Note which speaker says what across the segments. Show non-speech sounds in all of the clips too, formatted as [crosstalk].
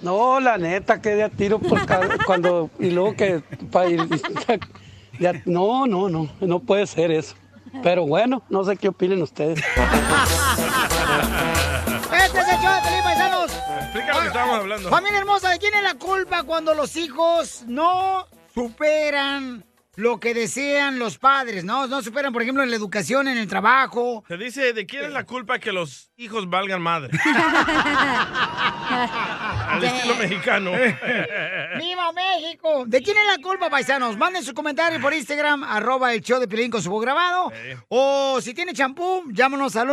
Speaker 1: No, la neta, que de a tiro por [laughs] cada- cuando. Y luego que. pa- y- [laughs] y- ya- no, no, no. No puede ser eso. Pero bueno, no sé qué opinen ustedes.
Speaker 2: Este es el show de Pelín, Paisanos.
Speaker 3: Explica lo que estábamos hablando.
Speaker 2: Familia hermosa, ¿de quién es la culpa cuando los hijos no superan lo que desean los padres? No, no superan, por ejemplo, en la educación, en el trabajo.
Speaker 3: Se dice, ¿de quién es la culpa que los hijos valgan
Speaker 2: [laughs]
Speaker 3: madre? Al estilo
Speaker 2: [laughs]
Speaker 3: mexicano.
Speaker 2: ¡Viva México! ¿De quién es la culpa, paisanos? Manden su comentario por Instagram, arroba el show de Pelín con su voz grabado. O si tiene champú, llámanos al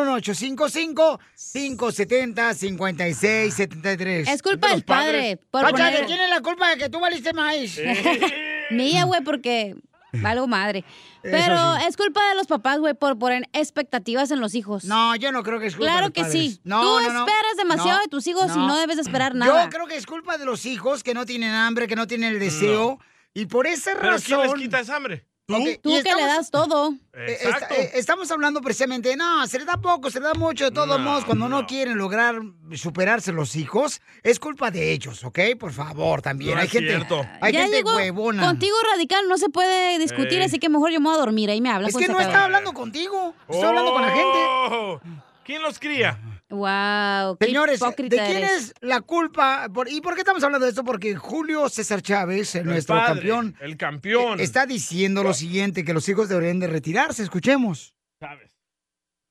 Speaker 2: 1-855-570-5673.
Speaker 4: Es culpa del padre. por
Speaker 2: Cacha,
Speaker 4: poner-
Speaker 2: ¿de quién es la culpa de que tú valiste maíz? [laughs]
Speaker 4: Mía, güey, porque valgo madre. Pero
Speaker 2: sí.
Speaker 4: es culpa de los papás, güey, por poner expectativas en los hijos.
Speaker 2: No, yo no creo que es culpa
Speaker 4: Claro
Speaker 2: de los
Speaker 4: que
Speaker 2: padres.
Speaker 4: sí.
Speaker 2: No,
Speaker 4: Tú
Speaker 2: no, no.
Speaker 4: esperas demasiado
Speaker 2: No,
Speaker 4: de tus hijos y
Speaker 2: no.
Speaker 4: no debes de esperar nada.
Speaker 2: Yo creo que es culpa de los hijos que no tienen hambre, que no tienen el deseo. Y por esa
Speaker 3: ¿Pero quién les
Speaker 2: razón.
Speaker 3: quita esa hambre? ¿Tú?
Speaker 2: Ok,
Speaker 4: Tú
Speaker 2: y
Speaker 4: que le
Speaker 2: estamos-
Speaker 4: das todo.
Speaker 2: eh,
Speaker 3: Exacto.
Speaker 2: esta- eh, estamos hablando precisamente de, no, se le da poco, se le da mucho, de todos
Speaker 3: No,
Speaker 2: modos, cuando no.
Speaker 3: no.
Speaker 2: quieren lograr superarse los hijos, es culpa de ellos, ¿ok? Por favor, también.
Speaker 3: No
Speaker 2: hay
Speaker 3: es
Speaker 2: gente,
Speaker 3: cierto.
Speaker 2: hay
Speaker 4: ya
Speaker 2: gente
Speaker 4: llegó
Speaker 2: huevona. Eh.
Speaker 4: Contigo radical no se puede discutir,
Speaker 3: Ey.
Speaker 4: así que mejor yo me voy a dormir. Ahí me hablas.
Speaker 2: es
Speaker 4: con
Speaker 2: que
Speaker 4: esa
Speaker 2: no estaba
Speaker 4: cabra.
Speaker 2: hablando contigo, estoy hablando con la gente.
Speaker 3: Oh, ¿Quién los cría?
Speaker 4: Wow, qué
Speaker 2: Señores, ¿de
Speaker 4: hipócrita
Speaker 2: quién
Speaker 4: eres.
Speaker 2: es la culpa? Por- ¿Y por qué estamos hablando de esto? Porque Julio César Chávez,
Speaker 3: El
Speaker 2: nuestro
Speaker 3: padre,
Speaker 2: campeón,
Speaker 3: El campeón.
Speaker 2: E-, está diciendo lo siguiente, que los hijos deberían de retirarse. Escuchemos.
Speaker 3: ¿Sabes?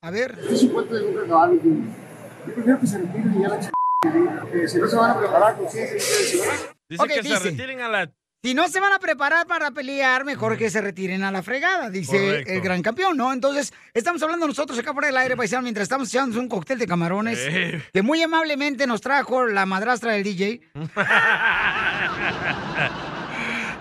Speaker 2: A ver.
Speaker 5: supuesto yo creo que va a vivir. Yo prefiero que se retiren y ya la ch... que si no se van a preparar con ciencia, si van a-
Speaker 3: Dice
Speaker 2: Ok,
Speaker 3: que
Speaker 2: dice.
Speaker 3: se retiren a la...
Speaker 2: Si no se van a preparar para pelear, mejor que se retiren a la fregada, dice
Speaker 3: Correcto.
Speaker 2: el gran campeón, ¿no? Entonces, estamos hablando nosotros acá por el aire, paisano, mientras estamos echando un cóctel de camarones
Speaker 3: Eh.
Speaker 2: que muy amablemente nos trajo la madrastra del DJ.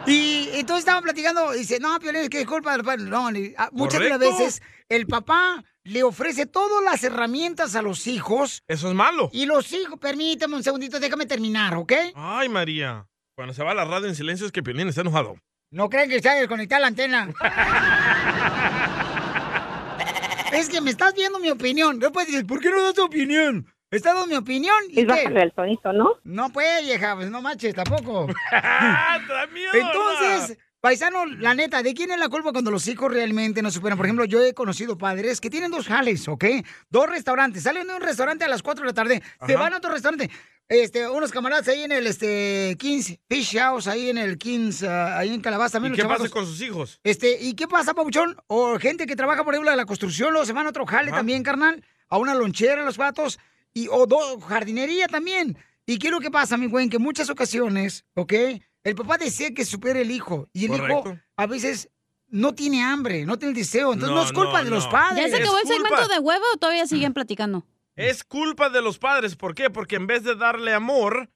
Speaker 2: Y entonces estaba platicando, dice, no, Piolín, es que es culpa del padre. No, ni- ah, muchas de las
Speaker 3: Correcto.
Speaker 2: veces el papá le ofrece todas las herramientas a los hijos
Speaker 3: Eso es malo.
Speaker 2: y los hijos, permítame un segundito, déjame terminar, ¿ok?
Speaker 3: Ay, María. Cuando se va la radio en silencio es que Piolín está enojado.
Speaker 2: No crean que está desconectada
Speaker 3: [laughs]
Speaker 2: la antena. es que me estás viendo mi opinión. No puedes decir, ¿por qué no das tu opinión? Está dando mi opinión y
Speaker 6: Es bajarle
Speaker 2: qué?
Speaker 6: el tonito, ¿no?
Speaker 2: No puede, vieja, pues no
Speaker 3: [laughs]
Speaker 2: manches tampoco.
Speaker 3: ¡Ah, trae miedo!
Speaker 2: Entonces, paisano, la neta, ¿de quién es la culpa cuando los hijos realmente no
Speaker 3: Mm.
Speaker 2: superan? Por ejemplo, yo he conocido padres que tienen dos jales, ¿ok? Dos restaurantes. Salen de un restaurante a las 4 de la tarde, se
Speaker 3: Ajá.
Speaker 2: van a otro restaurante. Este, unos camaradas ahí en el este, Kings Fish House, ahí en el Kings, ah, ahí en Calabaza. también
Speaker 3: ¿Y
Speaker 2: los
Speaker 3: qué pasa
Speaker 2: chamacos.
Speaker 3: con sus hijos?
Speaker 2: Este, ¿y qué pasa, Pabuchón? O gente que trabaja, por ejemplo, en la construcción, luego se van a otro jale
Speaker 3: Ajá.
Speaker 2: también, carnal, a una lonchera, los vatos, y, o do- jardinería también. Y quiero que pasa, mi güey, que en muchas ocasiones, ¿ok? El papá desea que supere el hijo, y el hijo
Speaker 3: Correcto.
Speaker 2: a veces no tiene hambre, no tiene el deseo, entonces no,
Speaker 3: No,
Speaker 2: es culpa
Speaker 3: no,
Speaker 2: de los
Speaker 3: no.
Speaker 4: ¿Ya
Speaker 2: padres.
Speaker 4: se acabó el
Speaker 3: Es culpa.
Speaker 4: segmento de huevo o todavía siguen platicando?
Speaker 3: Es culpa de los padres. ¿Por qué? Porque en vez de darle amor,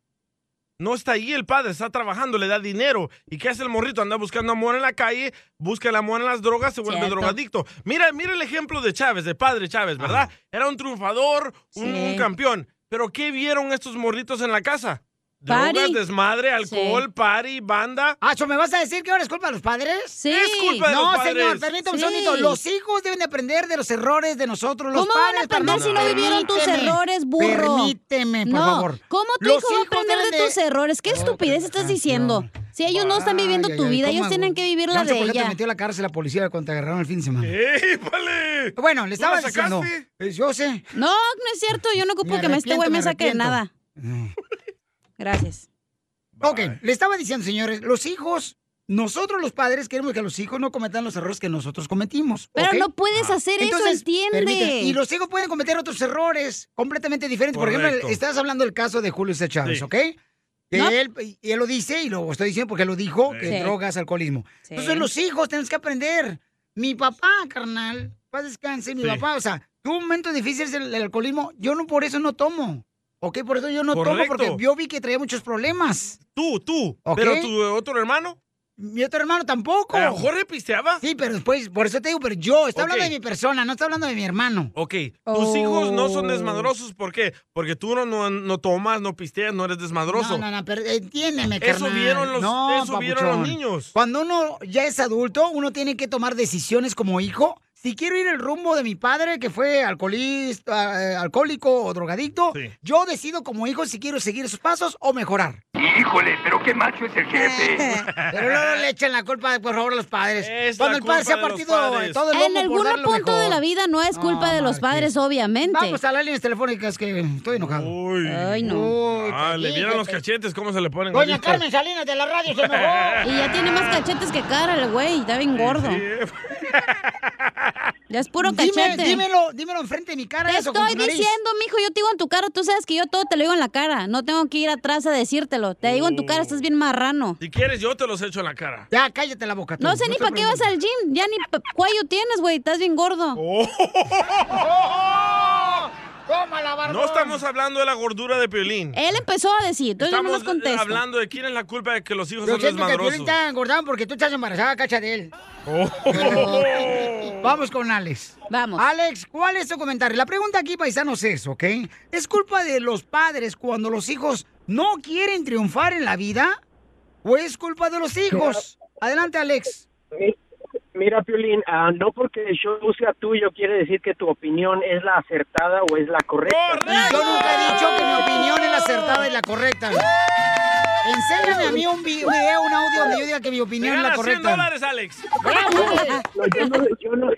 Speaker 3: no está ahí el padre, está trabajando, le da dinero. ¿Y qué hace el morrito? Anda buscando amor en la calle, busca el amor en las drogas, se vuelve
Speaker 4: Cierto.
Speaker 3: drogadicto. Mira, mira el ejemplo de Chávez, de padre Chávez, ¿verdad? Era un triunfador, un,
Speaker 4: Sí.
Speaker 3: un campeón. Pero ¿qué vieron estos morritos en la casa? Drogas,
Speaker 4: Party.
Speaker 3: desmadre, alcohol, party, banda.
Speaker 2: Ah, ¿so ¿me vas a decir que ahora es culpa de los padres?
Speaker 4: Sí.
Speaker 3: Es culpa de
Speaker 2: No,
Speaker 3: los padres.
Speaker 2: señor, permítame
Speaker 4: Sí.
Speaker 2: un segundito. Los hijos deben de aprender de los errores de nosotros, los
Speaker 4: ¿Cómo van a
Speaker 2: padres.
Speaker 4: aprender
Speaker 2: carnal.
Speaker 4: si no vivieron tus
Speaker 2: Permíteme,
Speaker 4: errores, burro?
Speaker 2: Permíteme, por
Speaker 4: no.
Speaker 2: favor.
Speaker 4: ¿Cómo tu
Speaker 2: Los
Speaker 4: hijo va a
Speaker 2: hijos
Speaker 4: aprender
Speaker 2: deben
Speaker 4: de,
Speaker 2: de-
Speaker 4: tus errores? ¿Qué
Speaker 2: Otra
Speaker 4: estupidez estás
Speaker 2: canción.
Speaker 4: diciendo? Si ellos no están viviendo
Speaker 2: Ay,
Speaker 4: tu
Speaker 2: ay, ay,
Speaker 4: vida, ellos
Speaker 2: ¿cómo?
Speaker 4: tienen que vivir
Speaker 2: Yo
Speaker 4: la
Speaker 2: no sé
Speaker 4: de
Speaker 2: por qué te
Speaker 4: ella.
Speaker 2: metió a la cárcel la policía cuando te agarraron el fin de semana?
Speaker 3: ¡Épale!
Speaker 2: Bueno, le
Speaker 3: ¿Tú la
Speaker 2: estaba diciendo.
Speaker 3: sacaste?
Speaker 2: eh, Yo sé.
Speaker 4: No, no es cierto. Yo no ocupo
Speaker 2: Me
Speaker 4: que me este
Speaker 2: arrepiento,
Speaker 4: güey me
Speaker 2: me
Speaker 4: saque de
Speaker 2: arrepiento.
Speaker 4: nada. Gracias.
Speaker 2: Ok, le estaba diciendo, señores, los hijos Nosotros los padres queremos que los hijos no cometan los errores que nosotros cometimos.
Speaker 4: Pero
Speaker 2: ¿ok?
Speaker 4: no puedes
Speaker 3: Ah.
Speaker 4: hacer eso, ¿entiende?
Speaker 2: permíteme, Y los hijos pueden cometer otros errores completamente diferentes. Por
Speaker 3: Correcto.
Speaker 2: ejemplo, estás hablando del caso de Julio C. Chávez,
Speaker 3: Sí.
Speaker 2: ¿ok? Que
Speaker 4: No.
Speaker 2: él, y él lo dice y lo estoy diciendo porque él lo dijo, que
Speaker 4: Sí.
Speaker 2: drogas, alcoholismo.
Speaker 4: Sí.
Speaker 2: Entonces los hijos tenemos que aprender. Mi papá, carnal, paz descanse, mi
Speaker 3: Sí.
Speaker 2: papá, o sea, tuvo momentos difíciles el, el alcoholismo, yo no por eso no tomo. ¿Ok? Por eso yo no tomo,
Speaker 3: Correcto.
Speaker 2: porque yo vi que traía muchos problemas.
Speaker 3: Tú, tú.
Speaker 2: Ok.
Speaker 3: Pero tu eh, otro hermano,
Speaker 2: Mi otro hermano tampoco.
Speaker 3: eh, Jorge pisteaba.
Speaker 2: Sí, pero después, por eso te digo, pero yo, está
Speaker 3: Ok.
Speaker 2: hablando de mi persona, no está hablando de mi hermano.
Speaker 3: Ok, tus
Speaker 4: Oh.
Speaker 3: hijos no son desmadrosos, ¿por qué? Porque tú no, no, no tomas, no pisteas, no eres desmadroso.
Speaker 2: No, no, no, pero entiéndeme,
Speaker 3: Eso
Speaker 2: carnal.
Speaker 3: vieron los-
Speaker 2: No,
Speaker 3: eso vieron los
Speaker 2: papuchón.
Speaker 3: niños.
Speaker 2: Cuando uno ya es adulto, uno tiene que tomar decisiones como hijo. Si quiero ir el rumbo de mi padre, que fue alcoholista, eh, alcohólico o drogadicto,
Speaker 3: Sí.
Speaker 2: yo decido como hijo si quiero seguir sus pasos o mejorar.
Speaker 7: Híjole, pero qué macho es el jefe.
Speaker 2: [laughs] Pero no le echen la culpa, por favor, a los padres.
Speaker 3: Es
Speaker 2: Cuando
Speaker 3: la
Speaker 2: el padre se ha
Speaker 3: culpa de los
Speaker 2: partido
Speaker 3: padres.
Speaker 2: todo el
Speaker 4: En
Speaker 2: lomo por
Speaker 4: algún
Speaker 2: dar lo
Speaker 4: punto de
Speaker 2: mejor.
Speaker 4: la vida no es culpa
Speaker 2: No,
Speaker 4: de los
Speaker 2: Marquis.
Speaker 4: padres, obviamente.
Speaker 2: Vamos a las líneas telefónicas que estoy enojado.
Speaker 3: Uy.
Speaker 4: Ay, no.
Speaker 2: Uy,
Speaker 3: Ah,
Speaker 2: te
Speaker 3: le
Speaker 2: dije,
Speaker 3: vieron los
Speaker 2: te-
Speaker 3: cachetes, ¿cómo se le ponen?
Speaker 2: Doña
Speaker 3: ahorita?
Speaker 2: Carmen Salinas de la radio se enojó.
Speaker 4: [laughs] Y ya tiene más cachetes que cara el güey, está bien gordo.
Speaker 3: Sí, eh.
Speaker 4: Ya es puro
Speaker 2: Dime,
Speaker 4: cachete.
Speaker 2: dímelo, dímelo enfrente de mi cara.
Speaker 4: Te
Speaker 2: eso, con
Speaker 4: estoy
Speaker 2: tu nariz.
Speaker 4: diciendo, mijo, yo te digo en tu cara, tú sabes que yo todo te lo digo en la cara, no tengo que ir atrás a decírtelo. Te digo en tu cara, estás bien marrano.
Speaker 3: Si quieres, yo te los echo en la cara.
Speaker 2: Ya, cállate la boca. tú.
Speaker 4: No sé ni
Speaker 2: te
Speaker 4: para qué vas
Speaker 2: preocupes.
Speaker 4: al gym, ya ni pa- cuello tienes, güey, estás bien gordo. [laughs]
Speaker 2: ¡Oh! ¡Tómala, barbón!
Speaker 3: No estamos hablando de la gordura de Piolín.
Speaker 4: Él empezó a decir, Eh, entonces
Speaker 3: Estamos eh,
Speaker 4: yo no contesto.
Speaker 3: hablando de quién es la culpa de que los hijos
Speaker 2: Yo
Speaker 3: son
Speaker 2: siento que el Piolín
Speaker 3: desmadrosos.
Speaker 2: está engordado porque tú estás embarazada, cacha de él.
Speaker 3: Oh.
Speaker 2: [laughs] Vamos con Alex.
Speaker 4: Vamos.
Speaker 2: Alex, ¿cuál es tu comentario? La pregunta aquí, paisanos, es, ¿ok? ¿Es culpa de los padres cuando los hijos no quieren triunfar en la vida? ¿O es culpa de los hijos? Adelante, Alex.
Speaker 8: Mi- Mira, Piolín, ah, no porque el show sea tuyo quiere decir que tu opinión es la acertada o es la correcta.
Speaker 2: Yo nunca he dicho que mi opinión es la acertada y la correcta. Enséñame a mí un vi- un video, un audio donde yo diga que mi
Speaker 3: Te
Speaker 2: opinión es la
Speaker 3: ganas 100
Speaker 2: correcta.
Speaker 3: dólares, Alex.
Speaker 8: No, yo, no, yo no-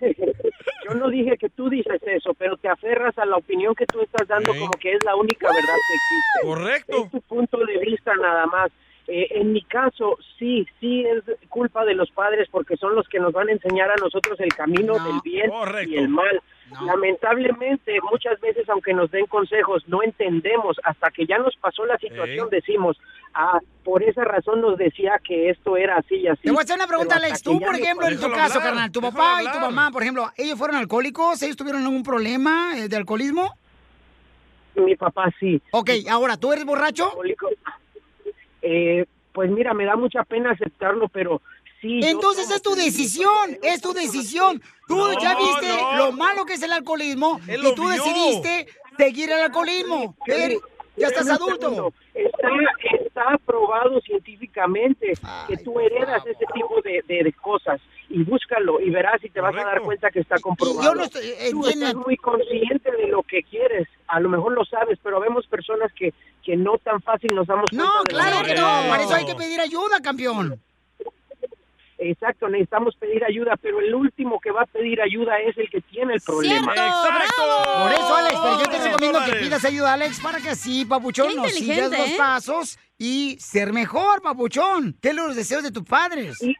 Speaker 8: yo no dije que tú dices eso, pero te aferras a la opinión que tú estás dando
Speaker 3: Ok.
Speaker 8: como que es la única verdad que existe.
Speaker 3: Correcto.
Speaker 8: Es tu punto de vista nada más. Eh, en mi caso, sí, sí es culpa de los padres porque son los que nos van a enseñar a nosotros el camino
Speaker 2: No.
Speaker 8: del bien
Speaker 3: Correcto.
Speaker 8: y el mal.
Speaker 2: No.
Speaker 8: Lamentablemente, muchas veces, aunque nos den consejos, no entendemos hasta que ya nos pasó la situación,
Speaker 3: Ey.
Speaker 8: decimos, ah, por esa razón nos decía que esto era así y así.
Speaker 2: Te voy a hacer una pregunta,
Speaker 8: Pero hasta
Speaker 2: Alex.
Speaker 8: que
Speaker 2: Tú,
Speaker 8: ya
Speaker 2: por
Speaker 8: nos
Speaker 2: ejemplo, en tu
Speaker 3: Déjalo
Speaker 2: caso,
Speaker 3: hablar,
Speaker 2: carnal, tu
Speaker 3: déjalo
Speaker 2: papá y tu
Speaker 3: hablar.
Speaker 2: mamá, por ejemplo, ¿ellos fueron alcohólicos? ¿Ellos tuvieron algún problema eh, de alcoholismo?
Speaker 8: Mi papá sí.
Speaker 2: Ok, ahora, ¿tú eres borracho?
Speaker 8: alcohólico. Eh, pues mira, me da mucha pena aceptarlo, pero sí. yo
Speaker 2: Entonces
Speaker 8: tomo
Speaker 2: Pues es tu
Speaker 8: feliz,
Speaker 2: decisión,
Speaker 8: pero no
Speaker 2: es tu
Speaker 8: tanto así.
Speaker 2: decisión. Tú
Speaker 3: No,
Speaker 2: ya viste
Speaker 3: no.
Speaker 2: lo malo que es el alcoholismo
Speaker 3: Él
Speaker 2: y
Speaker 3: lo
Speaker 2: tú
Speaker 3: vio.
Speaker 2: decidiste seguir el alcoholismo. Él- Ya estás
Speaker 8: Espérame un segundo.
Speaker 2: adulto.
Speaker 8: Está, está aprobado científicamente que tú heredas ese tipo de, de- de cosas y búscalo y verás y te vas a dar
Speaker 3: Correcto.
Speaker 8: cuenta que está comprobado.
Speaker 2: yo no estoy- eh,
Speaker 8: tú
Speaker 2: entiendo.
Speaker 8: estás muy consciente de lo que quieres, a lo mejor lo sabes, pero vemos personas que, que no tan fácil nos damos cuenta.
Speaker 2: No,
Speaker 8: de lo
Speaker 2: claro que no.
Speaker 8: queremos.
Speaker 2: Para eso hay que pedir ayuda, campeón.
Speaker 8: Exacto, necesitamos pedir ayuda, pero el último que va a pedir ayuda es el que tiene el problema.
Speaker 4: Cierto,
Speaker 3: Exacto.
Speaker 4: bravo.
Speaker 2: Por eso, Alex, pero yo te
Speaker 3: Cien
Speaker 2: recomiendo que
Speaker 3: dólares.
Speaker 2: pidas ayuda, Alex, para que así, papuchón,
Speaker 4: Qué
Speaker 2: nos sigas
Speaker 4: inteligente,
Speaker 2: los
Speaker 4: ¿eh?
Speaker 2: pasos y ser mejor, papuchón. ¿Qué los deseos de tus padres?
Speaker 8: Sí.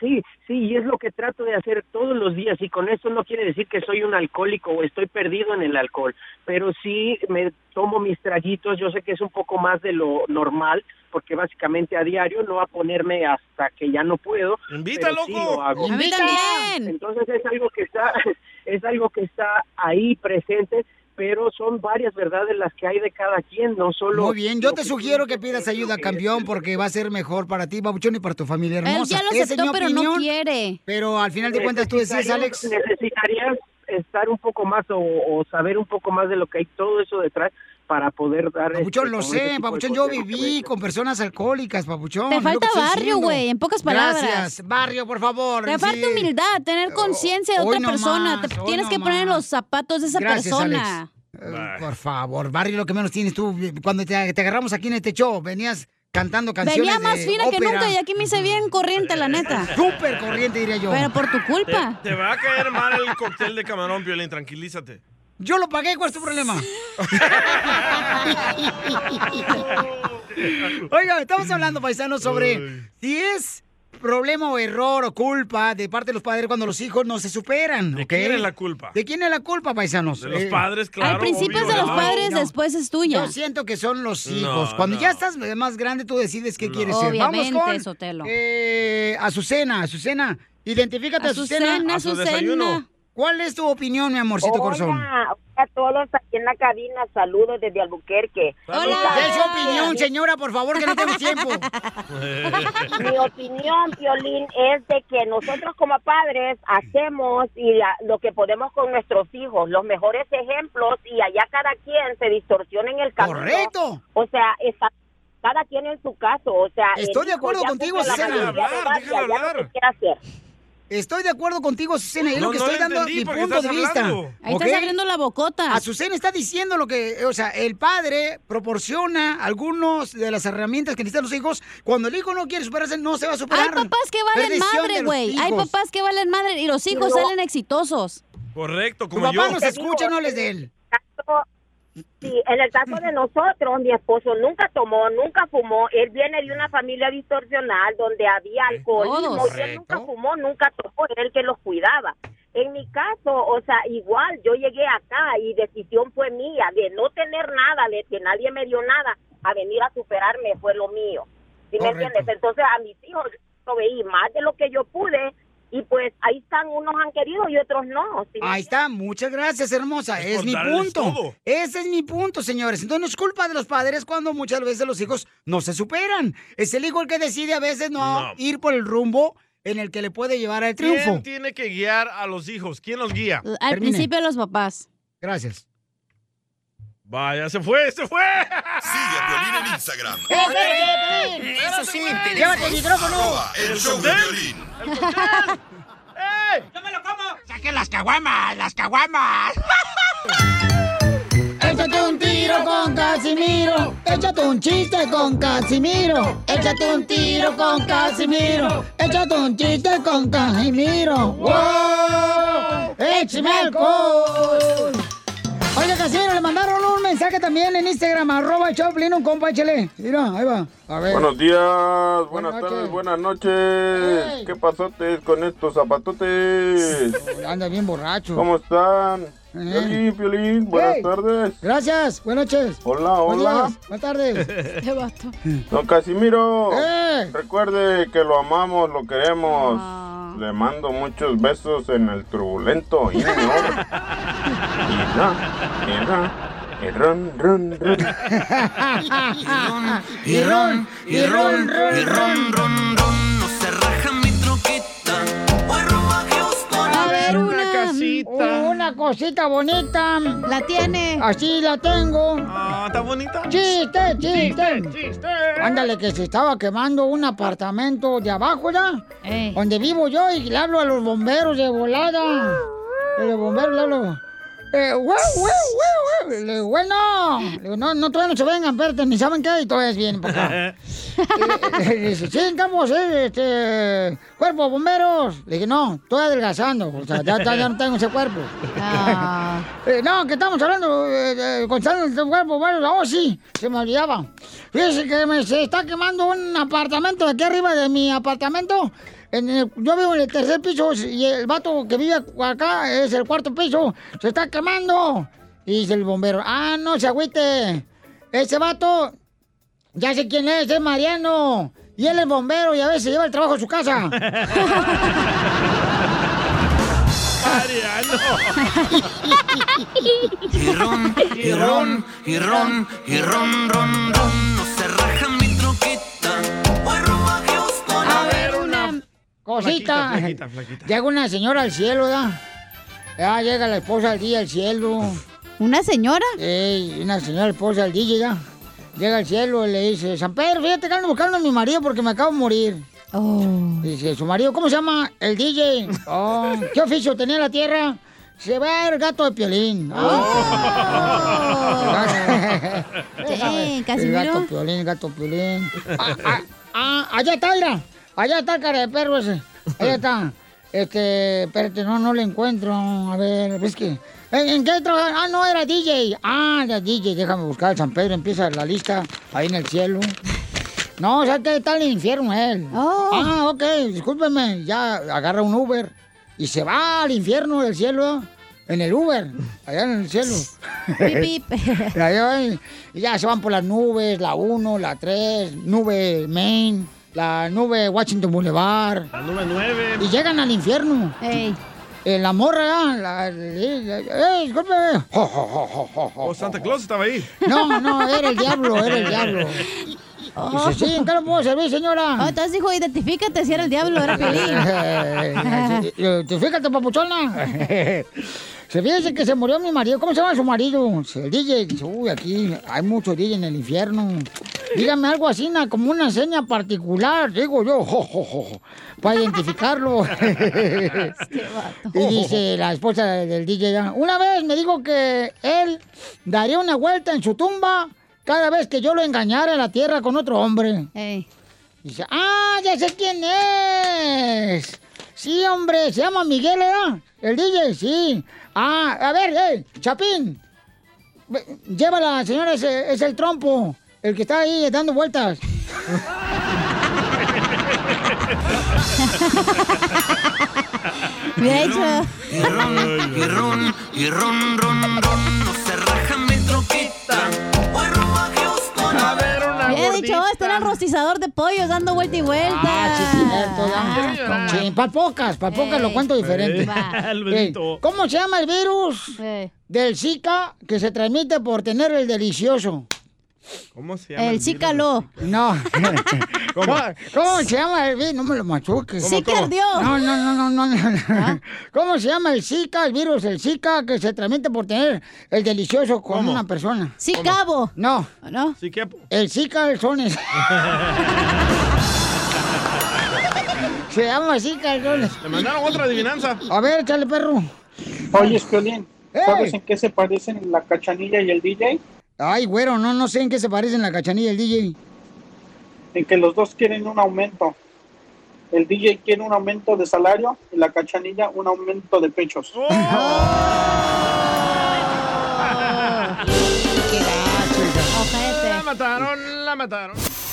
Speaker 8: Sí, sí, y es lo que trato de hacer todos los días y con esto no quiere decir que soy un alcohólico o estoy perdido en el alcohol, pero sí me tomo mis traguitos, yo sé que es un poco más de lo normal, porque básicamente a diario no va a ponerme hasta que ya no puedo.
Speaker 3: Invita,
Speaker 8: pero sí
Speaker 3: loco.
Speaker 8: lo hago.
Speaker 4: A mí también.
Speaker 8: Entonces es algo que está [laughs] es algo que está ahí presente, pero son varias verdades las que hay de cada quien, no solo
Speaker 2: Muy bien, yo
Speaker 8: lo
Speaker 2: te
Speaker 8: tú
Speaker 2: sugiero que
Speaker 8: dices,
Speaker 2: pidas
Speaker 8: es lo
Speaker 2: ayuda,
Speaker 8: que-
Speaker 2: campeón, porque va a ser mejor para ti, papuchón, y para tu familia
Speaker 4: Él
Speaker 2: hermosa.
Speaker 4: ya lo
Speaker 2: Esa es mi
Speaker 4: aceptó, pero no
Speaker 2: opinión,
Speaker 4: quiere.
Speaker 2: Pero al final de cuentas tú decías,
Speaker 8: Necesitarías-
Speaker 2: Alex,
Speaker 8: Necesitarías estar un poco más o, o saber un poco más de lo que hay todo eso detrás para poder dar. este,
Speaker 2: papuchón, lo sé, papuchón, yo viví
Speaker 8: con
Speaker 2: con personas alcohólicas, papuchón.
Speaker 4: Te
Speaker 2: es lo que
Speaker 4: falta
Speaker 2: estoy
Speaker 4: barrio,
Speaker 2: diciendo.
Speaker 4: güey, en pocas palabras.
Speaker 2: Gracias, barrio, por favor.
Speaker 4: Te falta
Speaker 2: sí. Oh,
Speaker 4: humildad, tener conciencia de
Speaker 2: hoy
Speaker 4: otra
Speaker 2: no
Speaker 4: persona.
Speaker 2: más,
Speaker 4: Te-
Speaker 2: hoy
Speaker 4: tienes
Speaker 2: no
Speaker 4: que poner en
Speaker 2: más.
Speaker 4: los zapatos de esa
Speaker 2: Gracias,
Speaker 4: persona.
Speaker 2: Alex. Eh, Por favor, barrio, lo que menos tienes tú. Cuando te, te agarramos aquí en este show, venías cantando canciones.
Speaker 4: Venía más
Speaker 2: de
Speaker 4: fina que
Speaker 2: ópera.
Speaker 4: nunca y aquí me hice bien corriente, la neta.
Speaker 2: [laughs] Súper corriente, diría yo.
Speaker 4: Pero por tu
Speaker 3: Te,
Speaker 4: culpa.
Speaker 3: te va a caer mal el cóctel de camarón, Piolín, tranquilízate.
Speaker 2: Yo lo pagué, ¿cuál es tu problema? [laughs] Oiga, estamos hablando, paisanos, sobre si es problema o error o culpa de parte de los padres cuando los hijos no se superan.
Speaker 3: ¿De
Speaker 2: ¿ok?
Speaker 3: quién es la culpa?
Speaker 2: ¿De quién es la culpa, paisanos?
Speaker 3: De los
Speaker 2: Eh,
Speaker 3: padres, claro. obvio, ¿no?
Speaker 2: después es tuya. Yo siento que son los hijos.
Speaker 3: No,
Speaker 2: Cuando
Speaker 3: no.
Speaker 2: ya estás más grande, tú decides qué quieres ser.
Speaker 4: Obviamente,
Speaker 2: Vamos con
Speaker 4: Sotelo.
Speaker 2: eh, Azucena, Azucena. Identifícate, Azucena.
Speaker 4: Azucena, A su Azucena. desayuno.
Speaker 2: ¿Cuál es tu opinión, mi amorcito
Speaker 9: Hola,
Speaker 2: corazón?
Speaker 9: a todos aquí en la cabina, saludos desde Albuquerque.
Speaker 2: ¿Qué es su opinión, señora? Por favor, que no tengo tiempo.
Speaker 9: [laughs] Mi opinión, Violín, es de que nosotros como padres hacemos y la- lo que podemos con nuestros hijos, los mejores ejemplos y allá cada quien se distorsiona en el camino.
Speaker 2: Correcto.
Speaker 9: O sea, está, cada quien en su caso. O sea, el
Speaker 2: Estoy de
Speaker 9: hijo
Speaker 2: acuerdo
Speaker 9: ya
Speaker 2: contigo,
Speaker 9: cumple la
Speaker 2: Susana.
Speaker 9: mayoría de
Speaker 2: Déjala
Speaker 9: edad y allá lo que quiera hacer.
Speaker 2: Estoy de acuerdo contigo, Azucena. Es
Speaker 9: No,
Speaker 2: lo que
Speaker 9: no
Speaker 2: estoy
Speaker 9: la
Speaker 2: dando
Speaker 9: entendí,
Speaker 2: mi
Speaker 9: porque
Speaker 2: punto de
Speaker 9: estás
Speaker 2: vista.
Speaker 9: hablando. Ahí
Speaker 4: estás abriendo
Speaker 2: la bocota. Azucena está diciendo lo que, o sea, el padre proporciona algunos de las herramientas que necesitan los hijos. Cuando el hijo no quiere superarse, no se va a superar.
Speaker 4: Hay papás que
Speaker 2: Pero
Speaker 4: valen
Speaker 2: es decisión de
Speaker 4: madre,
Speaker 2: los
Speaker 4: güey. Hay
Speaker 2: hijos.
Speaker 4: papás que valen madre y los hijos
Speaker 2: Pero-
Speaker 4: salen exitosos.
Speaker 3: Correcto,
Speaker 2: Tu
Speaker 3: como yo.
Speaker 2: papá nos escucha, no les de él.
Speaker 9: Sí, en el caso de nosotros, mi esposo nunca tomó, nunca fumó. Él viene de
Speaker 2: Mm.
Speaker 9: una familia distorsional donde había alcoholismo
Speaker 10: Todos.
Speaker 9: y él nunca fumó, nunca tomó. Era el que los cuidaba. En mi caso, o sea, igual yo llegué acá y decisión fue mía de no tener nada, de que nadie me dio nada, a venir a superarme fue lo mío. ¿Sí me
Speaker 10: Correcto.
Speaker 9: entiendes? Entonces a mis hijos lo veí más de lo que yo pude y pues ahí están, unos han querido y otros Pues no. ¿sí me
Speaker 2: Ahí está, muchas gracias, hermosa. Es, mi
Speaker 9: darles
Speaker 2: punto.
Speaker 9: todo.
Speaker 2: Ese es mi punto, señores. Entonces no es culpa de los padres cuando muchas veces los hijos no se superan. Es el hijo el que decide a veces no,
Speaker 3: No.
Speaker 2: ir por el rumbo en el que le puede llevar al triunfo.
Speaker 3: ¿Quién tiene que guiar a los hijos? ¿Quién los guía?
Speaker 4: Al principio los papás.
Speaker 2: Gracias.
Speaker 3: Vaya, se fue, se fue.
Speaker 7: Sigue a Piolín en Instagram.
Speaker 10: Eso sí me interesa.
Speaker 7: Llévate el micrófono. Arroba [laughs] el show de Piolín.
Speaker 10: ¡Yo me lo como! ¡Saquen ¡Eh! las caguamas! ¡Las caguamas!
Speaker 2: [laughs] Échate un tiro con Casimiro. Échate un chiste con Casimiro. Échate un tiro con Casimiro. Échate un chiste con Casimiro.
Speaker 10: ¡Wow!
Speaker 2: ¡Échame alcohol! Oiga, Casimiro, le mandaron un mensaje también en Instagram, arroba el Choplin, un compa, échale. Mira, ahí va. A ver.
Speaker 11: Buenos días, buenas,
Speaker 2: noches.
Speaker 11: tardes, buenas noches.
Speaker 2: Ey.
Speaker 11: ¿Qué pasotes con estos zapatotes?
Speaker 2: [laughs] Anda bien borracho. Eh.
Speaker 11: ¿Cómo están? Piolín, Piolín, buenas
Speaker 2: Ey.
Speaker 11: tardes.
Speaker 2: Gracias, buenas noches.
Speaker 11: Hola,
Speaker 2: Buenos
Speaker 11: hola.
Speaker 2: días, Buenas tardes. Qué [laughs] vato.
Speaker 11: Don Casimiro,
Speaker 2: Ey.
Speaker 11: recuerde que lo amamos, lo queremos. Le mando muchos besos en el turbulento.
Speaker 2: [laughs]
Speaker 11: Y ron, ron,
Speaker 2: [laughs]
Speaker 11: ron.
Speaker 10: Y ron, y ron, y ron, ron, ron. No se raja mi troquita.
Speaker 2: A ver, una,
Speaker 10: casita.
Speaker 2: Oh, Una cosita bonita. La tiene. Así la tengo.
Speaker 3: Ah, está bonita.
Speaker 2: Chiste, chiste.
Speaker 3: Chiste, chiste.
Speaker 2: Ándale, que se estaba quemando un apartamento de abajo, ¿ya? Donde vivo yo y le hablo a los bomberos de volada. Y los bomberos le hablo. Eh, guau, guau, guau, guau. Le digo, bueno, Le digo, no, no, todavía no se vengan, espérate, ni saben qué, y todavía vienen para acá. [laughs] Le dice, sí, estamos, eh, este, cuerpo de bomberos. Le dije, no, estoy adelgazando, o sea, ya, ya- ya no tengo ese cuerpo. [laughs] Eh, no, que estamos hablando, eh, eh, contando de cuerpo, bueno, oh, sí, se me olvidaba. Fíjese que me, se está quemando un apartamento aquí arriba de mi apartamento. En el- yo vivo en el tercer piso y el vato que vive acá es el cuarto piso. Se está quemando. Y dice el bombero, ah, no se agüite. Ese vato ya sé quién es, es Mariano. Y él es bombero y a veces lleva el trabajo a su casa.
Speaker 10: [laughs] Y ron, y ron, y ron, y ron, ron, ron. No se raja mi troquita. A ver una.
Speaker 2: Cosita.
Speaker 3: Flaquita, flaquita, flaquita.
Speaker 2: Llega una señora al cielo, ¿verdad? Ya llega la esposa al día al cielo. ¿Una señora? Ey, una señora esposa al día, ya. Llega al cielo y le dice, San Pedro, fíjate que ando buscando a mi marido porque me acabo de morir. Dice, su marido, ¿cómo se llama? El DJ. Oh, ¿Qué oficio tenía en la tierra? Se va el gato de piolín. [laughs] Ah.
Speaker 4: Sí,
Speaker 2: El
Speaker 4: Casimiro.
Speaker 2: gato piolín, gato piolín. Ah, ah, ah, allá está, mira. Allá está el cara de perro ese. Allá está. Este, espérate, no, no le encuentro. A ver, es que. ¿En, en qué trabaja? Ah, no, era DJ. Ah, era DJ. Déjame buscar San Pedro. Empieza la lista ahí en el cielo. No, o sea, que está en el infierno él. Ah, ok, discúlpeme. Ya agarra un Uber y se va al infierno del cielo. En el Uber, allá en el cielo.
Speaker 4: Pip,
Speaker 2: Allá van, y ya se van por las nubes, la 1, la 3, nube Main, la nube Washington Boulevard.
Speaker 3: La nube 9.
Speaker 2: Y llegan al infierno. Eh, la morra, ah, la, la- eh, disculpe.
Speaker 3: Oh, Santa Claus estaba ahí.
Speaker 2: No, no, era el diablo, era el diablo. Dice, sí, ¿en qué lo puedo servir, señora?
Speaker 4: [laughs] Oh, entonces dijo, identifícate si era el diablo,
Speaker 2: [laughs]
Speaker 4: era Pelín.
Speaker 2: Eh, ¿Te fíjate, papuchona? Se fíjese que se murió mi marido. ¿Cómo se llama su marido? El DJ. Dice, Uy, aquí hay mucho DJ en el infierno. Dígame algo así, na, como una seña particular, digo yo, jo, jo, jo, para identificarlo. [laughs] y dice la esposa del DJ, ya, una vez me dijo que él daría una vuelta en su tumba cada vez que yo lo engañara en la tierra con otro hombre. Dice, ah, ya sé quién es. Sí, hombre, se llama Miguel, ¿verdad? El DJ, sí. Ah, a ver, eh, Chapín. ve- Llévala, señora, ese es el trompo. El que está ahí dando vueltas.
Speaker 6: Y ron, y ron, y ron, y ron, ron, ron, no se raja mi troquita.
Speaker 3: A ver, una
Speaker 4: Hubiera dicho, oh, está en el rostizador de pollos dando vuelta y vuelta.
Speaker 2: Ah, Sí, para pocas, para pocas lo cuento
Speaker 3: [laughs]
Speaker 2: diferente.
Speaker 4: Eh, va.
Speaker 3: El
Speaker 2: Eh,
Speaker 3: Benito.
Speaker 2: ¿Cómo se llama el virus del Zika que se transmite por tener el delicioso?
Speaker 3: ¿Cómo se llama?
Speaker 2: Zícalo. No.
Speaker 3: [laughs] ¿Cómo?
Speaker 2: ¿Cómo? ¿Cómo se llama el virus? No me lo machuques.
Speaker 3: ¿Cómo, Zika cómo? ¿Ah? ardió.
Speaker 2: No, no, no, no, no. no. [laughs] ¿Cómo se llama el Zika, el virus, el Zika que se transmite por tener el delicioso con
Speaker 3: ¿Cómo?
Speaker 2: una persona?
Speaker 3: ¿Cómo?
Speaker 2: Zicabo. No.
Speaker 4: ¿No?
Speaker 3: Siquepo.
Speaker 2: El Zika del
Speaker 3: [laughs]
Speaker 2: Sones. se llama Zika del Sones.
Speaker 3: Le mandaron otra adivinanza.
Speaker 2: A ver, échale, perro.
Speaker 12: Oye, Piolín, ¿sabes
Speaker 2: ¡Ey!
Speaker 12: en qué se parecen la cachanilla y el DJ?
Speaker 2: Ay, güero, no, no sé en qué se parecen la cachanilla y el DJ.
Speaker 12: En que los dos quieren un aumento. El DJ quiere un aumento de salario y la cachanilla un aumento de pechos.
Speaker 3: La mataron, la mataron.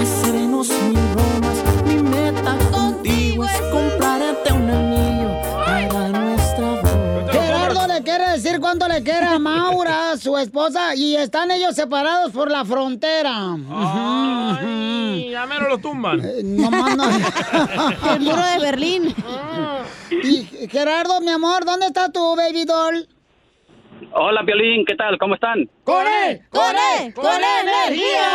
Speaker 6: hacernos mil bromas. Mi meta contigo es comprarte un anillo para nuestra boda.
Speaker 2: Gerardo le quiere decir cuánto le quiere a Maura, su esposa, y están ellos separados por la frontera.
Speaker 3: Ay, ya mero lo tumban.
Speaker 2: No más Eh, no.
Speaker 3: El muro de
Speaker 2: Berlín. Y Gerardo, mi amor, ¿dónde está tu baby doll?
Speaker 13: Hola, Violín, ¿qué tal? ¿Cómo están?
Speaker 2: ¡Con él! ¡Con él! ¡Con E
Speaker 6: [laughs]
Speaker 2: energía!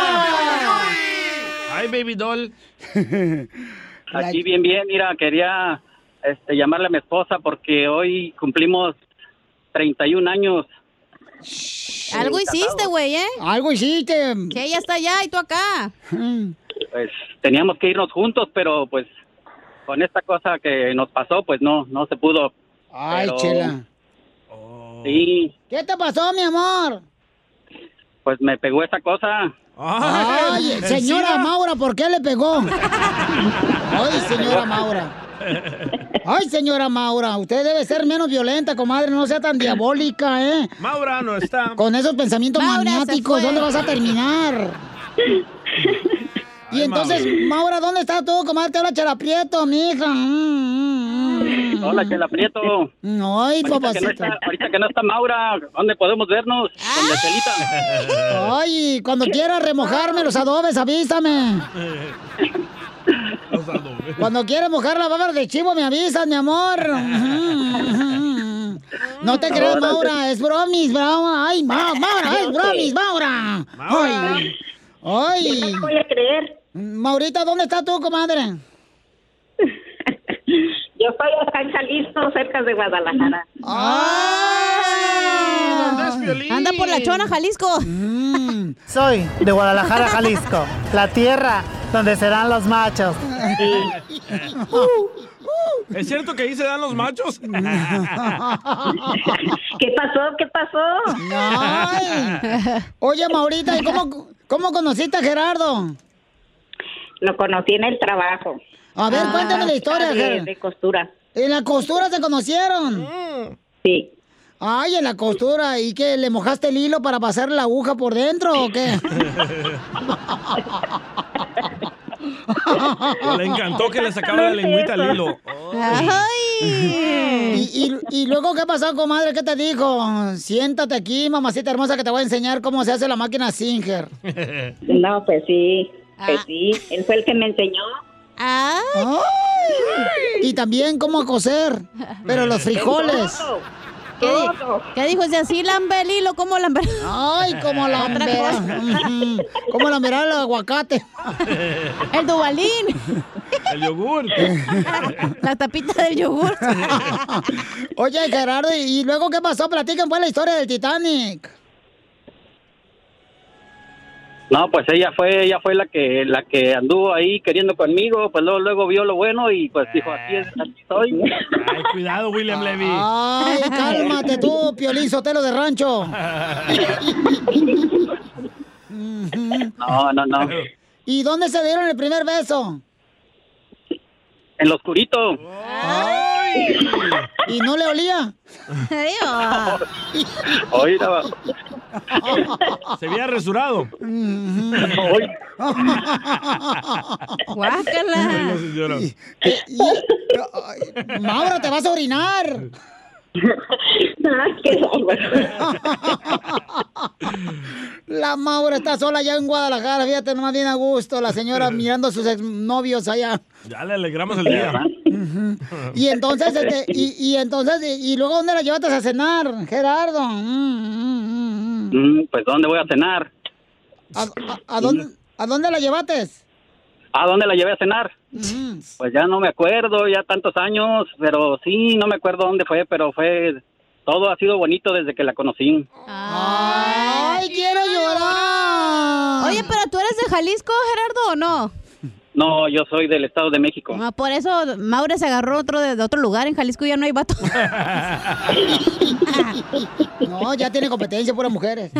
Speaker 3: Ay, baby
Speaker 2: [laughs]
Speaker 3: doll.
Speaker 13: Aquí bien, bien. Mira, quería este, llamarle a mi esposa porque hoy cumplimos 31 años.
Speaker 4: Algo hiciste, güey, ¿eh?
Speaker 2: Algo hiciste.
Speaker 4: Que ella está allá y tú acá.
Speaker 13: Pues teníamos que irnos juntos, pero pues con esta cosa que nos pasó, pues no, no se pudo.
Speaker 2: Ay,
Speaker 13: Pero-
Speaker 2: chela.
Speaker 3: Oh.
Speaker 13: Sí,
Speaker 2: ¿Qué te pasó, mi amor?
Speaker 13: pues me pegó esa cosa.
Speaker 3: Ah.
Speaker 2: Ah, Ay, señora Maura, ¿por qué le [laughs] pegó? Ay, señora Maura. Ay, señora Maura, usted debe ser menos violenta, comadre, no sea tan diabólica, ¿eh?
Speaker 3: Maura no está.
Speaker 2: Con esos pensamientos
Speaker 3: Maura se
Speaker 2: maniáticos,
Speaker 3: fue.
Speaker 2: ¿dónde vas a
Speaker 13: [laughs]
Speaker 2: terminar? y entonces, Maura. ¿dónde está tú, comadre? Te habla Chela Prieto, mija. Mm, mm, mm.
Speaker 13: Hola, Chela Prieto.
Speaker 2: Ay,
Speaker 13: ahorita, que no
Speaker 2: papacita.
Speaker 13: está, ahorita que no está Maura, ¿dónde podemos vernos? Con la Chelita.
Speaker 2: Ah. Ay, cuando quieras remojarme los adobes, avísame. Cuando quieras mojar la baba de chivo, me avisas, mi amor. No te creas,
Speaker 6: Ahora
Speaker 2: Maura, es bromis, Maura. Ay,
Speaker 6: [laughs]
Speaker 2: Ma- Maura, es
Speaker 6: Yo
Speaker 2: bromis,
Speaker 6: sé.
Speaker 2: Maura. Ay, ay.
Speaker 6: Yo no
Speaker 2: voy a creer. Maurita, ¿dónde estás tú, comadre?
Speaker 10: [laughs] Yo estoy acá en Jalisco, cerca de Guadalajara.
Speaker 2: Ah,
Speaker 4: Ah.
Speaker 6: Ah,
Speaker 4: Anda por la
Speaker 6: [laughs]
Speaker 4: chona, Jalisco.
Speaker 14: Soy de Guadalajara,
Speaker 3: [laughs]
Speaker 14: Jalisco, la tierra donde serán los machos.
Speaker 3: ¿Es cierto que ahí se dan los machos?
Speaker 10: ¿Qué pasó? ¿Qué pasó?
Speaker 2: Ay. Oye, Maurita, ¿y cómo, cómo conociste a Gerardo?
Speaker 10: Lo conocí en el trabajo.
Speaker 2: A ver, cuéntame la historia,
Speaker 10: de,
Speaker 2: Ger.
Speaker 10: de costura.
Speaker 2: ¿En la costura se conocieron?
Speaker 10: Sí.
Speaker 2: Ay, en la costura. ¿Y qué? ¿Le mojaste el hilo para pasar la aguja por dentro o qué?
Speaker 3: Le encantó que le sacaba la lengüita al hilo.
Speaker 2: Ay. ¿Y, y, y luego qué pasó, comadre? ¿Qué te dijo? Siéntate aquí, mamacita hermosa, que te voy a enseñar cómo se hace la máquina Singer.
Speaker 10: No, pues sí, pues sí. Él fue el que me enseñó.
Speaker 2: Ay. Y también cómo coser, pero los frijoles.
Speaker 4: ¿Qué, di- qué dijo? Si así lambe el hilo, ¿cómo lambe?
Speaker 2: Ay, como lambe- Mm-hmm. ¿Cómo lamberá el aguacate?
Speaker 4: El dubalín.
Speaker 3: El yogur.
Speaker 4: La tapita del yogur.
Speaker 2: [laughs] Oye, Gerardo, ¿y luego qué pasó? Platiquen, fue la historia del Titanic.
Speaker 13: No, pues ella fue, ella fue la que, la que anduvo ahí queriendo conmigo, pues luego, luego vio lo bueno y pues dijo, aquí es, aquí estoy.
Speaker 3: Ay, cuidado, William Levy.
Speaker 2: Ay, cálmate tú, Piolín Sotelo de Rancho.
Speaker 13: No, no, no.
Speaker 2: ¿Y dónde se dieron el primer beso?
Speaker 13: En lo oscurito.
Speaker 2: ¿Y no le olía?
Speaker 13: Oiga,
Speaker 3: Se había resurado.
Speaker 4: [laughs] Guácala.
Speaker 2: Maura, te vas a orinar. La Maura está sola allá en Guadalajara, fíjate nomás bien a gusto, la señora mirando a sus exnovios allá.
Speaker 3: Ya le alegramos el día.
Speaker 10: [laughs]
Speaker 2: Y entonces, este, y, y entonces, y, y luego dónde la llevaste a cenar, Gerardo? Mm, Ah. mm.
Speaker 13: Mm, pues ¿dónde voy a cenar?
Speaker 2: ¿A, a- a dónde, ¿A dónde la llevaste? Mm.
Speaker 13: ¿A dónde la llevé a cenar? Pues ya no me acuerdo, ya tantos años, pero sí, no me acuerdo dónde fue, pero fue... Todo ha sido bonito desde que la conocí.
Speaker 2: ¡Ay, quiero llorar!
Speaker 4: Oye, pero tú eres de Jalisco, Gerardo, o no?
Speaker 13: No, yo soy del Estado de México.
Speaker 4: Ah, por eso Maura se agarró otro de, de otro lugar. En Jalisco ya no hay vato.
Speaker 2: Ah. No, ya tiene competencia puras mujeres.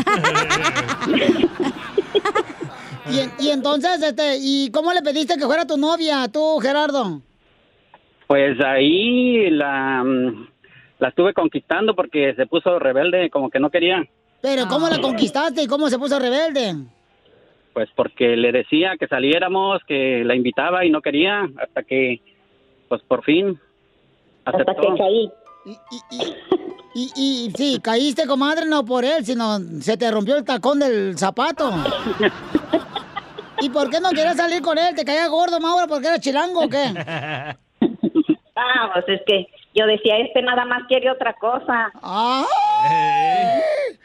Speaker 2: y, en- y entonces, este, ¿y cómo le pediste que fuera tu novia, tú, Gerardo?
Speaker 13: Pues ahí la, mm, la estuve conquistando porque se puso rebelde, como que no quería.
Speaker 2: Pero ¿cómo
Speaker 10: Ah.
Speaker 2: la conquistaste y cómo se puso rebelde?
Speaker 13: Pues porque le decía que saliéramos, que la invitaba y no quería, hasta que, pues por fin, aceptó.
Speaker 2: Y, y sí, caíste, comadre, no por él, sino se te rompió el tacón del zapato. ¿Y por qué no querías salir con él? ¿Te caía gordo, Maura, porque era chilango o qué?
Speaker 10: Vamos, Ah, pues es que yo decía, este nada más quiere otra cosa.
Speaker 2: Ah.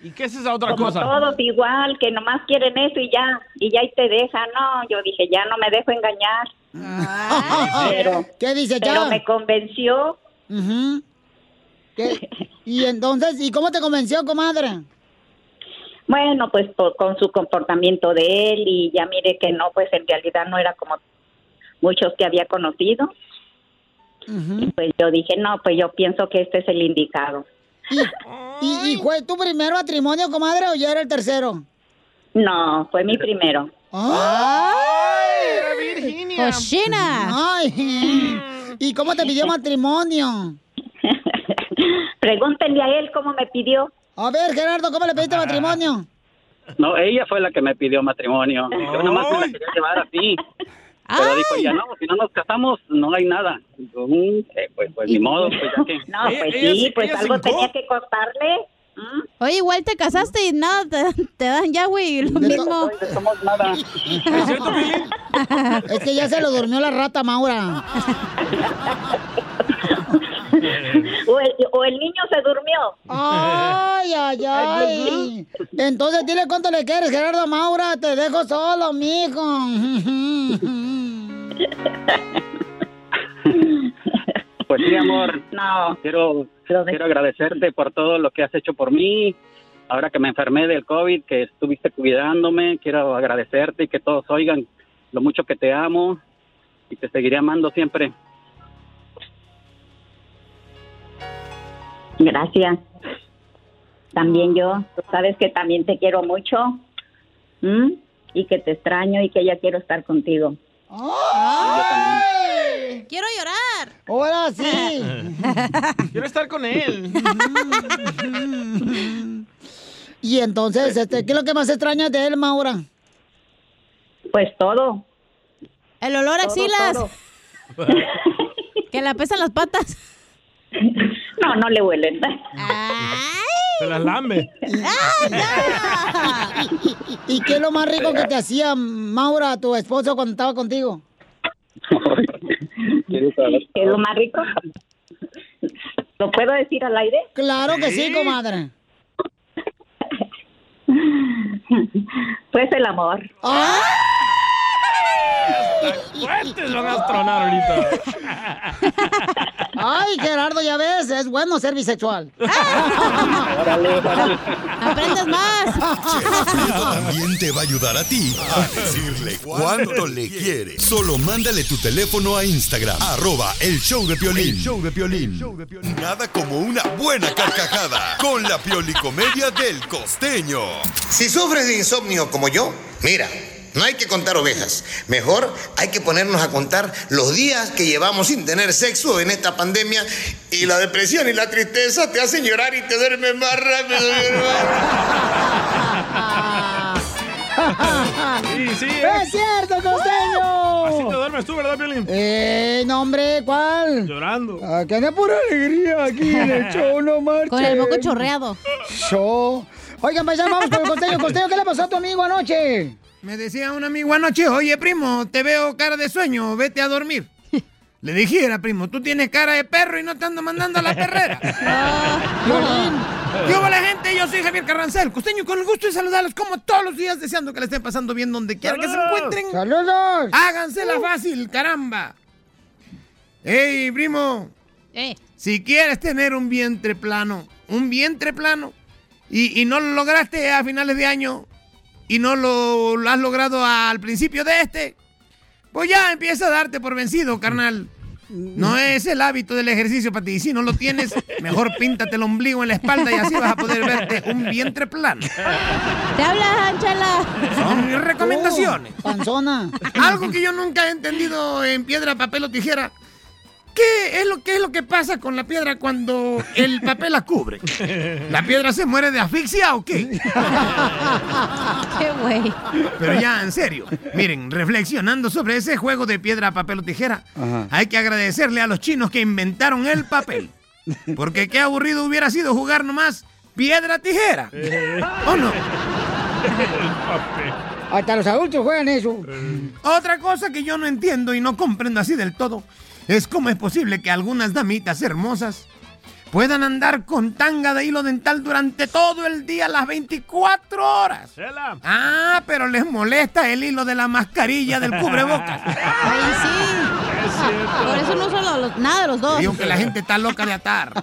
Speaker 3: ¿Y qué es esa otra
Speaker 10: Como
Speaker 3: cosa?
Speaker 10: todos igual, que nomás quieren eso y ya, y ya y te dejan. No, yo dije, ya no me dejo engañar. pero,
Speaker 2: ¿Qué dice ya?
Speaker 10: Pero [laughs] me convenció.
Speaker 2: Ujú. ¿Qué? Y entonces, ¿y cómo te convenció, comadre?
Speaker 10: Bueno, pues por- con su comportamiento de él y ya mire que no, pues en realidad no era como muchos que había conocido. Y pues yo dije, no, pues yo pienso que este es el indicado.
Speaker 2: ¿Y, y fue tu primer matrimonio, comadre, o ya era el tercero?
Speaker 10: No, fue mi primero.
Speaker 2: ¡Ay!
Speaker 3: ¡Era Virginia!
Speaker 2: ¡Cochina! ¡Ay! ¿Y cómo te pidió matrimonio?
Speaker 10: Pregúntenle a él cómo me pidió.
Speaker 2: A ver, Gerardo, ¿cómo le pediste matrimonio?
Speaker 13: No, ella fue la que me pidió matrimonio. Yo nada más me la quería llevar así. Pero dijo ya no, si no nos casamos, no hay nada. Digo, mm, eh, pues, pues ni
Speaker 10: [laughs]
Speaker 13: modo, pues ya que...
Speaker 10: No, pues sí, pues algo tenía que contarle.
Speaker 4: Oye, igual te casaste y nada, te, te dan ya, güey, lo
Speaker 13: Pues,
Speaker 4: mismo.
Speaker 2: Es que ya se lo durmió la rata, Maura.
Speaker 10: O el, o el niño se durmió.
Speaker 2: ¡Ay, ay, ay! Entonces, dile cuánto le quieres, Gerardo Maura. Te dejo solo, mijo.
Speaker 13: Pues Pues sí, amor. No. Quiero, quiero agradecerte por todo lo que has hecho por mí. Ahora que me enfermé del COVID, que estuviste cuidándome, quiero agradecerte y que todos oigan lo mucho que te amo y te seguiré amando siempre.
Speaker 10: Gracias. También yo, tú sabes que también te quiero mucho ¿m? y que te extraño y que ya quiero estar contigo.
Speaker 4: ¡Ay! ¡Quiero llorar!
Speaker 2: ¡Ahora sí!
Speaker 6: Quiero estar con él.
Speaker 2: Y entonces, este, ¿qué es lo que más extrañas de él, Maura?
Speaker 10: Pues todo.
Speaker 4: El olor a
Speaker 10: Todo,
Speaker 4: axilas.
Speaker 10: todo.
Speaker 4: [laughs] Que la pesan las patas.
Speaker 10: No, no le huelen.
Speaker 6: Se las lambe.
Speaker 2: ¿Y qué es lo más rico que te hacía Maura, tu esposo, cuando estaba contigo?
Speaker 10: ¿Qué es lo más rico? [laughs] ¿Lo puedo decir al aire?
Speaker 2: Claro que sí, comadre.
Speaker 10: [laughs] Pues el amor.
Speaker 2: ¡Ah!
Speaker 6: Fuertes van a tronar ahorita.
Speaker 2: Ay, Gerardo, ya ves, es bueno ser
Speaker 6: [laughs]
Speaker 2: bisexual.
Speaker 4: ¡Aprendes más!
Speaker 7: Esto también te va a ayudar a ti a decirle cuánto le quieres. Solo mándale tu teléfono a Instagram, arroba el show de Piolín.
Speaker 15: El
Speaker 7: show de Piolín. Nada como una buena carcajada con la piolicomedia del costeño.
Speaker 16: Si sufres de insomnio como yo, mira, no hay que contar ovejas. Mejor hay que ponernos a contar los días que llevamos sin tener sexo en esta pandemia y la depresión y la tristeza te hacen llorar y te duermes más rápido. mi hermano.
Speaker 6: Sí, sí.
Speaker 2: [laughs] ¡Es cierto, costeño!
Speaker 6: Así te duermes tú, ¿verdad, Piolín?
Speaker 2: Eh, no, hombre, ¿cuál?
Speaker 6: Llorando.
Speaker 2: Acá anda pura alegría aquí en
Speaker 6: [laughs]
Speaker 2: el show, no marches.
Speaker 4: Con el moco chorreado.
Speaker 2: Show. Oigan, paisanos, vamos con el costeño. Costeño, ¿qué le pasó a tu amigo anoche?
Speaker 17: Me decía un amigo anoche, oye primo, te veo cara de sueño, vete a dormir. Le dije, era primo, tú tienes cara de perro y no te ando mandando a la perrera. Yo la
Speaker 6: [laughs]
Speaker 17: gente, yo soy Javier Carrancel, costeño, con el gusto de saludarlos como todos los días, deseando que la estén pasando bien donde quiera que se
Speaker 2: ¡Saludos!
Speaker 17: encuentren.
Speaker 2: ¡Saludos!
Speaker 17: Háganse la fácil, caramba. Ey, primo, si quieres tener un vientre plano, un vientre plano, y, y no lo lograste a finales de año, y no lo, lo has logrado al principio de este, pues ya empieza a darte por vencido, carnal. No es el hábito del ejercicio para ti. Y si no lo tienes, mejor píntate el ombligo en la espalda y así vas a poder verte un vientre plano.
Speaker 4: ¡Te hablas, Chela!
Speaker 17: Son mis recomendaciones.
Speaker 2: panzona.
Speaker 17: Algo que yo nunca he entendido en piedra, papel o tijera. ¿Qué es lo, qué es lo que pasa con la piedra cuando el papel la cubre? ¿La
Speaker 4: [laughs]
Speaker 17: piedra se muere de asfixia o qué?
Speaker 4: ¡Qué güey!
Speaker 17: Pero ya, en serio. Miren, reflexionando sobre ese juego de piedra, papel o tijera, hay que agradecerle a los chinos que inventaron el papel. Porque qué aburrido hubiera sido jugar nomás piedra, tijera. ¿O no?
Speaker 2: Hasta los adultos juegan eso.
Speaker 17: Otra cosa que yo no entiendo y no comprendo así del todo es cómo es posible que algunas damitas hermosas puedan andar con tanga de hilo dental durante todo el día, las 24 horas. Ah, pero les molesta el hilo de la mascarilla del cubrebocas.
Speaker 4: ¡Ay, sí! Por eso no uso lo- lo- nada de los dos.
Speaker 17: Digo que la gente está loca de atar.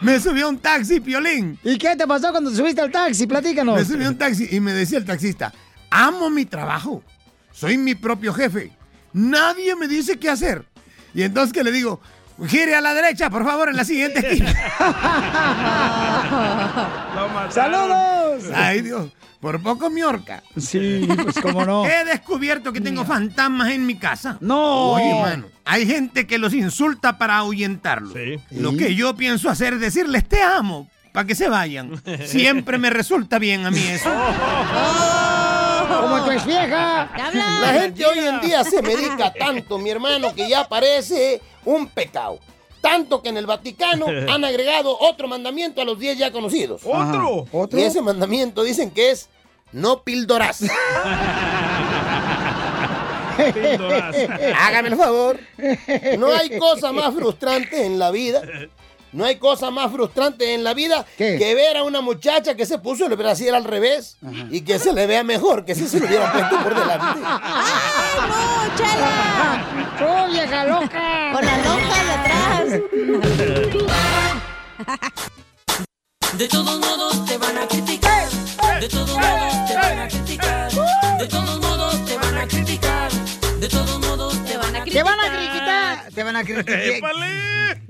Speaker 17: Me subió un taxi, Piolín.
Speaker 2: ¿Y qué te pasó cuando subiste al taxi? Platícanos.
Speaker 17: Me subió un taxi y me decía el taxista, amo mi trabajo, soy mi propio jefe, nadie me dice qué hacer. Y entonces que le digo, gire a la derecha, por favor, en la
Speaker 2: [laughs]
Speaker 17: siguiente esquina.
Speaker 2: ¡Saludos!
Speaker 17: Ay, Dios, por poco mi horca.
Speaker 2: Sí, pues cómo no.
Speaker 17: [laughs] He descubierto que tengo fantasmas en mi casa.
Speaker 2: No.
Speaker 17: Oye, hermano, hay gente que los insulta para ahuyentarlos. Lo que yo pienso hacer es decirles te amo para que se vayan. Siempre me resulta bien a mí eso.
Speaker 2: Como tu ex vieja.
Speaker 5: La gente hoy en día se medica tanto, mi hermano, que ya parece un pecado. Tanto que en el Vaticano han agregado otro mandamiento a los 10 ya conocidos.
Speaker 6: ¿Otro? Ajá, ¿otro?
Speaker 5: Y ese mandamiento dicen que es no
Speaker 2: [laughs]
Speaker 5: pildorás.
Speaker 6: Píldoras.
Speaker 5: Hágame el favor. No hay cosa más frustrante en la vida
Speaker 18: No hay cosa más frustrante en la vida que ver a una muchacha que se puso el brasier al revés y que se le vea mejor que si se lo hubiera puesto por delante.
Speaker 2: ¡No, chela! ¡Tú, vieja loca!
Speaker 4: Con la loca de atrás.
Speaker 6: De todos modos te van a criticar. De todos modos te van a criticar. De todos modos te van a criticar. De todos modos te van a
Speaker 2: ¡Te
Speaker 6: criticar.
Speaker 2: van a criticar! ¡Te van a
Speaker 6: Eh,
Speaker 2: criticar!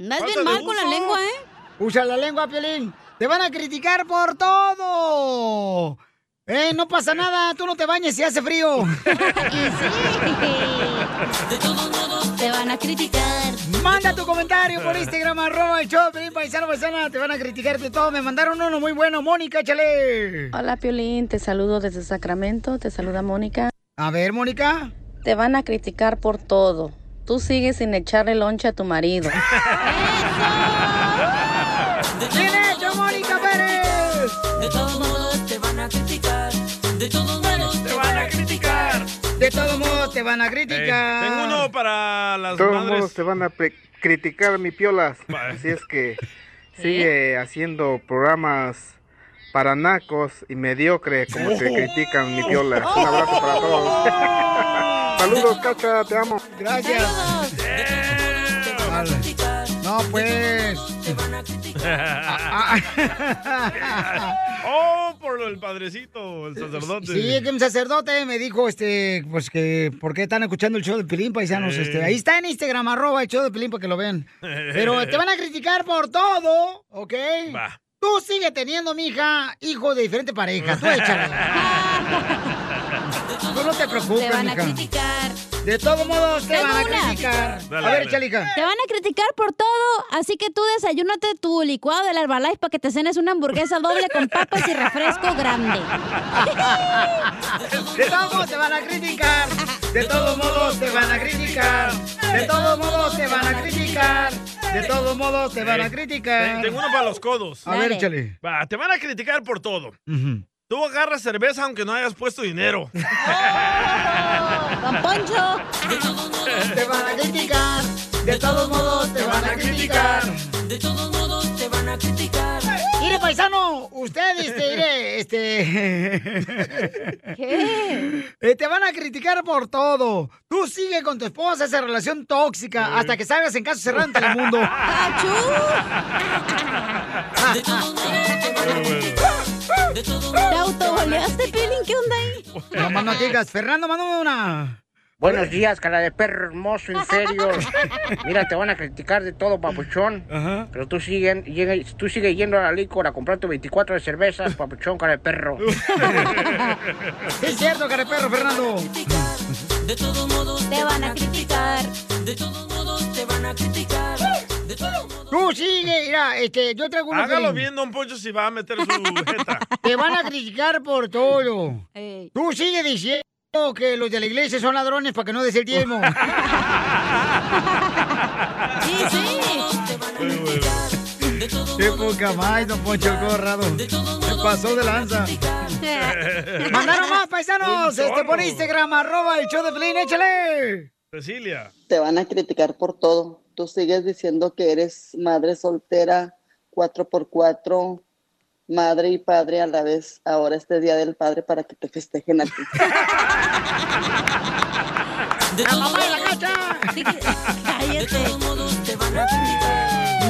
Speaker 4: Andas bien mal con la lengua, ¿eh?
Speaker 2: Usa la lengua, Piolín. Te van a criticar por todo. Eh, no pasa nada, tú no te bañes si
Speaker 4: [laughs]
Speaker 2: hace frío. [laughs]
Speaker 6: De todos modos te van a criticar.
Speaker 2: Manda tu comentario por Instagram, arroba el show, Piolín, paisano, paisana, te van a criticar de todo. Me mandaron uno muy bueno, Mónica, échale.
Speaker 19: Hola Piolín, te saludo desde Sacramento, te saluda Mónica.
Speaker 2: A ver, Mónica.
Speaker 19: Te van a criticar por todo. Tú sigues sin echarle lonche a tu marido.
Speaker 2: ¡Bien hecho, Mónica Pérez!
Speaker 6: De todos modos te van a criticar. De todos modos te van a criticar.
Speaker 2: De todos modos te van a criticar.
Speaker 3: Tengo
Speaker 2: [laughs]
Speaker 3: uno para las
Speaker 20: todos
Speaker 3: madres.
Speaker 20: modos te van a pre- criticar mi piolas. Así es
Speaker 14: [laughs]
Speaker 20: que
Speaker 14: ¿Eh?
Speaker 20: sigue haciendo programas para nacos y mediocre como
Speaker 3: [laughs]
Speaker 20: te critican mi piolas. Un abrazo para todos.
Speaker 2: [laughs]
Speaker 20: Saludos, Cacha, te amo.
Speaker 2: Gracias. Vale. No, pues. [laughs]
Speaker 3: oh, por lo del padrecito, el sacerdote.
Speaker 2: Sí, es que un sacerdote me dijo, este, pues que, ¿por qué están escuchando el show de Pilín, paisanos?
Speaker 3: Eh.
Speaker 2: Este, ahí está en Instagram, arroba el show de Pilín, para que lo vean. Pero te van a criticar por todo, ¿ok? Tú sigue teniendo, mija, hijo de diferente pareja.
Speaker 3: [laughs]
Speaker 2: Tú [laughs] échale. Tú no te preocupes,
Speaker 4: Te van a
Speaker 2: mija.
Speaker 4: criticar.
Speaker 2: De [laughs] todos modos, te
Speaker 4: Tengo
Speaker 2: van a
Speaker 4: una.
Speaker 2: criticar.
Speaker 4: Dale,
Speaker 2: a ver,
Speaker 4: dale.
Speaker 2: Chalica.
Speaker 4: Te van a criticar por todo, así que tú desayúnate tu licuado del Herbalife para que te cenes una hamburguesa doble con papas y refresco
Speaker 2: [laughs]
Speaker 4: grande.
Speaker 2: De todos modos te van a criticar. De todos modos te van a criticar. De todos modos te van a criticar. De todos modos te van a
Speaker 3: Eh,
Speaker 2: criticar.
Speaker 3: te- Tengo uno para los codos.
Speaker 2: A ver, Dale. échale.
Speaker 3: Va, te van a criticar por todo. Tú agarras cerveza aunque no hayas puesto dinero.
Speaker 4: ¡Don Poncho!
Speaker 6: De todos modos
Speaker 2: te van a criticar. De todos modos te van a criticar.
Speaker 6: De todos modos te van a criticar.
Speaker 2: Mire, paisano, usted, este, mire, este...
Speaker 6: ¿Qué?
Speaker 2: [laughs] Eh, te van a criticar por todo. Tú sigue con tu esposa esa relación tóxica hasta que salgas en caso cerrado en Telemundo.
Speaker 3: [laughs]
Speaker 6: De todos modos te van a criticar. De
Speaker 4: ¿Te
Speaker 6: todos modos te van a
Speaker 4: autoboleaste, Pelín? ¿Qué onda ahí?
Speaker 2: No más no digas. Fernando, mándame una.
Speaker 21: Buenos días, cara de perro hermoso, en serio. Mira, te van a criticar de todo, papuchón. Pero tú siguen, llega- tú sigues yendo a la licor a comprar tu 24 de cervezas, papuchón, cara de
Speaker 3: [laughs]
Speaker 21: perro.
Speaker 2: Sí, es cierto, cara de perro, Fernando.
Speaker 6: De todos modos te van a criticar. De todos modos te van a criticar. De todos modos
Speaker 2: Tú sigue, mira, este, yo traigo uno.
Speaker 3: Hágalo
Speaker 2: Piolín.
Speaker 3: bien, don Poncho, si va a meter su
Speaker 2: [laughs]
Speaker 3: jeta.
Speaker 2: Te van a criticar por todo. Tú sigue diciendo que los de la iglesia son ladrones para que no des el diezmo.
Speaker 6: Sí,
Speaker 2: Qué poca más, don Poncho Corrado. Se pasó de lanza. Mandaron más paisanos
Speaker 3: Un
Speaker 2: este, por
Speaker 3: chorro.
Speaker 2: Instagram, arroba el show de Pelín, échale. [laughs]
Speaker 3: Cecilia. [laughs]
Speaker 22: Te van a criticar por todo. Tú sigues diciendo que eres madre soltera, 4x4, madre y padre a la vez. Ahora este Día del Padre para que te festejen a ti.
Speaker 2: ¡La mamá de la cacha!
Speaker 6: Cállate.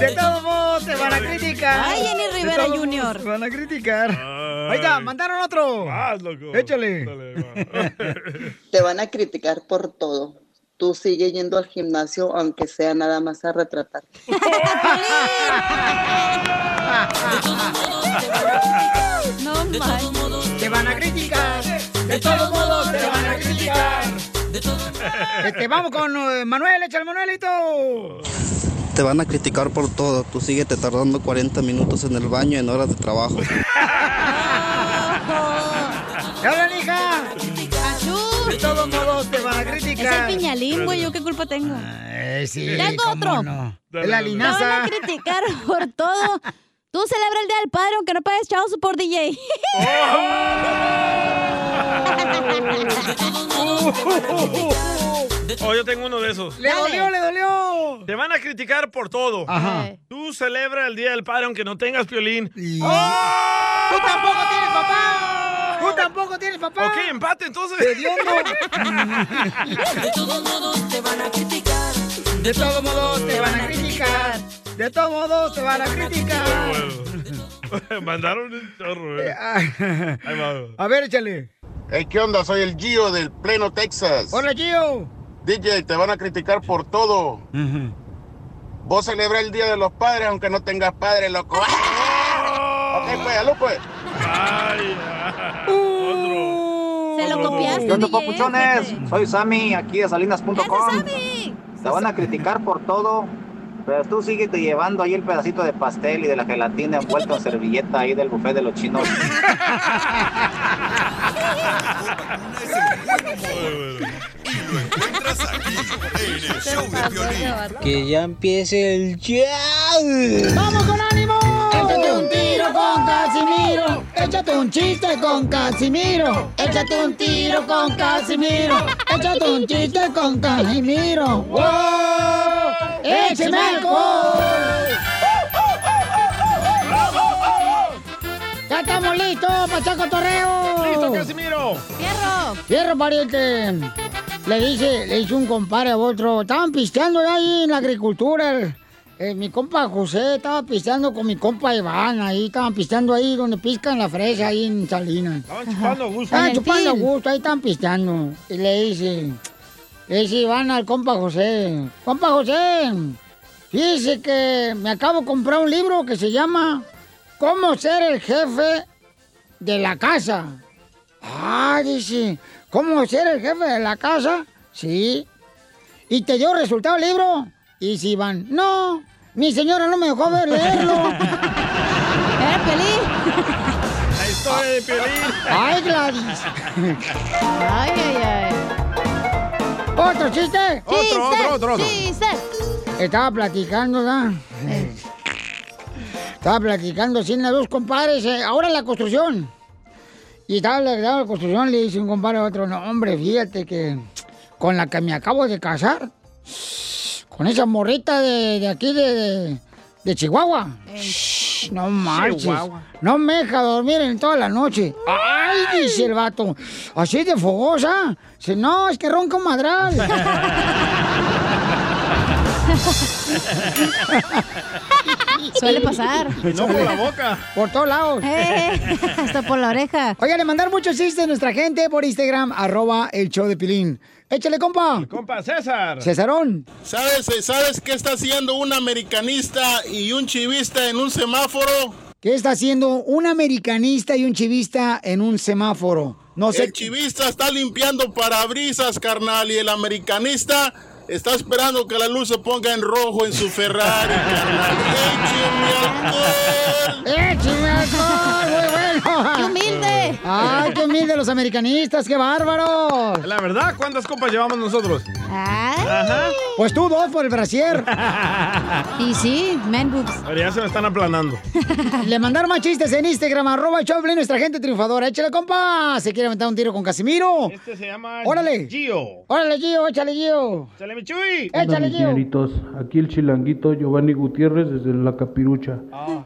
Speaker 2: De todos modos te van a criticar.
Speaker 4: Ay, Jenny Rivera
Speaker 2: Junior. Te van a criticar. Ahí está, mandaron otro.
Speaker 3: Más, loco.
Speaker 2: Échale.
Speaker 22: [laughs] Te van a criticar por todo. Tú sigue yendo al gimnasio aunque sea nada más a retratar.
Speaker 4: No
Speaker 6: manches.
Speaker 2: Te van a criticar. De todos modos te van a criticar. Este, vamos con eh, Manuel, échale Manuelito.
Speaker 23: Te van a criticar por todo. Tú síguete tardando 40 minutos en el baño en horas de trabajo.
Speaker 2: ¡Te hablan, hija! De todos modos te van a criticar.
Speaker 4: Es el piñalín, güey, ¿yo qué culpa tengo?
Speaker 2: Eh, sí,
Speaker 4: Tengo
Speaker 2: cómo
Speaker 4: otro.
Speaker 2: no. Es la
Speaker 4: Te van
Speaker 2: linaza.
Speaker 4: a criticar por todo. Tú celebra el Día del Padre aunque no pagues chao por DJ.
Speaker 2: Oh.
Speaker 4: [laughs]
Speaker 6: De todos modos te van a criticar.
Speaker 3: Oh, yo tengo uno de esos.
Speaker 2: ¡Le dolió, le dolió!
Speaker 3: Te van a criticar por todo.
Speaker 2: Ajá.
Speaker 3: Tú celebra el Día del Padre aunque no tengas violín. ¡Oh!
Speaker 2: ¡Tú tampoco tienes papá! ¡Tú tampoco tienes papá!
Speaker 3: Ok, empate entonces.
Speaker 4: De todos modos te van a criticar.
Speaker 2: De todos modos te van a criticar. De todos modos te van a criticar.
Speaker 3: [laughs] Mandaron un chorro, eh. Ahí va.
Speaker 2: A ver, échale.
Speaker 24: ¿Qué onda? Soy el Gio del Pleno Texas.
Speaker 2: Hola, Gio.
Speaker 24: DJ, te van a criticar por todo. Vos celebra el Día de los Padres aunque no tengas padre, loco.
Speaker 2: Ah.
Speaker 24: ok, pues, aló, pues.
Speaker 6: Se lo copiaste.
Speaker 14: ¿Qué onda,
Speaker 6: DJ?
Speaker 14: papuchones? Soy Sammy, aquí de salinas.com. Te van a criticar por todo, pero tú síguete llevando ahí el pedacito de pastel y de la gelatina envuelto en servilleta ahí del buffet de los chinos.
Speaker 25: Entras aquí en el show de Piolín.
Speaker 18: Que ya empiece el ya.
Speaker 2: ¡Vamos con ánimo! Échate un tiro con Casimiro. Échate un chiste con Casimiro. Échate un tiro con Casimiro. Échate un chiste con Casimiro. ¡Wow! ¡Échame alcohol! ¡Ya estamos listos, Pachaco Torreo!
Speaker 3: ¡Listo, Casimiro!
Speaker 2: [laughs] ¡Fierro! ¡Fierro, pariente! Le dije, le hice un compadre a otro. Estaban pisteando ahí en la agricultura. el- eh, mi compa José estaba pisteando con mi compa Iván ahí. Estaban pisteando ahí donde piscan la fresa, ahí en Salinas. Estaban
Speaker 3: chupando a gusto. En
Speaker 2: Estaban
Speaker 3: el
Speaker 2: chupando a
Speaker 3: pin.
Speaker 2: gusto, ahí estaban pisteando. Y le dice, le dice Iván al compa José. Compa José, fíjese que me acabo de comprar un libro que se llama ¿Cómo ser el jefe de la casa? Ah, dice, ¿cómo ser el jefe de la casa? Sí. ¿Y te dio resultado el libro? Y si van, no, mi señora no me dejó ver
Speaker 4: [laughs]
Speaker 2: leerlo. ¿Era feliz?
Speaker 3: La historia de Piolín.
Speaker 2: Ah, ¡Ay, Gladys! ¡Ay, ay, ay! ¿Otro chiste?
Speaker 4: Otro, Chiste, otro, otro, otro.
Speaker 2: ¡Chiste! Estaba platicando, ¿verdad? Estaba platicando sin dos compadres, eh, ahora en la construcción. Y estaba platicando en la construcción, le dice un compadre a otro, no, hombre, fíjate que con la que me acabo de casar, con esa morrita de, de aquí de, de- de Chihuahua. Shh, No marches.
Speaker 4: Chihuahua.
Speaker 2: No me deja dormir en toda la noche. ¡Ay! Dice el vato. Así de fogosa. Dice, no, es que ronca un madral.
Speaker 6: Suele
Speaker 2: [laughs]
Speaker 6: pasar.
Speaker 2: No por la boca. Por todos lados.
Speaker 6: Eh,
Speaker 2: hasta por la oreja. Oigan, le mandar muchos chistes a nuestra gente por Instagram, arroba el show de Pilín. Échale, compa.
Speaker 3: Compa César.
Speaker 2: Cesarón.
Speaker 24: ¿Sabes, ¿Sabes qué está haciendo un americanista y un chivista en un semáforo?
Speaker 2: ¿Qué está haciendo un americanista y un chivista en un semáforo? No sé.
Speaker 24: El chivista está limpiando parabrisas, carnal, y el americanista está esperando que la luz se ponga en rojo en su Ferrari,
Speaker 2: [laughs]
Speaker 24: carnal.
Speaker 2: ¡Écheme alcohol! ¡Muy bueno!
Speaker 24: ¡Qué
Speaker 2: humilde! ¡Ay, qué humilde los americanistas! ¡Qué bárbaros!
Speaker 3: [laughs] La verdad, ¿cuántas copas llevamos nosotros? Ajá. [laughs]
Speaker 2: Pues tú dos por el brasier.
Speaker 6: y sí, man boobs.
Speaker 3: Pero ya se me están aplanando.
Speaker 2: Le mandaron más chistes en Instagram, arroba el show de Piolín, nuestra gente triunfadora. Échale, compa. ¿Se quiere aventar un tiro con Casimiro?
Speaker 3: Este se llama
Speaker 2: Órale.
Speaker 3: Gio.
Speaker 2: Órale, Gio, échale, Gio.
Speaker 3: Échale, mi Chuy.
Speaker 12: Hola,
Speaker 2: Échale,
Speaker 12: mis
Speaker 2: Gio.
Speaker 12: señoritos. Aquí el chilanguito Giovanni Gutiérrez desde La Capirucha.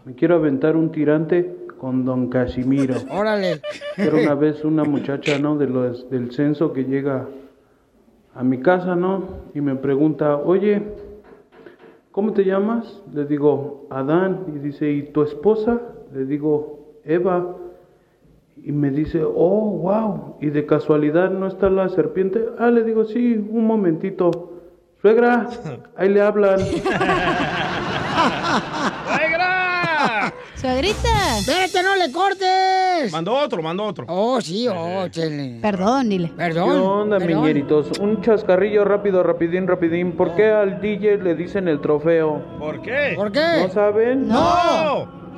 Speaker 12: Me quiero aventar un tirante con Don Casimiro.
Speaker 2: [laughs] Órale.
Speaker 12: Era una vez una muchacha, ¿no? De los, del censo que llega a mi casa, ¿no? Y me pregunta, oye, ¿cómo te llamas? Le digo, Adán. Y dice, ¿y tu esposa? Le digo, Eva. Y me dice, oh, wow. Y de casualidad no está la serpiente. Ah, le digo, sí, un momentito.
Speaker 3: [laughs]
Speaker 12: Suegra, ahí le hablan.
Speaker 2: ¡Suegra! ¡Suegrita! ¡Vete, no le cortes!
Speaker 3: Mandó otro, mandó otro.
Speaker 2: Oh, sí, oh, chele. Perdón, dile. Perdón.
Speaker 12: ¿Qué onda,
Speaker 2: perdón.
Speaker 12: miñeritos? Un chascarrillo rápido, rapidín, rapidín. ¿Por qué al DJ le dicen el trofeo?
Speaker 3: ¿Por qué?
Speaker 2: ¿Por qué?
Speaker 12: ¿No saben?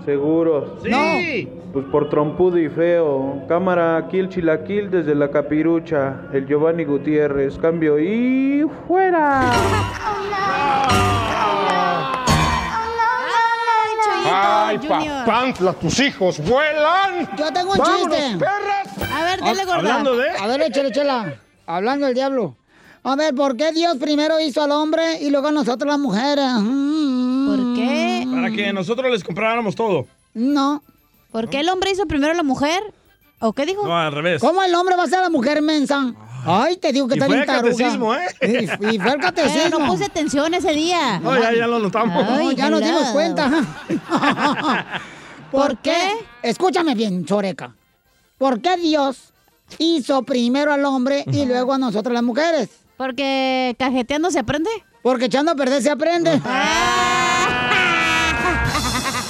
Speaker 12: ¿Seguros?
Speaker 3: Sí.
Speaker 12: Pues por trompudo y feo. Cámara, aquí el chilaquil desde la capirucha. El Giovanni Gutiérrez. Cambio y... ¡Fuera!
Speaker 6: ¡Ay, Junior.
Speaker 26: ¡Panfla, tus hijos vuelan!
Speaker 2: Yo tengo un
Speaker 26: ¡Vámonos,
Speaker 2: chiste. Ah,
Speaker 26: perras!
Speaker 6: A ver, dile, gorda.
Speaker 2: A ver, échale, chela. Hablando del diablo.
Speaker 9: A ver, ¿por qué Dios primero hizo al hombre y luego a nosotros las mujeres? ¿Por qué?
Speaker 3: Para que nosotros les compráramos todo.
Speaker 9: No.
Speaker 4: ¿Por qué el hombre hizo primero a la mujer? ¿O qué dijo?
Speaker 3: No, al revés. Ah.
Speaker 9: ¿Cómo el hombre va a ser la mujer mensa? Ay, te digo que
Speaker 3: Y
Speaker 9: está
Speaker 3: fue
Speaker 9: bien
Speaker 3: el
Speaker 9: taruga.
Speaker 3: catecismo, ¿eh?
Speaker 9: Y,
Speaker 4: [laughs]
Speaker 9: y fue el catecismo.
Speaker 4: Eh, no puse atención ese día. Ah.
Speaker 3: No, ya, ya lo notamos.
Speaker 2: Pues
Speaker 9: No, ya nos dimos cuenta. [laughs]
Speaker 2: [laughs]
Speaker 9: ¿Por qué? Escúchame bien, Choreca. ¿Por qué Dios hizo primero al hombre y luego a nosotras las mujeres? Porque cajeteando se aprende. Porque echando a perder se aprende.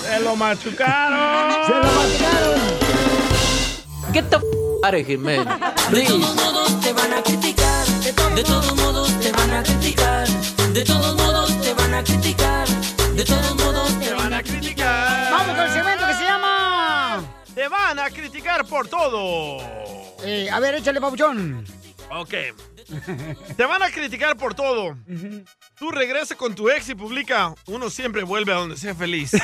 Speaker 3: ¡Se lo machucaron!
Speaker 6: ¡Se lo machucaron!
Speaker 10: ¿Qué te pare, Jiménez? Please.
Speaker 6: modos te van a criticar, de todos modos te van a criticar, de todos modos te van a criticar, de todos modos te van a criticar.
Speaker 2: Vamos con el segmento que se llama.
Speaker 3: Te van a criticar por todo.
Speaker 2: Eh, a ver, échale, papuchón.
Speaker 3: Ok. Te van a criticar por todo. Tú regresa con tu ex y publica, uno siempre vuelve a donde sea feliz.
Speaker 6: De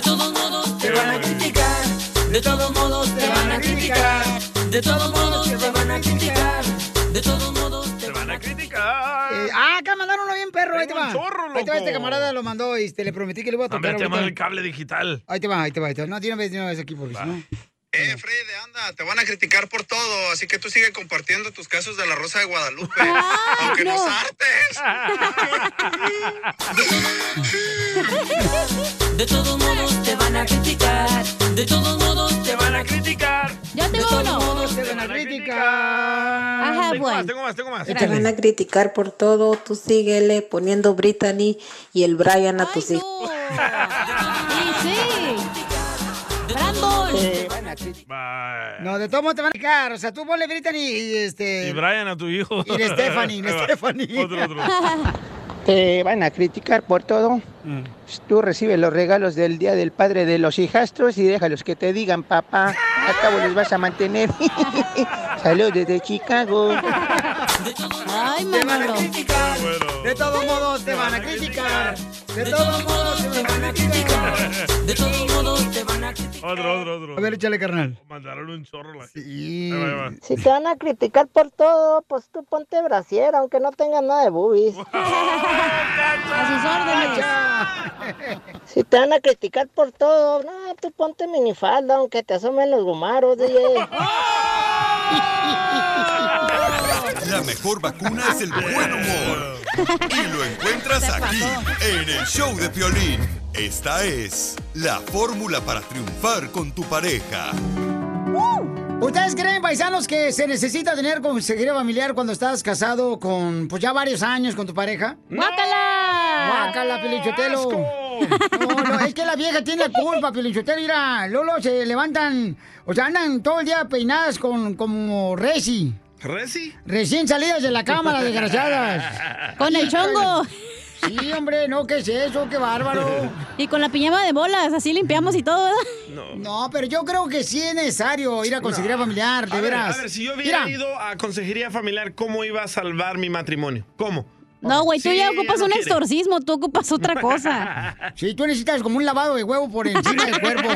Speaker 6: todos modos te van a criticar, de todos modos te van a criticar, de todos modos te van a criticar, de todos modos te van a criticar.
Speaker 2: Eh, ah, acá mandaron uno bien perro. Ahí te
Speaker 3: Tengo
Speaker 2: va.
Speaker 3: un chorro,
Speaker 2: Ahí te va,
Speaker 3: loco.
Speaker 2: este camarada lo mandó y este, le prometí que le iba a
Speaker 3: Hombre,
Speaker 2: tocar.
Speaker 3: te
Speaker 2: ahorita.
Speaker 3: llaman el cable digital.
Speaker 2: Ahí te va, ahí te va, ahí te va. No, tiene vez, de una vez aquí porque si no.
Speaker 11: Anda, te van a criticar por todo, así que tú sigue compartiendo tus casos de la Rosa de Guadalupe. aunque no,
Speaker 6: no.
Speaker 3: [laughs]
Speaker 6: De todos modos te van a criticar, de todos modos te van a criticar.
Speaker 4: Yo
Speaker 6: tengo uno.
Speaker 2: te van a criticar.
Speaker 3: Tengo más, tengo más, tengo más.
Speaker 19: Te van a criticar por todo, tú síguele poniendo Brittany y el Brian a tus hijos.
Speaker 2: Eh, No, de todos modos te van a criticar. O sea, tú ponle Brittany y este.
Speaker 3: Y Brian a tu hijo.
Speaker 2: Y de Stephanie,
Speaker 3: [laughs]
Speaker 2: de
Speaker 3: Ahí va.
Speaker 2: Stephanie.
Speaker 3: Otro, otro.
Speaker 27: [laughs] Te van a criticar por todo. Pues, Tú recibes los regalos del Día del Padre de los hijastros y déjalos que te digan, papá, a cabo los vas a mantener. [laughs] Saludos desde Chicago.
Speaker 6: Ay, te van a criticar,
Speaker 2: de todos modos te van a criticar,
Speaker 6: de todos modos te van a criticar, de todos modos te van a criticar.
Speaker 3: Otro, otro, otro.
Speaker 2: A ver, échale, carnal.
Speaker 3: Mandaron un chorro la Ahí va, ahí va.
Speaker 14: Si te van a criticar por todo, pues tú ponte brasier, aunque no tengas nada
Speaker 3: [laughs]
Speaker 14: de boobies. Si te van a criticar por todo, no, tú ponte minifalda, aunque te asomen los gumaros,
Speaker 3: [laughs]
Speaker 14: DJ.
Speaker 3: ¡Ah!
Speaker 7: La mejor vacuna es el buen humor. Y lo encuentras aquí, en el show de Piolín. Esta es la fórmula para triunfar con tu pareja.
Speaker 2: ¿Ustedes creen, paisanos, que se necesita tener consejería familiar cuando estás casado con, pues ya varios años con tu pareja?
Speaker 4: ¡Guácala!
Speaker 2: ¡Guácala, Pelichotelo! No, no, es que la vieja tiene la culpa, Pelichotelo. Mira, Lolo se levantan, o sea, andan todo el día peinadas con, como Resi.
Speaker 3: ¿Resi?
Speaker 2: Recién salidas de la
Speaker 3: [laughs]
Speaker 2: cama, las desgraciadas.
Speaker 4: Con el chongo.
Speaker 2: Sí, hombre, no, ¿qué es eso? ¡Qué bárbaro!
Speaker 4: Y con la piñama de bolas, así limpiamos y todo, ¿verdad?
Speaker 3: No.
Speaker 2: No, pero yo creo que sí es necesario ir a consejería familiar, de
Speaker 3: A ver,
Speaker 2: veras.
Speaker 3: a ver, si yo hubiera
Speaker 2: Mira,
Speaker 3: ido a consejería familiar, ¿cómo iba a salvar mi matrimonio? ¿Cómo?
Speaker 4: No, güey, tú
Speaker 3: Sí,
Speaker 4: ya
Speaker 3: ya
Speaker 4: ocupas
Speaker 3: no
Speaker 4: un
Speaker 3: quiere.
Speaker 4: exorcismo, tú ocupas otra cosa.
Speaker 2: Sí, tú necesitas como un lavado de huevo por encima del cuerpo.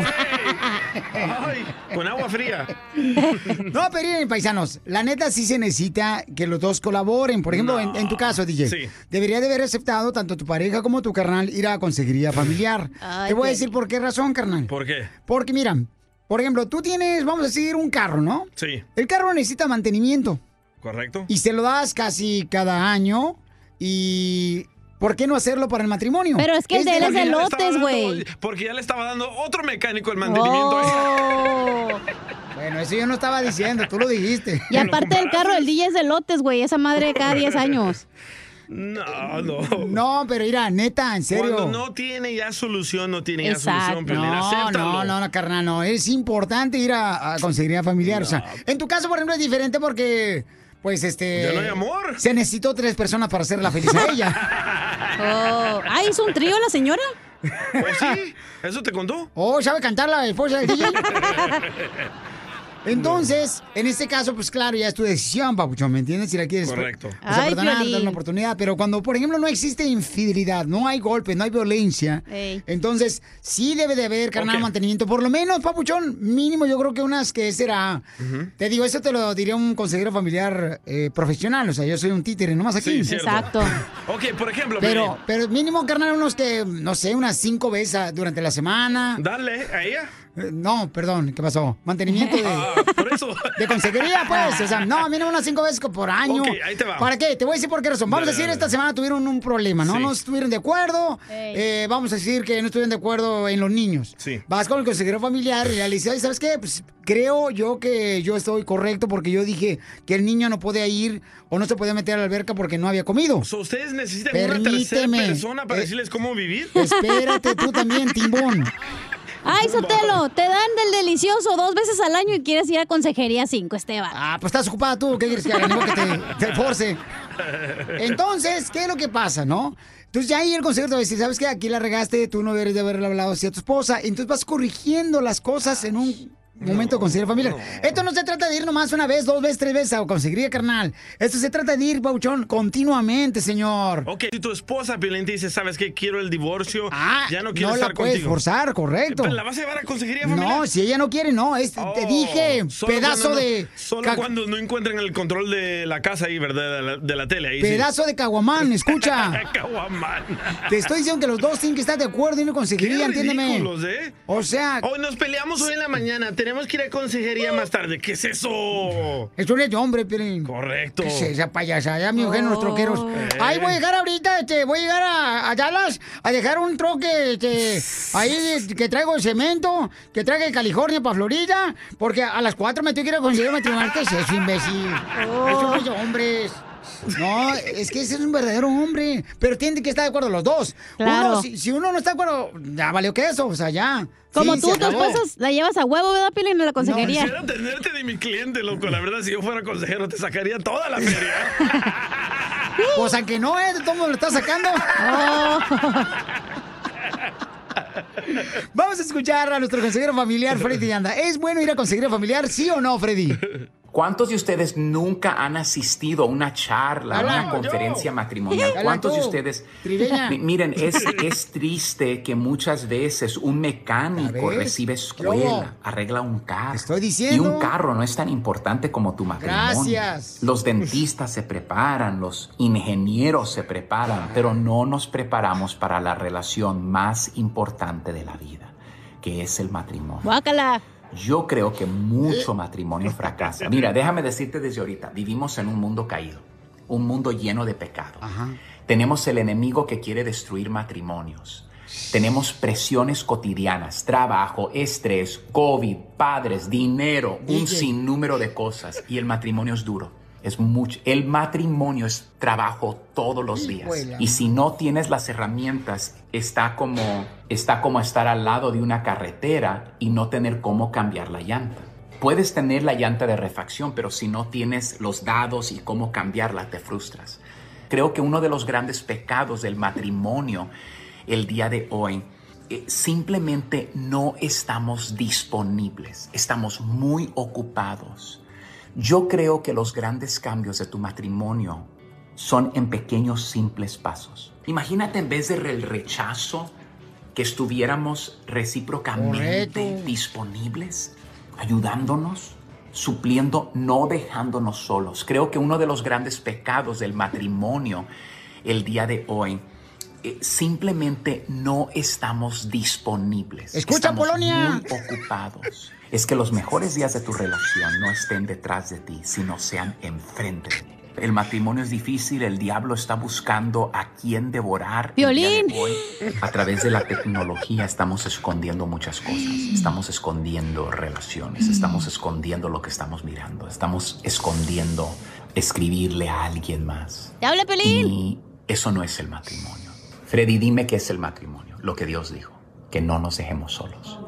Speaker 3: [laughs] Con agua fría.
Speaker 2: No, pero miren, paisanos, la neta sí se necesita que los dos colaboren. Por ejemplo, en, en tu caso, DJ, debería de haber aceptado tanto tu pareja como tu carnal ir a consejería familiar.
Speaker 3: Ay,
Speaker 2: Te voy a
Speaker 3: güey.
Speaker 2: decir por qué razón, carnal.
Speaker 3: Mm. ¿Por qué?
Speaker 2: Porque mira, por ejemplo, tú tienes, vamos a decir, un carro, ¿no?
Speaker 3: Sí,
Speaker 2: El carro necesita mantenimiento
Speaker 3: correcto.
Speaker 2: y se lo das casi cada año y... ¿Por qué no hacerlo para el matrimonio?
Speaker 4: Pero es que el de él es
Speaker 3: Porque ya
Speaker 4: de
Speaker 3: le estaba
Speaker 4: lotes,
Speaker 3: dando-
Speaker 4: güey.
Speaker 3: Porque ya le estaba dando otro mecánico el mantenimiento. [laughs] Oh.
Speaker 2: [laughs] Bueno, eso yo no estaba diciendo, tú lo dijiste.
Speaker 4: Y aparte del carro, el DJ es de lotes, güey. Esa madre cada 10 años.
Speaker 3: No, no.
Speaker 2: No, pero mira, neta, en serio.
Speaker 3: Cuando no tiene ya solución, no tiene ya
Speaker 2: Exacto.
Speaker 3: solución, Piolín.
Speaker 2: No,
Speaker 3: Acéptalo.
Speaker 2: no, no, no, carnal, no. Es importante ir a, a conseguiría familiar. O sea, en tu caso, por ejemplo, es diferente porque, pues, este.
Speaker 3: Ya no hay amor.
Speaker 2: Se necesitó tres personas para hacerla
Speaker 3: [laughs]
Speaker 2: feliz a ella.
Speaker 4: Oh. Ah, ¿hizo un trío la
Speaker 2: [laughs]
Speaker 4: señora?
Speaker 3: Pues sí, eso te contó. [laughs]
Speaker 2: Oh, ¿sabe cantar la esposa del DJ? Entonces, en este caso, pues claro, ya es tu decisión, papuchón, ¿me entiendes? Si la quieres.
Speaker 3: Correcto.
Speaker 2: O sea,
Speaker 3: Ay,
Speaker 2: perdonar,
Speaker 3: Piolín.
Speaker 2: dar una oportunidad. Pero cuando, por ejemplo, no existe infidelidad, no hay golpe, no hay violencia,
Speaker 4: Ey.
Speaker 2: entonces sí debe de haber carnal
Speaker 4: Ok.
Speaker 2: mantenimiento. Por lo menos, papuchón, mínimo, yo creo que unas que será. Te digo, eso te lo diría un consejero familiar eh, profesional. O sea, yo soy un títere, nomás aquí.
Speaker 3: Sí, cierto. [laughs] Ok, por ejemplo,
Speaker 2: Pero,
Speaker 3: Piolín,
Speaker 2: pero mínimo, carnal, unos que, no sé, unas cinco veces a- durante la semana.
Speaker 3: Dale, a ella.
Speaker 2: Eh, No, perdón, ¿qué pasó? Mantenimiento de,
Speaker 3: Ah, Por eso.
Speaker 2: [laughs] de consejería, pues. O sea, no, mínimo unas cinco veces por año.
Speaker 3: Ok, ahí te va.
Speaker 2: ¿Para qué? Te voy a decir por qué razón. Vamos
Speaker 3: Dale,
Speaker 2: a decir,
Speaker 3: dale,
Speaker 2: esta semana tuvieron un problema, ¿no?
Speaker 3: Sí.
Speaker 2: No estuvieron de acuerdo. Eh, vamos a decir que no estuvieron de acuerdo en los niños.
Speaker 3: Sí.
Speaker 2: Vas con el consejero familiar y le dices, "Ay, ¿sabes qué? Pues creo yo que yo estoy correcto porque yo dije que el niño no podía ir o no se podía meter a la alberca porque no había comido.
Speaker 3: ¿Ustedes necesitan una tercera
Speaker 2: Permíteme. Eh,
Speaker 3: persona para decirles cómo vivir?
Speaker 2: Espérate tú también, timbón.
Speaker 4: Ay, Sotelo, te dan del delicioso dos veces al año y quieres ir a consejería 5, Esteban.
Speaker 2: Ah, pues estás ocupada tú, ¿qué quieres que haga? Ni modo que te, te force. Entonces, ¿qué es lo que pasa, no? Entonces ya ahí el consejero te va a decir, ¿sabes qué? Aquí la regaste, tú no deberías de haberle hablado así a tu esposa. Entonces vas corrigiendo las cosas en un momento de consejería familiar. Esto no se trata de ir nomás una vez, dos veces, tres veces a consejería, carnal. Esto se trata de ir, Bauchón, continuamente, señor.
Speaker 3: [laughs] Ok, si tu esposa, Piolín, te dice, ¿sabes qué? Quiero el divorcio, ya no quiero
Speaker 2: Ah, No
Speaker 3: estar
Speaker 2: la puedes
Speaker 3: contigo.
Speaker 2: forzar, correcto.
Speaker 3: Pero ¿La vas a llevar a consejería familiar?
Speaker 2: No, si ella no quiere, no. Es- te dije,
Speaker 3: Oh, Solo
Speaker 2: pedazo
Speaker 3: cuando no-
Speaker 2: de...
Speaker 3: Solo
Speaker 2: ca-
Speaker 3: cuando no encuentren el control de la casa ahí, ¿verdad? De la, de la tele ahí. sí. [laughs]
Speaker 2: Pedazo de caguamán, escucha.
Speaker 3: Caguamán.
Speaker 2: Te estoy diciendo que los dos tienen que estar de acuerdo y no conseguiría,
Speaker 3: Qué
Speaker 2: entiéndeme.
Speaker 3: ridículos, ¿eh?
Speaker 2: O sea,
Speaker 3: Hoy nos peleamos hoy en la mañana. Tenemos que ir a consejería más tarde. ¿Qué es eso?
Speaker 2: eso no es de hombre, Piolín.
Speaker 3: Correcto.
Speaker 2: ¿Qué es esa payasa? Ya me ojean los troqueros.
Speaker 12: Oh.
Speaker 3: Eh.
Speaker 2: Ahí voy a llegar ahorita, este, voy a llegar a, a Dallas a dejar un troque, este, ahí que traigo el cemento, que traiga de California para Florida, porque a las 4 me tengo que ir a conseguir matrimonio. ¿Qué es eso, imbécil?
Speaker 4: Oh.
Speaker 2: Eso no es de hombres. No, es que ese es un verdadero hombre. Pero tienen que estar de acuerdo los dos.
Speaker 4: Claro.
Speaker 2: Uno, si, si uno no está de acuerdo, ya valió que eso, o sea, ya.
Speaker 4: Como
Speaker 2: Sí,
Speaker 4: tú,
Speaker 2: se
Speaker 4: tus
Speaker 2: acabó.
Speaker 4: cosas la llevas a huevo, ¿verdad, Pilín? En la consejería.
Speaker 3: Quisiera tenerte de mi cliente, loco. La verdad, si yo fuera consejero, te sacaría toda la
Speaker 2: [laughs]
Speaker 3: feria.
Speaker 2: Pues aunque no, ¿eh? De todo modo lo está sacando. [laughs] Vamos a escuchar a nuestro consejero familiar, Freddy Anda. ¿Es bueno ir a consejero familiar, sí o no, Freddy?
Speaker 28: ¿Cuántos de ustedes nunca han asistido a una charla, a
Speaker 2: Habla,
Speaker 28: una conferencia matrimonial?
Speaker 2: Habla
Speaker 28: ¿Cuántos de
Speaker 2: tú,
Speaker 28: ustedes?
Speaker 2: Tribeña.
Speaker 28: Mi- Miren, es, es triste que muchas veces un mecánico
Speaker 2: ves?
Speaker 28: recibe
Speaker 2: Yo.
Speaker 28: escuela, arregla un carro.
Speaker 2: diciendo.
Speaker 28: Y un carro no es tan importante como tu matrimonio.
Speaker 2: Gracias.
Speaker 28: Los dentistas se preparan, los ingenieros se preparan, pero no nos preparamos para la relación más importante de la vida, que es el matrimonio.
Speaker 4: Guácala.
Speaker 28: Yo creo que mucho matrimonio fracasa. Mira, déjame decirte desde ahorita, vivimos en un mundo caído, un mundo lleno de pecado. Tenemos el enemigo que quiere destruir matrimonios. Tenemos presiones cotidianas, trabajo, estrés, COVID, padres, dinero, un
Speaker 29: DJ.
Speaker 28: sinnúmero de cosas. Y el matrimonio es duro. Es mucho. El matrimonio es trabajo todos los días.
Speaker 29: Hijuela.
Speaker 28: Y si no tienes las herramientas, está como, está como estar al lado de una carretera y no tener cómo cambiar la llanta. Puedes tener la llanta de refacción, pero si no tienes los dados y cómo cambiarla, te frustras. Creo que uno de los grandes pecados del matrimonio el día de hoy, eh, simplemente no estamos disponibles, estamos muy ocupados. Yo creo que los grandes cambios de tu matrimonio son en pequeños, simples pasos. Imagínate en vez del rechazo, que estuviéramos recíprocamente disponibles, ayudándonos, supliendo, no dejándonos solos. Creo que uno de los grandes pecados del matrimonio el día de hoy, eh, simplemente no estamos disponibles.
Speaker 2: Escucha,
Speaker 28: Estamos
Speaker 2: Polonia.
Speaker 28: muy ocupados. Es que los mejores días de tu relación no estén detrás de ti, sino sean enfrente de ti. El matrimonio es difícil, el diablo está buscando a quién devorar. el día de
Speaker 4: Piolín.
Speaker 28: hoy. A través de la tecnología estamos escondiendo muchas cosas. Estamos escondiendo relaciones, estamos escondiendo lo que estamos mirando, estamos escondiendo escribirle a alguien más.
Speaker 4: ¿Te habla,
Speaker 2: Mm.
Speaker 4: Pilín?
Speaker 28: Y eso no es el matrimonio. Freddy, dime qué es el matrimonio. Lo que Dios dijo, que no nos dejemos solos,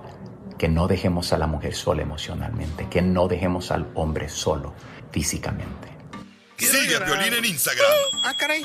Speaker 28: que no dejemos a la mujer sola emocionalmente, que no dejemos al hombre solo físicamente.
Speaker 7: Sigue a Piolín en Instagram.
Speaker 30: Ah, caray.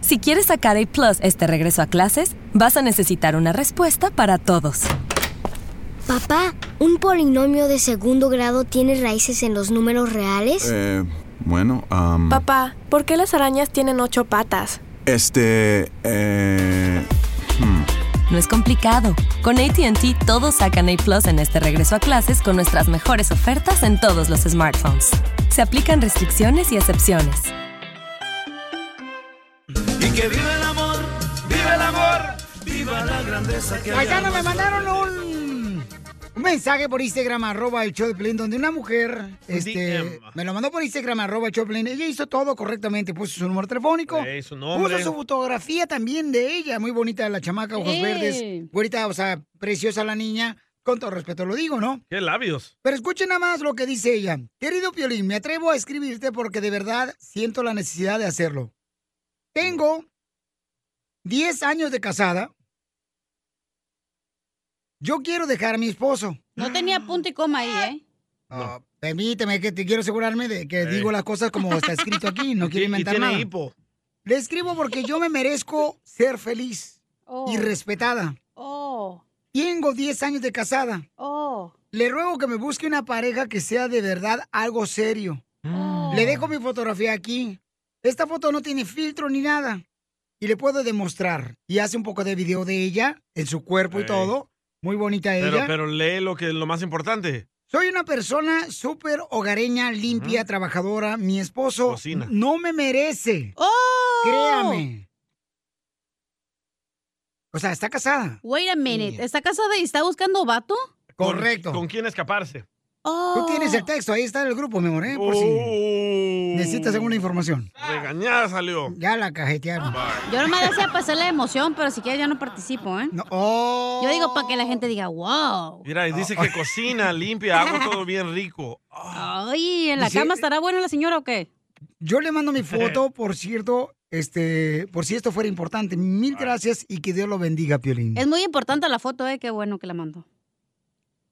Speaker 30: Si quieres sacar A Plus este regreso a clases, vas a necesitar una respuesta para todos.
Speaker 8: Papá, ¿un polinomio de segundo grado tiene raíces en los números reales?
Speaker 17: Eh, bueno, am,
Speaker 8: Papá, ¿por qué las arañas tienen ocho patas?
Speaker 17: Este, eh, hmm,
Speaker 30: No es complicado. Con ATT todos sacan A Plus en este regreso a clases con nuestras mejores ofertas en todos los smartphones. Se aplican restricciones y excepciones.
Speaker 6: Y que viva el amor, viva el amor, viva la grandeza que
Speaker 2: Paisano, me mandaron [laughs] un, un mensaje por Instagram, arroba el show de Piolín, donde una mujer este,
Speaker 3: DM.
Speaker 2: me lo mandó por Instagram, arroba el show de Piolín. Ella hizo todo correctamente, puso su número telefónico,
Speaker 3: Ey, Eh, su nombre.
Speaker 2: puso su fotografía también de ella, muy bonita la chamaca, ojos
Speaker 3: Ey.
Speaker 2: verdes, güerita, o sea, preciosa la niña. Con todo respeto lo digo, ¿no?
Speaker 3: ¡Qué labios!
Speaker 2: Pero escuchen nada más lo que dice ella. Querido Piolín, me atrevo a escribirte porque de verdad siento la necesidad de hacerlo. Tengo 10 años de casada. Yo quiero dejar a mi esposo.
Speaker 4: No tenía punto y coma ahí, ¿eh?
Speaker 2: Ah, permíteme que te quiero asegurarme de que digo las cosas como está escrito aquí. No
Speaker 3: [laughs] Y-
Speaker 2: quiero
Speaker 3: y
Speaker 2: inventar
Speaker 3: tiene
Speaker 2: nada.
Speaker 3: hipo.
Speaker 2: Le escribo porque yo me merezco ser feliz
Speaker 4: Oh.
Speaker 2: y respetada.
Speaker 4: Oh,
Speaker 2: Tengo 10 años de casada.
Speaker 4: oh.
Speaker 2: Le ruego que me busque una pareja que sea de verdad algo serio. Le dejo mi fotografía aquí. Esta foto no tiene filtro ni nada. Y le puedo demostrar. Y hace un poco de video de ella, en su cuerpo y
Speaker 3: Ey.
Speaker 2: todo. Muy bonita ella.
Speaker 3: Pero, pero lee lo que lo más importante.
Speaker 2: Soy una persona súper hogareña, limpia, trabajadora. Mi esposo
Speaker 3: Cocina.
Speaker 2: no me merece. Oh. Créame. O sea, está casada.
Speaker 4: Wait a minute. ¿Está casada y está buscando vato?
Speaker 3: Con-
Speaker 2: Correcto.
Speaker 3: ¿Con quién escaparse?
Speaker 2: Tú tienes el texto, ahí está el grupo, mi amor, ¿eh? Por si necesitas alguna información.
Speaker 3: Oh. Regañada salió.
Speaker 2: Ya la cajetearon.
Speaker 4: Oh. Yo nomás deseo pasar la emoción, pero si quieres ya no participo, ¿eh?
Speaker 2: oh.
Speaker 4: Yo digo para que la gente diga, wow.
Speaker 3: Mira, y dice
Speaker 2: Ah.
Speaker 3: que
Speaker 2: [laughs]
Speaker 3: cocina, limpia, hago todo bien rico. Ah,
Speaker 4: Ay, ¿en la
Speaker 2: Y si-
Speaker 4: cama estará buena la señora o qué?
Speaker 2: Yo le
Speaker 3: [laughs]
Speaker 2: mando mi foto, por cierto, este, por si esto fuera importante. Mil gracias y que Dios lo bendiga, Piolín.
Speaker 4: Es muy importante la foto, ¿eh? Qué bueno que la mandó.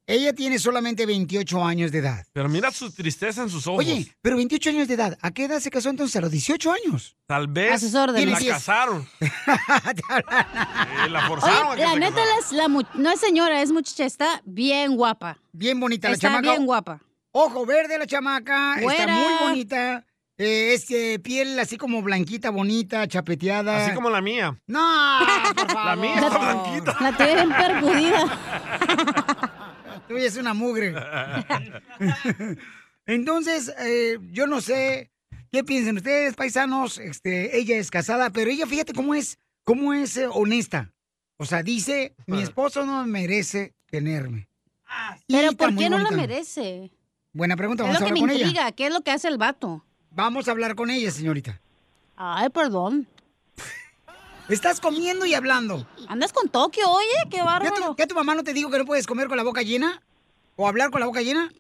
Speaker 2: Ella tiene solamente 28 años de edad.
Speaker 3: Pero mira su tristeza en sus ojos.
Speaker 2: Oye, pero 28 años de edad, ¿a qué edad se casó entonces? ¿A los 18 años?
Speaker 3: Tal vez
Speaker 2: a sus órdenes.
Speaker 3: la
Speaker 2: Tienes- [laughs]
Speaker 3: casaron. Eh, la
Speaker 2: Pues, ah,
Speaker 3: forzaron
Speaker 4: Oye,
Speaker 3: a que
Speaker 4: la
Speaker 3: se
Speaker 4: neta,
Speaker 3: casara.
Speaker 4: las- la, mu- no es señora, es muchacha, está bien guapa.
Speaker 2: Bien bonita la
Speaker 4: está
Speaker 2: chamaca.
Speaker 4: bien guapa.
Speaker 2: Ojo verde la chamaca,
Speaker 4: Güera.
Speaker 2: está muy bonita. eh, es que piel así como blanquita, bonita, chapeteada.
Speaker 3: Así como la mía.
Speaker 2: No, por favor.
Speaker 3: La mía está [laughs] blanquita.
Speaker 4: La tiene bien percudida.
Speaker 2: Tú es una
Speaker 6: [laughs]
Speaker 2: mugre. Entonces, eh, yo no sé qué piensan ustedes, paisanos. Este, ella es casada, pero ella, fíjate cómo es, cómo es eh, honesta. O sea, dice,
Speaker 4: Ah.
Speaker 2: mi esposo no merece tenerme. Y
Speaker 4: Pero
Speaker 2: está
Speaker 4: ¿por
Speaker 2: muy
Speaker 4: qué no la
Speaker 2: bonita.
Speaker 4: merece?
Speaker 2: Buena pregunta,
Speaker 4: Es
Speaker 2: vamos a
Speaker 4: lo que
Speaker 2: hablar
Speaker 4: me
Speaker 2: con
Speaker 4: intriga,
Speaker 2: ella.
Speaker 4: ¿qué es lo que hace el vato?
Speaker 2: Vamos a hablar con ella, señorita.
Speaker 4: Ay, perdón.
Speaker 2: [laughs] Estás comiendo y hablando.
Speaker 4: Andas con Tokio, oye, qué
Speaker 2: ¿Ya
Speaker 4: bárbaro.
Speaker 2: tu, ya tu mamá no te dijo que no puedes comer con la boca llena? ¿O hablar con la boca llena?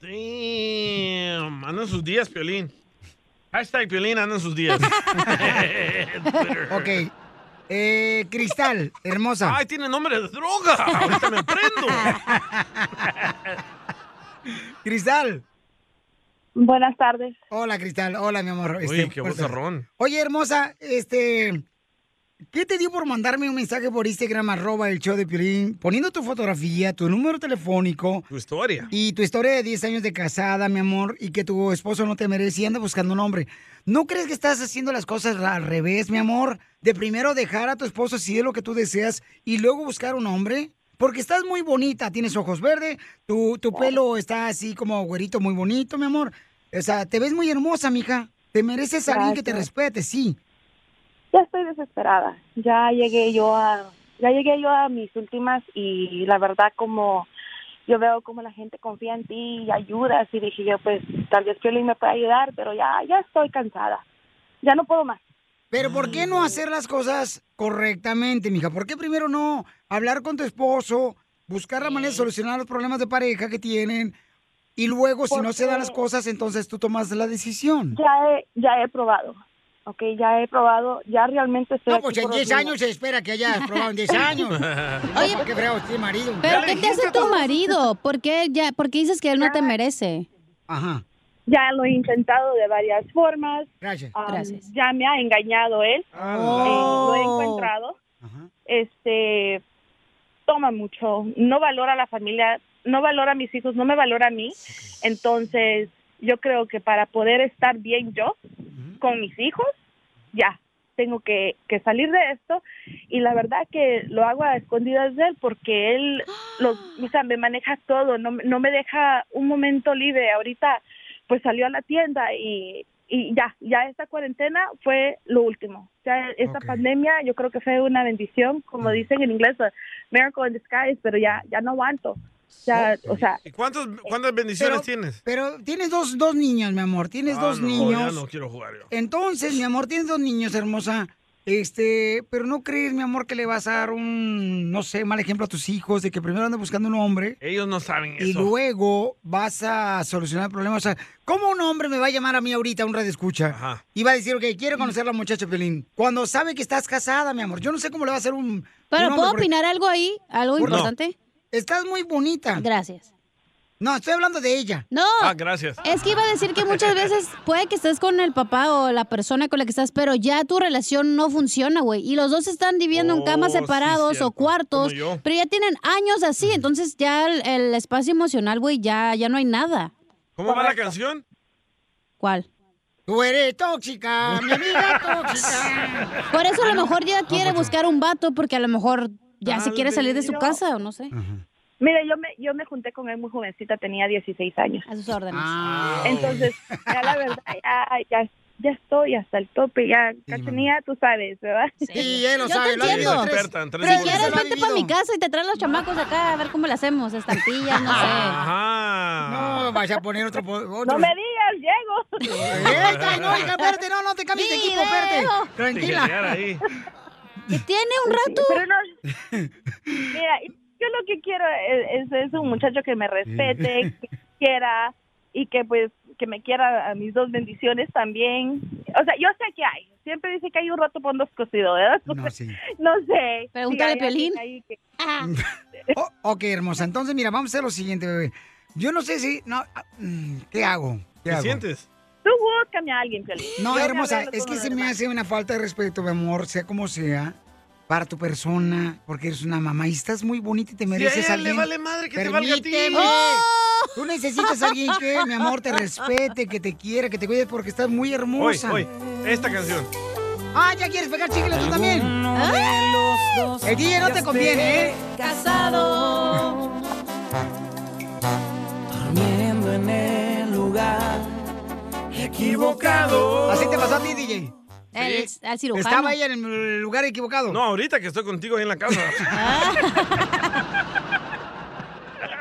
Speaker 3: Damn. Andan sus días, Piolín. Hashtag Piolín andan sus días.
Speaker 2: ok. Eh, Cristal, hermosa.
Speaker 3: Ay, tiene nombre de droga. Ahorita me prendo.
Speaker 2: Cristal.
Speaker 31: Buenas tardes.
Speaker 2: Hola, Cristal. Hola, mi amor. Este, pues,
Speaker 3: Uy, qué bozarrón.
Speaker 2: Oye, hermosa, este. ¿Qué te dio por mandarme un mensaje por Instagram, arroba el show de Piolín, poniendo tu fotografía, tu número telefónico?
Speaker 3: Tu historia.
Speaker 2: Y tu historia de 10 años de casada, mi amor, y que tu esposo no te merece y anda buscando un hombre. ¿No crees que estás haciendo las cosas al revés, mi amor? De primero dejar a tu esposo si es lo que tú deseas y luego buscar un hombre. Porque estás muy bonita, tienes ojos verdes, tu, tu pelo está así como güerito, muy bonito, mi amor. O sea, te ves muy hermosa, mija. Te mereces a alguien que te
Speaker 31: Gracias.
Speaker 2: respete, sí.
Speaker 31: [laughs] Ya estoy desesperada. Ya llegué yo a ya llegué yo a mis últimas y la verdad como yo veo como la gente confía en ti y ayudas y dije yo pues tal vez Piolín me puede ayudar, pero ya ya estoy cansada. Ya no puedo más.
Speaker 2: Pero ¿por qué no hacer las cosas correctamente, mija? ¿Por qué primero no hablar con tu esposo, buscar la manera de solucionar los problemas de pareja que tienen y luego si no se dan las
Speaker 31: Porque-
Speaker 2: cosas, entonces tú tomas la decisión?
Speaker 31: Ya he, ya he probado. Ok, ya he probado, ya realmente estoy
Speaker 2: No,
Speaker 31: aquí
Speaker 2: pues en
Speaker 31: por
Speaker 2: 10
Speaker 31: otro
Speaker 2: años se espera que hayas probado en 10 años. Oye, qué fregado tiene marido.
Speaker 4: ¿Pero
Speaker 2: Ya
Speaker 4: qué
Speaker 2: le
Speaker 4: te
Speaker 2: dijiste
Speaker 4: hace
Speaker 2: a
Speaker 4: tu
Speaker 2: todos.
Speaker 4: marido? ¿Por qué, ya, por qué dices que él no te merece?
Speaker 2: Ajá.
Speaker 31: Ya lo he intentado de varias formas.
Speaker 2: Gracias. Ah,
Speaker 31: Am,
Speaker 4: Gracias.
Speaker 31: Ya me ha engañado él.
Speaker 4: Oh.
Speaker 31: Eh, lo he encontrado. Este toma mucho, no valora a la familia, no valora a mis hijos, no me valora a mí. Entonces, yo creo que para poder estar bien yo con mis hijos, ya tengo que, que salir de esto y la verdad que lo hago a escondidas de él porque él los, o sea, me maneja todo, no, no me deja un momento libre. Ahorita pues salió a la tienda y, y ya, ya esta cuarentena fue lo último. Ya esta pandemia yo creo que fue una bendición, como dicen en inglés, a miracle in disguise, pero ya, ya no aguanto. Ya, o sea,
Speaker 3: ¿Y cuántos, cuántas bendiciones tienes?
Speaker 2: Pero tienes dos, dos niños, mi amor. Tienes
Speaker 3: Ah,
Speaker 2: dos
Speaker 3: no,
Speaker 2: niños.
Speaker 3: Ya no quiero jugar yo.
Speaker 2: Entonces, mi amor, tienes dos niños, hermosa. Este, pero no crees, mi amor, que le vas a dar un, no sé, mal ejemplo a tus hijos de que primero andan buscando un hombre
Speaker 3: Ellos no saben
Speaker 2: y
Speaker 3: eso.
Speaker 2: luego vas a solucionar el problema. O sea, ¿cómo un hombre me va a llamar a mí ahorita, a un radio escucha? Y va a decir, ok, quiero conocer a la muchacha Pelín. Cuando sabe que estás casada, mi amor. Yo no sé cómo le va a hacer un.
Speaker 4: Pero,
Speaker 2: un hombre,
Speaker 4: ¿puedo
Speaker 2: porque-
Speaker 4: opinar algo ahí? ¿Algo
Speaker 2: ¿Por- no.
Speaker 4: importante?
Speaker 2: Estás muy bonita.
Speaker 4: Gracias.
Speaker 2: No, estoy hablando de ella.
Speaker 4: No.
Speaker 3: Ah, gracias.
Speaker 4: Es que iba a decir que
Speaker 18: [laughs]
Speaker 4: muchas veces puede que estés con el papá o la persona con la que estás, pero ya tu relación no funciona, güey. Y los dos están viviendo en camas
Speaker 18: Oh, sí,
Speaker 4: separados o
Speaker 18: cierto.
Speaker 4: cuartos,
Speaker 18: Como yo. Mm.
Speaker 4: pero ya tienen años así, entonces ya el, el espacio emocional, güey, ya, ya no hay nada.
Speaker 3: ¿Cómo va la canción?
Speaker 4: ¿Cuál?
Speaker 2: Tú eres tóxica, Ah, mi amiga tóxica.
Speaker 4: Por eso a lo mejor ya
Speaker 2: pues,
Speaker 4: quiere buscar un vato, porque a lo mejor ya se
Speaker 31: Tal
Speaker 4: quiere salir de su
Speaker 31: vez.
Speaker 4: casa o no sé.
Speaker 31: mira, yo me, yo me junté con él muy jovencita, tenía 16 años.
Speaker 4: A sus órdenes. Ah.
Speaker 31: Entonces, ya
Speaker 4: [laughs]
Speaker 31: la verdad, ya, ya, ya estoy hasta el tope, ya cachanía, tú sabes, ¿verdad?
Speaker 2: Sí, él
Speaker 4: lo Yo te sabe, lo ha vivido entiendo. tres-
Speaker 3: Experta en tres
Speaker 4: Si
Speaker 3: segundos.
Speaker 4: quieres, vente para mi casa y te traen los chamacos acá a ver cómo le hacemos, estampillas, no sé.
Speaker 3: Ajá.
Speaker 2: No, vaya Ah, a poner otro. po- otro.
Speaker 4: No me
Speaker 31: digas, llego.
Speaker 2: [laughs] Esta, no, hija, espérate, no, no te cambies de equipo, espérate.
Speaker 3: Tijerear
Speaker 2: Tranquila.
Speaker 3: ahí.
Speaker 4: tiene un rato.
Speaker 31: Pero no,
Speaker 4: [laughs]
Speaker 31: mira, yo lo que quiero es, es- es un muchacho que me respete, que quiera y que pues que me quiera a mis dos bendiciones también. O sea, yo sé que hay. Siempre dice que hay un rato por dos cocidos, ¿verdad?
Speaker 2: No, sí.
Speaker 31: [laughs] No sé.
Speaker 4: Pregúntale,
Speaker 31: Sí, hay alguien
Speaker 4: Piolín. Ah.
Speaker 31: ahí que-
Speaker 2: O- Oh, ok, hermosa. Entonces, mira, vamos a hacer lo siguiente, bebé. Yo no sé si. No, ah, mm, ¿Qué hago? ¿Qué,
Speaker 3: ¿Te
Speaker 2: hago?
Speaker 3: sientes?
Speaker 31: Tú búscame a alguien, Piolín.
Speaker 2: No,
Speaker 31: Yo me
Speaker 2: hermosa,
Speaker 31: arreglo
Speaker 2: es
Speaker 31: con
Speaker 2: que
Speaker 31: los
Speaker 2: se me
Speaker 31: demás.
Speaker 2: hace una falta de respeto, mi amor, sea como sea, para tu persona, porque eres una mamá y estás muy bonita y te
Speaker 3: Si a
Speaker 2: mereces
Speaker 3: ella
Speaker 2: a alguien.
Speaker 3: le vale madre que te valga a ti. ¡Oh!
Speaker 2: Permíteme. Tú necesitas a alguien que, mi amor, te respete, que te quiera, que te cuide porque estás muy
Speaker 3: Hoy,
Speaker 2: hermosa.
Speaker 3: hoy. Esta canción.
Speaker 2: Ah, ya quieres pegar chicle tú también.
Speaker 6: Ah.
Speaker 2: El DJ no te conviene, ¿eh?
Speaker 6: Casado. Durmiendo en el lugar equivocado.
Speaker 2: Así te pasó a ti, DJ.
Speaker 4: El-
Speaker 3: Sí.
Speaker 4: al cirujano.
Speaker 2: Estaba ella en el lugar equivocado.
Speaker 3: No, ahorita que estoy contigo ahí en la
Speaker 2: [laughs]
Speaker 3: casa.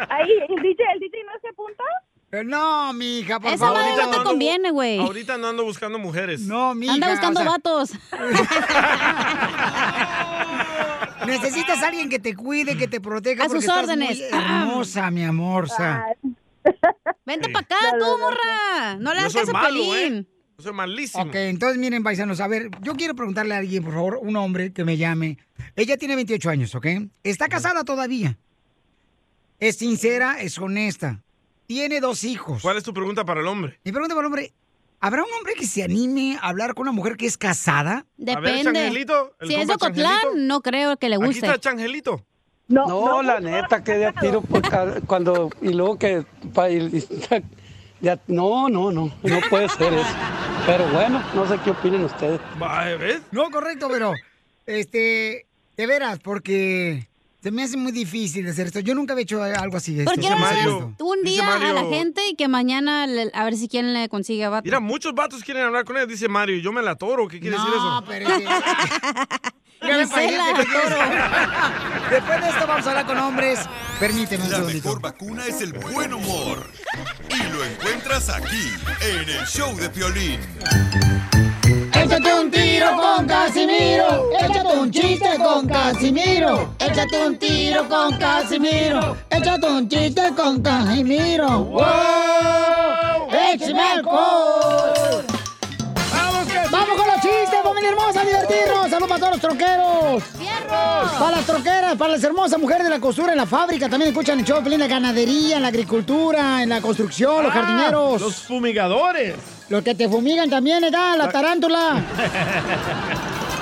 Speaker 31: Ahí, el DJ, el DJ no se apunta.
Speaker 2: Eh, No, mi hija, por
Speaker 3: Esa
Speaker 2: favor.
Speaker 3: madre no te Ahorita no ando- conviene,
Speaker 4: güey.
Speaker 3: ahorita no ando buscando mujeres.
Speaker 2: No, mi
Speaker 4: Anda buscando vatos.
Speaker 2: [laughs] Necesitas a alguien que te cuide, que te proteja.
Speaker 4: A
Speaker 2: porque
Speaker 4: sus
Speaker 2: estás
Speaker 4: órdenes.
Speaker 2: muy hermosa, mi amor. o sea.
Speaker 4: Vente para acá, Ah, tú, morra. No le
Speaker 3: Yo
Speaker 4: hagas
Speaker 3: soy
Speaker 4: caso a
Speaker 3: malo,
Speaker 4: Pelín.
Speaker 3: ¿eh? Yo soy malísimo.
Speaker 6: Ok, entonces miren, paisanos, a ver, yo quiero preguntarle a alguien, por favor, un hombre que me llame. Ella tiene 28 años, ¿ok? Está casada todavía. Es sincera, es honesta. Tiene dos hijos.
Speaker 3: ¿Cuál es tu pregunta para el hombre?
Speaker 6: Mi pregunta para el hombre, ¿habrá un hombre que se anime a hablar con una mujer que es casada?
Speaker 4: Depende. si es de Ocotlán, no creo que le
Speaker 6: Aquí
Speaker 4: guste.
Speaker 6: está
Speaker 3: Changelito.
Speaker 1: No, la neta, que de a tiro por ca- cuando. Y luego que. pa- y- [laughs] ya- no, no, no. No puede ser eso. Pero bueno, no sé qué opinen ustedes.
Speaker 6: No, correcto, pero, este, de veras, porque se me hace muy difícil hacer esto. Yo nunca había hecho algo así.
Speaker 4: ¿Por
Speaker 6: esto,
Speaker 4: qué
Speaker 6: se
Speaker 4: no
Speaker 6: me hace
Speaker 4: haces
Speaker 6: esto.
Speaker 4: tú un
Speaker 3: Dice
Speaker 4: día a la
Speaker 3: Mario-
Speaker 4: gente y que mañana le- a ver si quién le consigue vato?
Speaker 3: Mira, muchos vatos quieren hablar con ella. Dice Mario, yo me la toro. ¿Qué quiere decir eso?
Speaker 4: No,
Speaker 6: pero
Speaker 4: [laughs]
Speaker 6: Después de esto vamos a hablar con hombres. Permíteme un
Speaker 7: La
Speaker 6: segundito.
Speaker 7: mejor vacuna es el buen humor. Y lo encuentras aquí, en el show de Piolín.
Speaker 2: Échate un tiro con Casimiro. Échate un chiste con Casimiro. Échate un tiro con Casimiro. Échate un chiste con Casimiro. ¡Wow! ¡Échame alcohol! ¡Vamos con los chistes, familia hermosa, a divertirnos! ¡Saludos para todos los troqueros! Para las troqueras, para las hermosas mujeres de la costura, en la fábrica, también escuchan el show, en la ganadería, en la agricultura, en la construcción, los
Speaker 3: Ah,
Speaker 2: jardineros.
Speaker 3: Los fumigadores. Ah.
Speaker 2: Los que te fumigan también, ¿eh? La tarántula.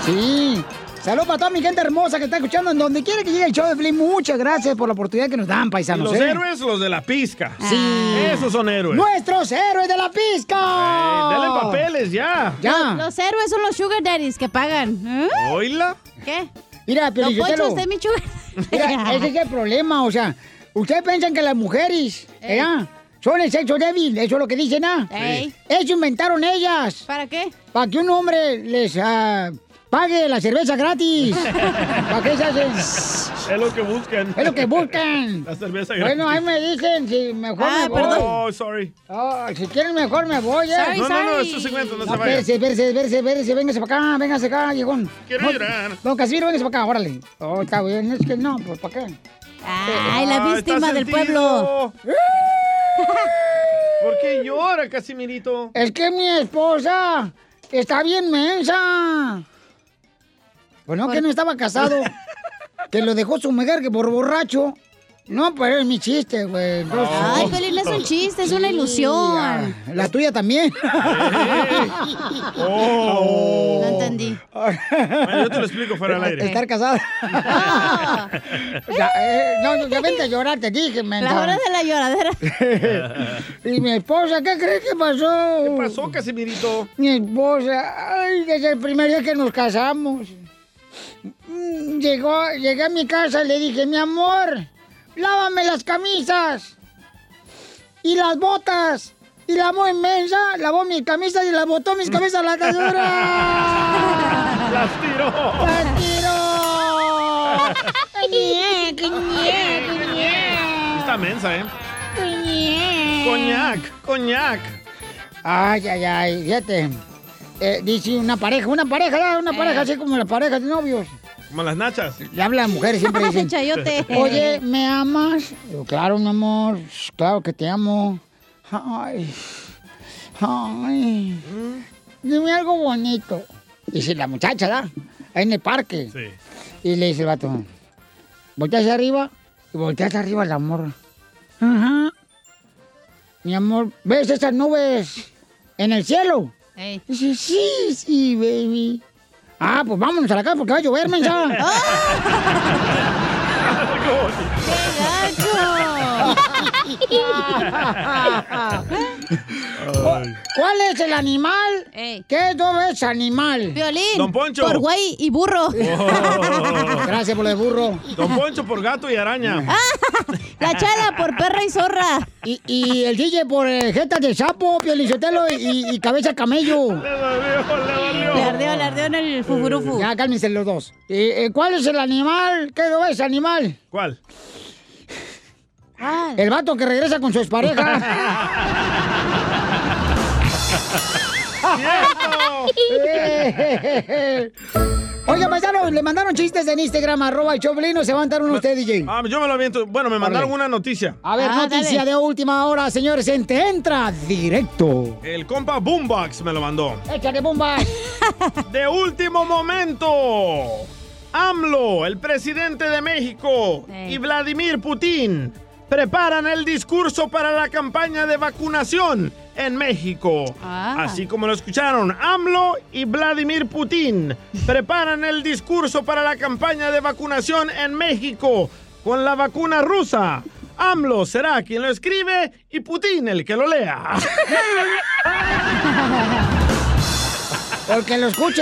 Speaker 2: Sí. Saludos para toda mi gente hermosa que está escuchando en donde quiera que llegue el show de Flynn. Muchas gracias por la oportunidad que nos dan,
Speaker 3: Y
Speaker 2: paisanos.
Speaker 3: los
Speaker 2: ¿eh?
Speaker 3: héroes, los de la pizca.
Speaker 2: Sí.
Speaker 3: Esos son héroes.
Speaker 2: ¡Nuestros héroes de la pizca!
Speaker 3: Ey, dale papeles, ya.
Speaker 2: Ya.
Speaker 4: Los héroes son los sugar daddies que pagan. ¿Eh?
Speaker 3: ¿Oíla?
Speaker 4: ¿Qué?
Speaker 2: Mira, pero
Speaker 4: Don Poncho, usted es mi sugar
Speaker 2: [laughs] Mira, ese es el problema, o sea, ustedes piensan que las mujeres,
Speaker 4: Ey.
Speaker 2: ¿verdad? Son el sexo débil, eso es lo que dicen, ¿ah?
Speaker 4: Eh. Ey.
Speaker 2: Eso inventaron ellas.
Speaker 4: ¿Para qué?
Speaker 2: Para que un hombre les ah, pague la cerveza
Speaker 4: [laughs]
Speaker 2: gratis. ¿Para qué se hacen?
Speaker 3: Es lo que buscan.
Speaker 2: Es lo que buscan.
Speaker 3: [laughs] La cerveza
Speaker 2: Bueno, ahí
Speaker 3: gratis.
Speaker 2: me dicen si mejor
Speaker 4: Ah,
Speaker 2: me voy.
Speaker 3: Oh, sorry.
Speaker 2: Oh, si quieren mejor me voy, ¿eh?
Speaker 3: Sorry, No, no, no, sorry. es un segmento, no se vaya.
Speaker 2: Ah, Espérese, espérese, espérese, espérese, véngase para acá, véngase acá, viejón.
Speaker 3: Quiero
Speaker 2: Don-
Speaker 3: llorar.
Speaker 2: Don Casimiro, véngase para acá, órale. Oh, está bien, es que no, pues para acá.
Speaker 3: Ah,
Speaker 4: Ay, la víctima del pueblo.
Speaker 3: [laughs] ¿Por qué llora, Casimirito?
Speaker 2: Es que mi esposa está bien mensa. Bueno, que no
Speaker 4: [laughs]
Speaker 2: estaba casado, que lo dejó su mujer que por borracho. No, pero es mi chiste, güey. Entonces-
Speaker 4: Ay, Pelín, es un chiste, es una
Speaker 2: Sí,
Speaker 4: ilusión.
Speaker 2: ah, La tuya también.
Speaker 4: No entendí.
Speaker 3: Bueno, yo te lo explico fuera del aire.
Speaker 2: Estar casada. [laughs] Ya, eh, no, no, ya vente a llorar, te dije, mensa.
Speaker 4: Ah. La hora de la lloradera.
Speaker 2: ¿Y mi esposa qué crees que pasó? ¿Qué
Speaker 3: pasó, Casimirito?
Speaker 2: Mi esposa, ay, desde el primer día que nos casamos. mm, Llegó, llegué a mi casa y le dije, mi amor, lávame las camisas y las botas. Y lavó inmensa, lavó mis camisas y las botó mis camisas a la cadera.
Speaker 3: [laughs] ¡Las tiró!
Speaker 2: ¡Las tiró! ¡Qué ñe, qué ñe, qué ñe,
Speaker 3: Está mensa, ¿eh?
Speaker 2: qué ñe!
Speaker 3: Coñac, coñac.
Speaker 2: Ay, ay, ay, fíjate. Eh, dice una pareja, una pareja, ¿verdad? una pareja así como las parejas de novios.
Speaker 3: Como las nachas.
Speaker 2: Le hablan mujeres,
Speaker 6: [laughs]
Speaker 2: siempre dicen.
Speaker 3: Chayote.
Speaker 2: Oye, ¿me amas? Yo, claro, mi amor, Sh, claro que te amo. Ay, ay. Dime algo bonito. Dice la muchacha, ¿verdad? Ahí en el parque. Y le dice el vato, voltea hacia arriba y voltea hacia arriba la morra. Ajá. Mi amor, ¿ves esas nubes en el cielo? Dice, sí, sí, baby. Ah, pues vámonos a la casa porque va a llover, [laughs] mensa.
Speaker 6: [laughs]
Speaker 2: ¿Cuál es el animal? ¿Qué no es animal?
Speaker 4: Violín.
Speaker 3: Don Poncho. por
Speaker 4: güey y burro.
Speaker 2: [laughs]
Speaker 4: [laughs]
Speaker 2: Gracias por lo de burro.
Speaker 3: Don Poncho por gato y araña.
Speaker 2: La chala por perra y zorra. Y, el DJ por eh, jeta de sapo, piolichotelo y, y cabeza de camello. Le
Speaker 4: Le ardeó, le ardeó en el fufurufu.
Speaker 2: Ya, cálmense los dos. Eh, eh, ¿Cuál es el animal? ¿Qué no es animal?
Speaker 3: ¿Cuál?
Speaker 2: El vato que regresa con
Speaker 3: [laughs]
Speaker 2: su expareja.
Speaker 9: [laughs] Oiga, paisano, le mandaron chistes en Instagram, arroba el Choplino, se van a dar uno usted, DJ.
Speaker 3: Ah, yo me lo aviento. Bueno, me mandaron una noticia.
Speaker 9: A
Speaker 2: Ah,
Speaker 9: ver, noticia de última hora, señores, en Te Entra Directo.
Speaker 3: El compa Boombox me lo mandó.
Speaker 9: Échale bomba.
Speaker 3: [laughs] De último momento. AMLO, el presidente de México, y Vladimir Putin preparan el discurso para la campaña de vacunación en México.
Speaker 9: Ah.
Speaker 3: Así como lo escucharon, AMLO y Vladimir Putin preparan el discurso para la campaña de vacunación en México con la vacuna rusa. AMLO será quien lo escribe y Putin el que lo lea.
Speaker 9: [laughs] Porque lo
Speaker 3: [laughs]
Speaker 9: escuche.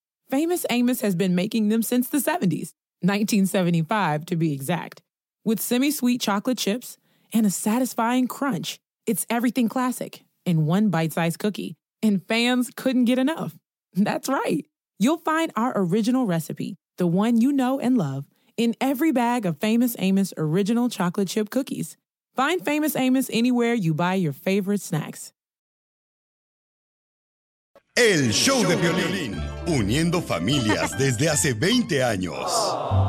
Speaker 32: Famous Amos has been making them since the 70s, 1975 to be exact. With semi sweet chocolate chips and a satisfying crunch, it's everything classic in one bite sized cookie, and fans couldn't get enough. [laughs] That's right. You'll find our original recipe, the one you know and love, in every bag of Famous Amos original chocolate chip cookies. Find Famous Amos anywhere you buy your favorite snacks.
Speaker 7: El show de violín, uniendo familias desde hace 20 años.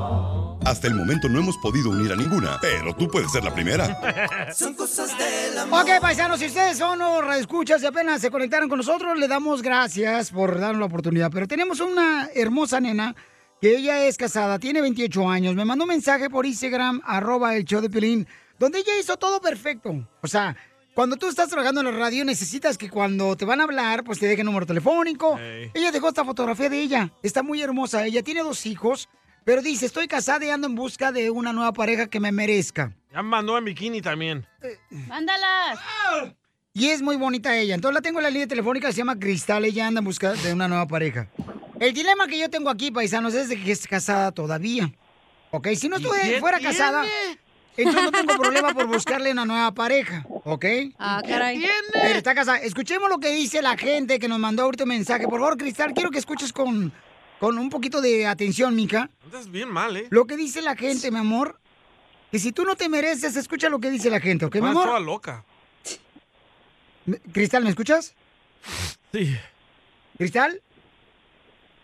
Speaker 7: Hasta el momento no hemos podido unir a ninguna, pero tú puedes ser la primera.
Speaker 6: Son cosas del
Speaker 2: Ok, paisanos, si ustedes son o escuchas y apenas se conectaron con nosotros, le damos gracias por darnos la oportunidad. Pero tenemos una hermosa nena que ella es casada, tiene 28 años. Me mandó un mensaje por Instagram, arroba el show de Pilín, donde ella hizo todo perfecto. O sea, cuando tú estás trabajando en la radio, necesitas que cuando te van a hablar, pues te dejen número telefónico. Ella dejó esta fotografía de ella. Está muy hermosa. Ella tiene dos hijos, pero dice, estoy casada y ando en busca de una nueva pareja que me merezca.
Speaker 3: Ya me mandó en bikini también.
Speaker 2: Eh.
Speaker 4: ¡Mándalas!
Speaker 2: Y es muy bonita ella. Entonces la tengo en la línea telefónica, se llama Cristal, ella anda en busca de una nueva pareja. El dilema que yo tengo aquí, paisanos, es de que es casada todavía. Ok, si no estuve-
Speaker 6: qué
Speaker 2: fuera casada,
Speaker 6: tiene?
Speaker 2: entonces no
Speaker 6: [laughs]
Speaker 2: tengo problema por buscarle una nueva pareja, ¿ok?
Speaker 6: Ah, caray. ¿Qué tiene?
Speaker 2: Pero está casada. Escuchemos lo que dice la gente que nos mandó ahorita un mensaje. Por favor, Cristal, quiero que escuches con, con un poquito de atención, mija.
Speaker 3: Estás bien mal, ¿eh?
Speaker 2: Lo que dice la gente, mi amor. Que si tú no te mereces, escucha lo que dice la gente, ¿ok, mi
Speaker 3: Estás toda
Speaker 2: amor?
Speaker 3: loca.
Speaker 2: Me- Cristal, ¿me escuchas?
Speaker 3: Sí.
Speaker 2: ¿Cristal?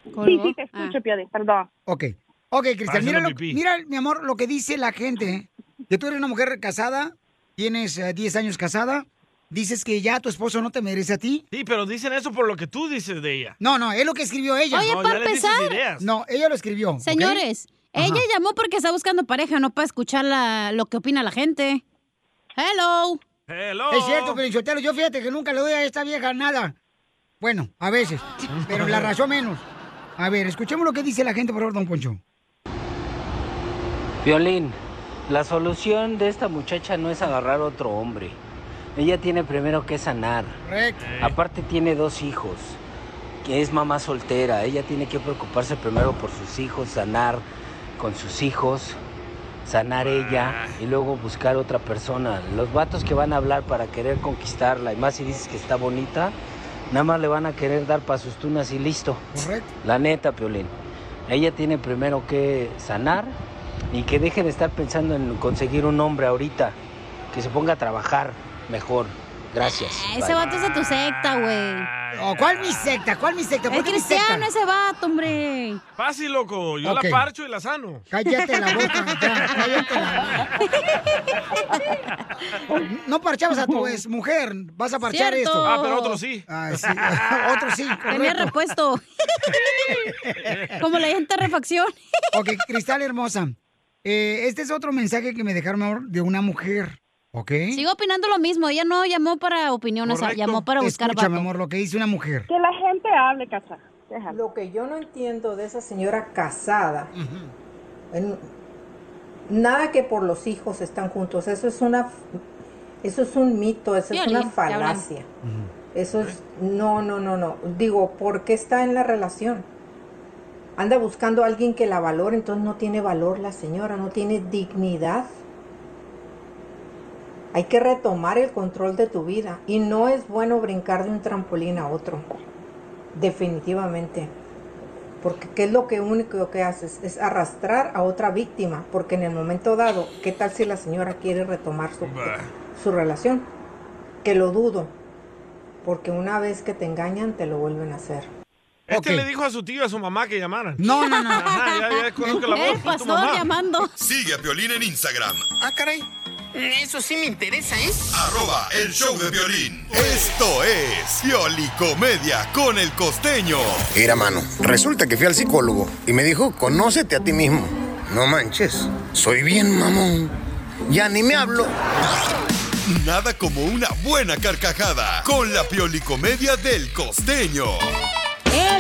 Speaker 31: Sí, sí, te
Speaker 4: Ah.
Speaker 31: escucho, Piolín, perdón.
Speaker 2: Ok. Ok, Cristian,
Speaker 31: Haciendo
Speaker 2: mira, lo-
Speaker 31: pipí.
Speaker 2: mira, mi amor, lo que dice la gente. ¿eh? Que tú eres una mujer casada, tienes eh, 10 años casada, dices que ya tu esposo no te merece a ti.
Speaker 3: Sí, pero dicen eso por lo que tú dices de ella.
Speaker 2: No, no, es lo que escribió ella.
Speaker 4: Oye, No, para ya le dices empezar- ideas.
Speaker 2: No, ella lo escribió. ¿ok?
Speaker 4: Señores,
Speaker 2: Ajá.
Speaker 4: ella llamó porque está buscando pareja, no para escuchar la- lo que opina la gente. Hello.
Speaker 3: Hello.
Speaker 2: Es cierto, Pelichotelo, yo fíjate que nunca le doy a esta vieja nada. Bueno, a veces, pero la razón menos. A ver, escuchemos lo que dice la gente, por favor, don Poncho.
Speaker 18: Violín, la solución de esta muchacha no es agarrar otro hombre. Ella tiene primero que sanar.
Speaker 2: Correcto.
Speaker 18: Aparte tiene dos hijos, que es mamá soltera. Ella tiene que preocuparse primero por sus hijos, sanar con sus hijos, sanar ella y luego buscar otra persona. Los vatos que van a hablar para querer conquistarla, y más si dices que está bonita, nada más le van a querer dar para sus tunas y listo.
Speaker 2: Correcto.
Speaker 18: La neta, Piolín. Ella tiene primero que sanar y que deje de estar pensando en conseguir un hombre ahorita. Que se ponga a trabajar mejor. Gracias.
Speaker 4: Ese
Speaker 18: Bye.
Speaker 4: vato es de tu secta, güey.
Speaker 2: Oh, ¿Cuál mi secta? ¿Cuál mi secta?
Speaker 4: Es
Speaker 2: ¿Por qué mi
Speaker 4: cristiano
Speaker 2: secta?
Speaker 4: ese vato, hombre.
Speaker 3: Fácil, loco. Yo
Speaker 2: Ok.
Speaker 3: la parcho y la sano.
Speaker 2: Cállate la boca,
Speaker 3: [laughs]
Speaker 2: ya, cállate la boca. No parchabas a tu ex mujer, vas a parchar
Speaker 4: Cierto.
Speaker 2: esto.
Speaker 4: Ah, pero otro sí.
Speaker 2: Ay, sí. [laughs] otro sí,
Speaker 4: Tenía
Speaker 2: correcto.
Speaker 4: repuesto. Como la gente refacción.
Speaker 2: [laughs] Ok, Cristal hermosa. eh, este es otro mensaje que me dejaron mi amor, de una mujer, ¿ok?
Speaker 4: Sigo opinando lo mismo. Ella no llamó para opiniones, llamó para buscar
Speaker 2: Escucha,
Speaker 4: vato.
Speaker 2: mi amor, lo que dice una mujer.
Speaker 4: [laughs]
Speaker 19: Que la gente hable, casa. Lo que yo no entiendo de esa señora casada, en- nada que por los hijos están juntos, eso es una, eso es un mito, eso es
Speaker 4: Violín,
Speaker 19: una
Speaker 4: te hablan.
Speaker 19: falacia. Eso es, no, no, no, no. Digo, ¿por qué está en la relación? Anda buscando a alguien que la valore, entonces no tiene valor la señora, no tiene dignidad. Hay que retomar el control de tu vida y no es bueno brincar de un trampolín a otro, definitivamente. Porque qué es lo que único que haces es arrastrar a otra víctima, porque en el momento dado, ¿qué tal si la señora quiere retomar su, su relación? Que lo dudo, porque una vez que te engañan te lo vuelven a hacer.
Speaker 3: Este le dijo a su tío y a su mamá que llamaran.
Speaker 2: No, no, no. Eh,
Speaker 3: Ajá, [laughs] ya, ya conozco la voz. fue tu mamá.
Speaker 4: llamando.
Speaker 7: Sigue a Piolín en Instagram.
Speaker 6: Ah, caray. Eso sí me interesa, ¿eh?
Speaker 7: Arroba el show de violín. Esto es Piolicomedia con el costeño.
Speaker 12: Mira, mano, resulta que fui al psicólogo y me dijo, conócete a ti mismo. No manches, soy bien mamón. Ya ni me hablo.
Speaker 7: Nada como una buena carcajada con la Piolicomedia del costeño.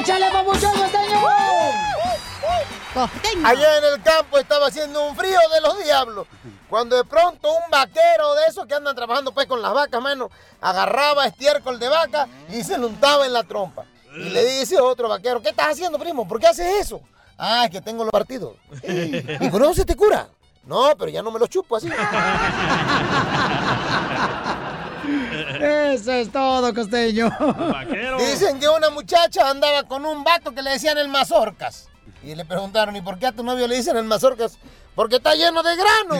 Speaker 9: ¡Échale, papuchón costeño!
Speaker 5: Allá en el campo estaba haciendo un frío de los diablos. Cuando de pronto un vaquero de esos que andan trabajando pues con las vacas, mano, agarraba estiércol de vaca y se lo untaba en la trompa. Y le dice otro vaquero, ¿qué estás haciendo, primo? ¿Por qué haces eso? Ah, es que tengo los partidos. ¿Y con eso se te cura? No, pero ya no me los chupo así.
Speaker 9: Eso es todo,
Speaker 4: [laughs]
Speaker 9: costeño.
Speaker 5: Dicen que una muchacha andaba con un vato que le decían el mazorcas. Y le preguntaron, ¿y por qué a tu novio le dicen el mazorcas? Porque está lleno de grano.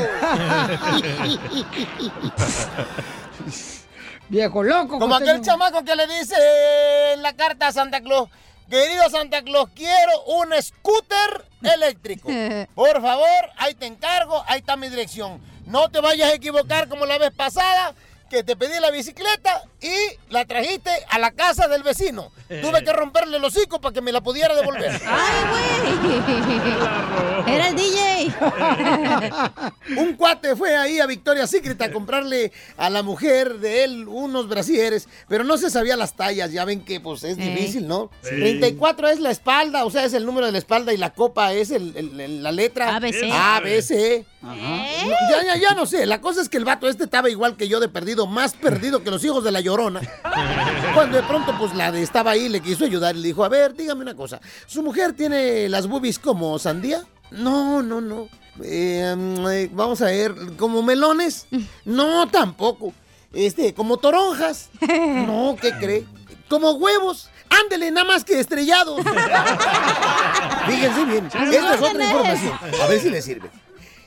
Speaker 9: Viejo loco.
Speaker 5: Como
Speaker 9: costeño.
Speaker 5: aquel chamaco que le dice en la carta a Santa Claus. Querido Santa Claus, quiero un scooter
Speaker 9: [laughs]
Speaker 5: eléctrico. Por favor, ahí te encargo, ahí está mi dirección. No te vayas a equivocar como la vez pasada, que te pedí la bicicleta y la trajiste a la casa del vecino. Tuve que romperle el hocico para que me la
Speaker 9: [laughs]
Speaker 5: pudiera devolver.
Speaker 9: Ah,
Speaker 4: Era el DJ.
Speaker 5: un cuate fue ahí a Victoria Secret a comprarle a la mujer de él unos brasieres, pero no se sabía las tallas. Ya ven que pues es
Speaker 12: Ey.
Speaker 5: difícil, ¿no?
Speaker 12: Sí.
Speaker 5: 34 es la espalda, o sea, es el número de la espalda y la copa es el- el- el- la letra
Speaker 12: ABC.
Speaker 5: A, B, C. E. No, Ya, ya, ya no sé. La cosa es que el vato este estaba igual que yo de perdido, más perdido que los hijos de la llorona. Cuando de pronto, pues la de estaba ahí, le quiso ayudar y le dijo: A ver, dígame una cosa. ¿Su mujer tiene las boobies como sandía? No, no, no. Eh, mm, eh, vamos a ver, ¿como melones? No, tampoco. Este, ¿como toronjas? No, ¿qué cree? ¿Como huevos? Ándele, nada más que estrellados. Fíjense bien. Esta es otra
Speaker 12: órdenes.
Speaker 5: información. A ver si le sirve.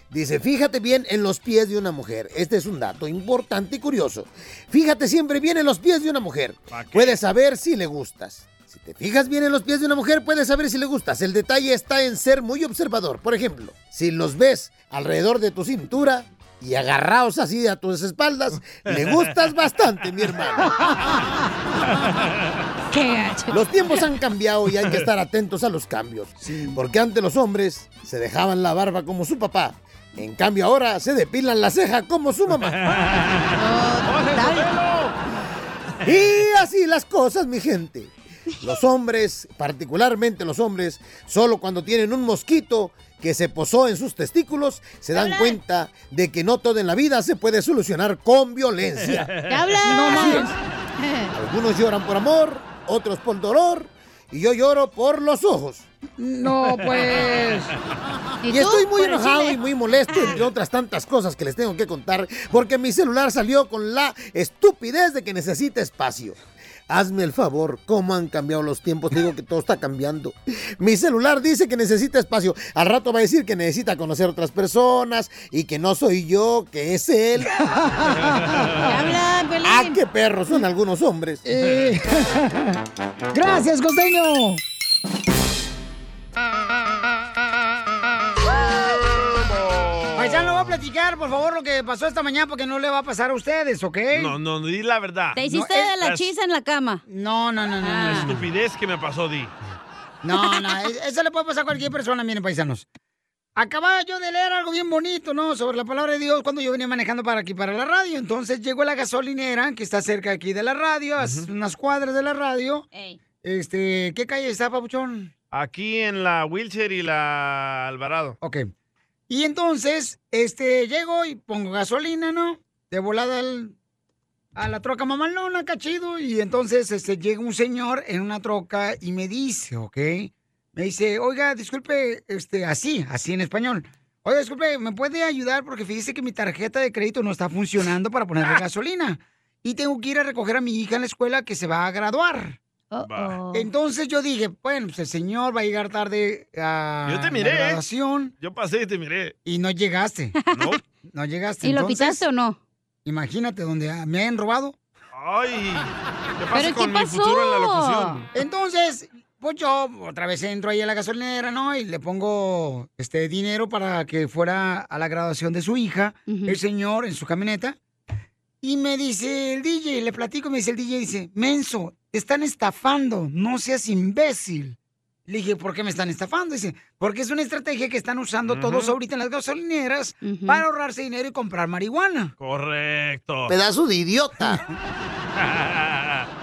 Speaker 5: Dice, fíjate bien en los pies de una mujer. Este es un dato importante y curioso. Fíjate siempre bien en los pies de una mujer. Puedes saber si le gustas. Si te fijas bien en los pies de una mujer, puedes saber si le gustas. El detalle está en ser muy observador. Por ejemplo, si los ves alrededor de tu cintura y agarrados así a tus espaldas, le gustas bastante, mi hermano. Los tiempos han cambiado y hay que estar atentos a los cambios. Porque antes los hombres se dejaban la barba como su papá. En cambio ahora se depilan la ceja como su mamá. y así las cosas, mi gente. Los hombres, particularmente los hombres, solo cuando tienen un mosquito que se posó en sus testículos, se dan cuenta de que no todo en la vida se puede solucionar con violencia.
Speaker 4: ¿Qué hablas?
Speaker 5: No más. Algunos lloran por amor, otros por dolor, y yo lloro por los ojos.
Speaker 9: No, [laughs] pues.
Speaker 5: Y,
Speaker 9: tú,
Speaker 5: estoy
Speaker 9: por
Speaker 5: muy
Speaker 9: el
Speaker 5: enojado
Speaker 9: chile?
Speaker 5: y muy molesto, entre otras tantas cosas que les tengo que contar, porque mi celular salió con la estupidez de que necesita espacio. Hazme el favor, cómo han cambiado los tiempos, digo que todo está cambiando. Mi celular dice que necesita espacio, al rato va a decir que necesita conocer otras personas y que no soy yo, que es
Speaker 9: [laughs]
Speaker 5: él. ¡Ah, qué perros son algunos hombres! [laughs]
Speaker 9: Eh. Gracias, costeño.
Speaker 2: Paisano, le voy a platicar, por favor, lo que pasó esta mañana, porque no le va a pasar a ustedes, ¿ok?
Speaker 3: No, no, no, di la verdad.
Speaker 4: Te hiciste
Speaker 3: Ah, No,
Speaker 4: de la Ah. chisa en la cama.
Speaker 2: No, no, no, no.
Speaker 3: La estupidez que me pasó, di.
Speaker 2: No, no, e- eso le puede pasar a cualquier persona, miren, paisanos. Acababa yo de leer algo bien bonito, ¿no? Sobre la palabra de Dios cuando yo venía manejando para aquí, para la radio. Entonces llegó la gasolinera que está cerca aquí de la radio, a unas cuadras de la radio. Este, ¿qué calle está, Papuchón?
Speaker 3: Aquí en la wheelchair y la Alvarado.
Speaker 2: Ok. Y entonces, este, llego y pongo gasolina, ¿no? De volada el a la troca mamalona, cachido. Y entonces este, llega un señor en una troca y me dice, ¿ok? Me dice, oiga, disculpe, este, así, así en español. Oiga, disculpe, ¿me puede ayudar? Porque fíjese que mi tarjeta de crédito no está funcionando para ponerle gasolina. Y tengo que ir a recoger a mi hija en la escuela que se va a graduar.
Speaker 6: Oh.
Speaker 9: [laughs]
Speaker 2: Entonces yo dije, bueno, pues el señor va a llegar tarde a
Speaker 3: Yo te
Speaker 2: Ah, la
Speaker 3: miré. ¿eh?
Speaker 2: graduación.
Speaker 3: Yo pasé y te miré.
Speaker 2: Y no llegaste.
Speaker 3: No.
Speaker 2: No llegaste.
Speaker 3: ¿Y lo
Speaker 2: pitaste o no? Imagínate donde ah, me han robado.
Speaker 3: Ay, ¿qué pasa con mi futuro en la locución?
Speaker 2: Entonces, pues yo otra vez entro ahí a la gasolinera, ¿no? Y le pongo este dinero para que fuera a la graduación de su hija, el señor en su camioneta. Y me dice el DJ, le platico, me dice el DJ, dice, Menso, te están estafando, no seas imbécil. Le dije, ¿por qué me están estafando? Dice, porque es una estrategia que están usando todos
Speaker 3: Ujú.
Speaker 2: ahorita en las gasolineras para ahorrarse dinero y comprar marihuana.
Speaker 3: Correcto.
Speaker 2: idiota.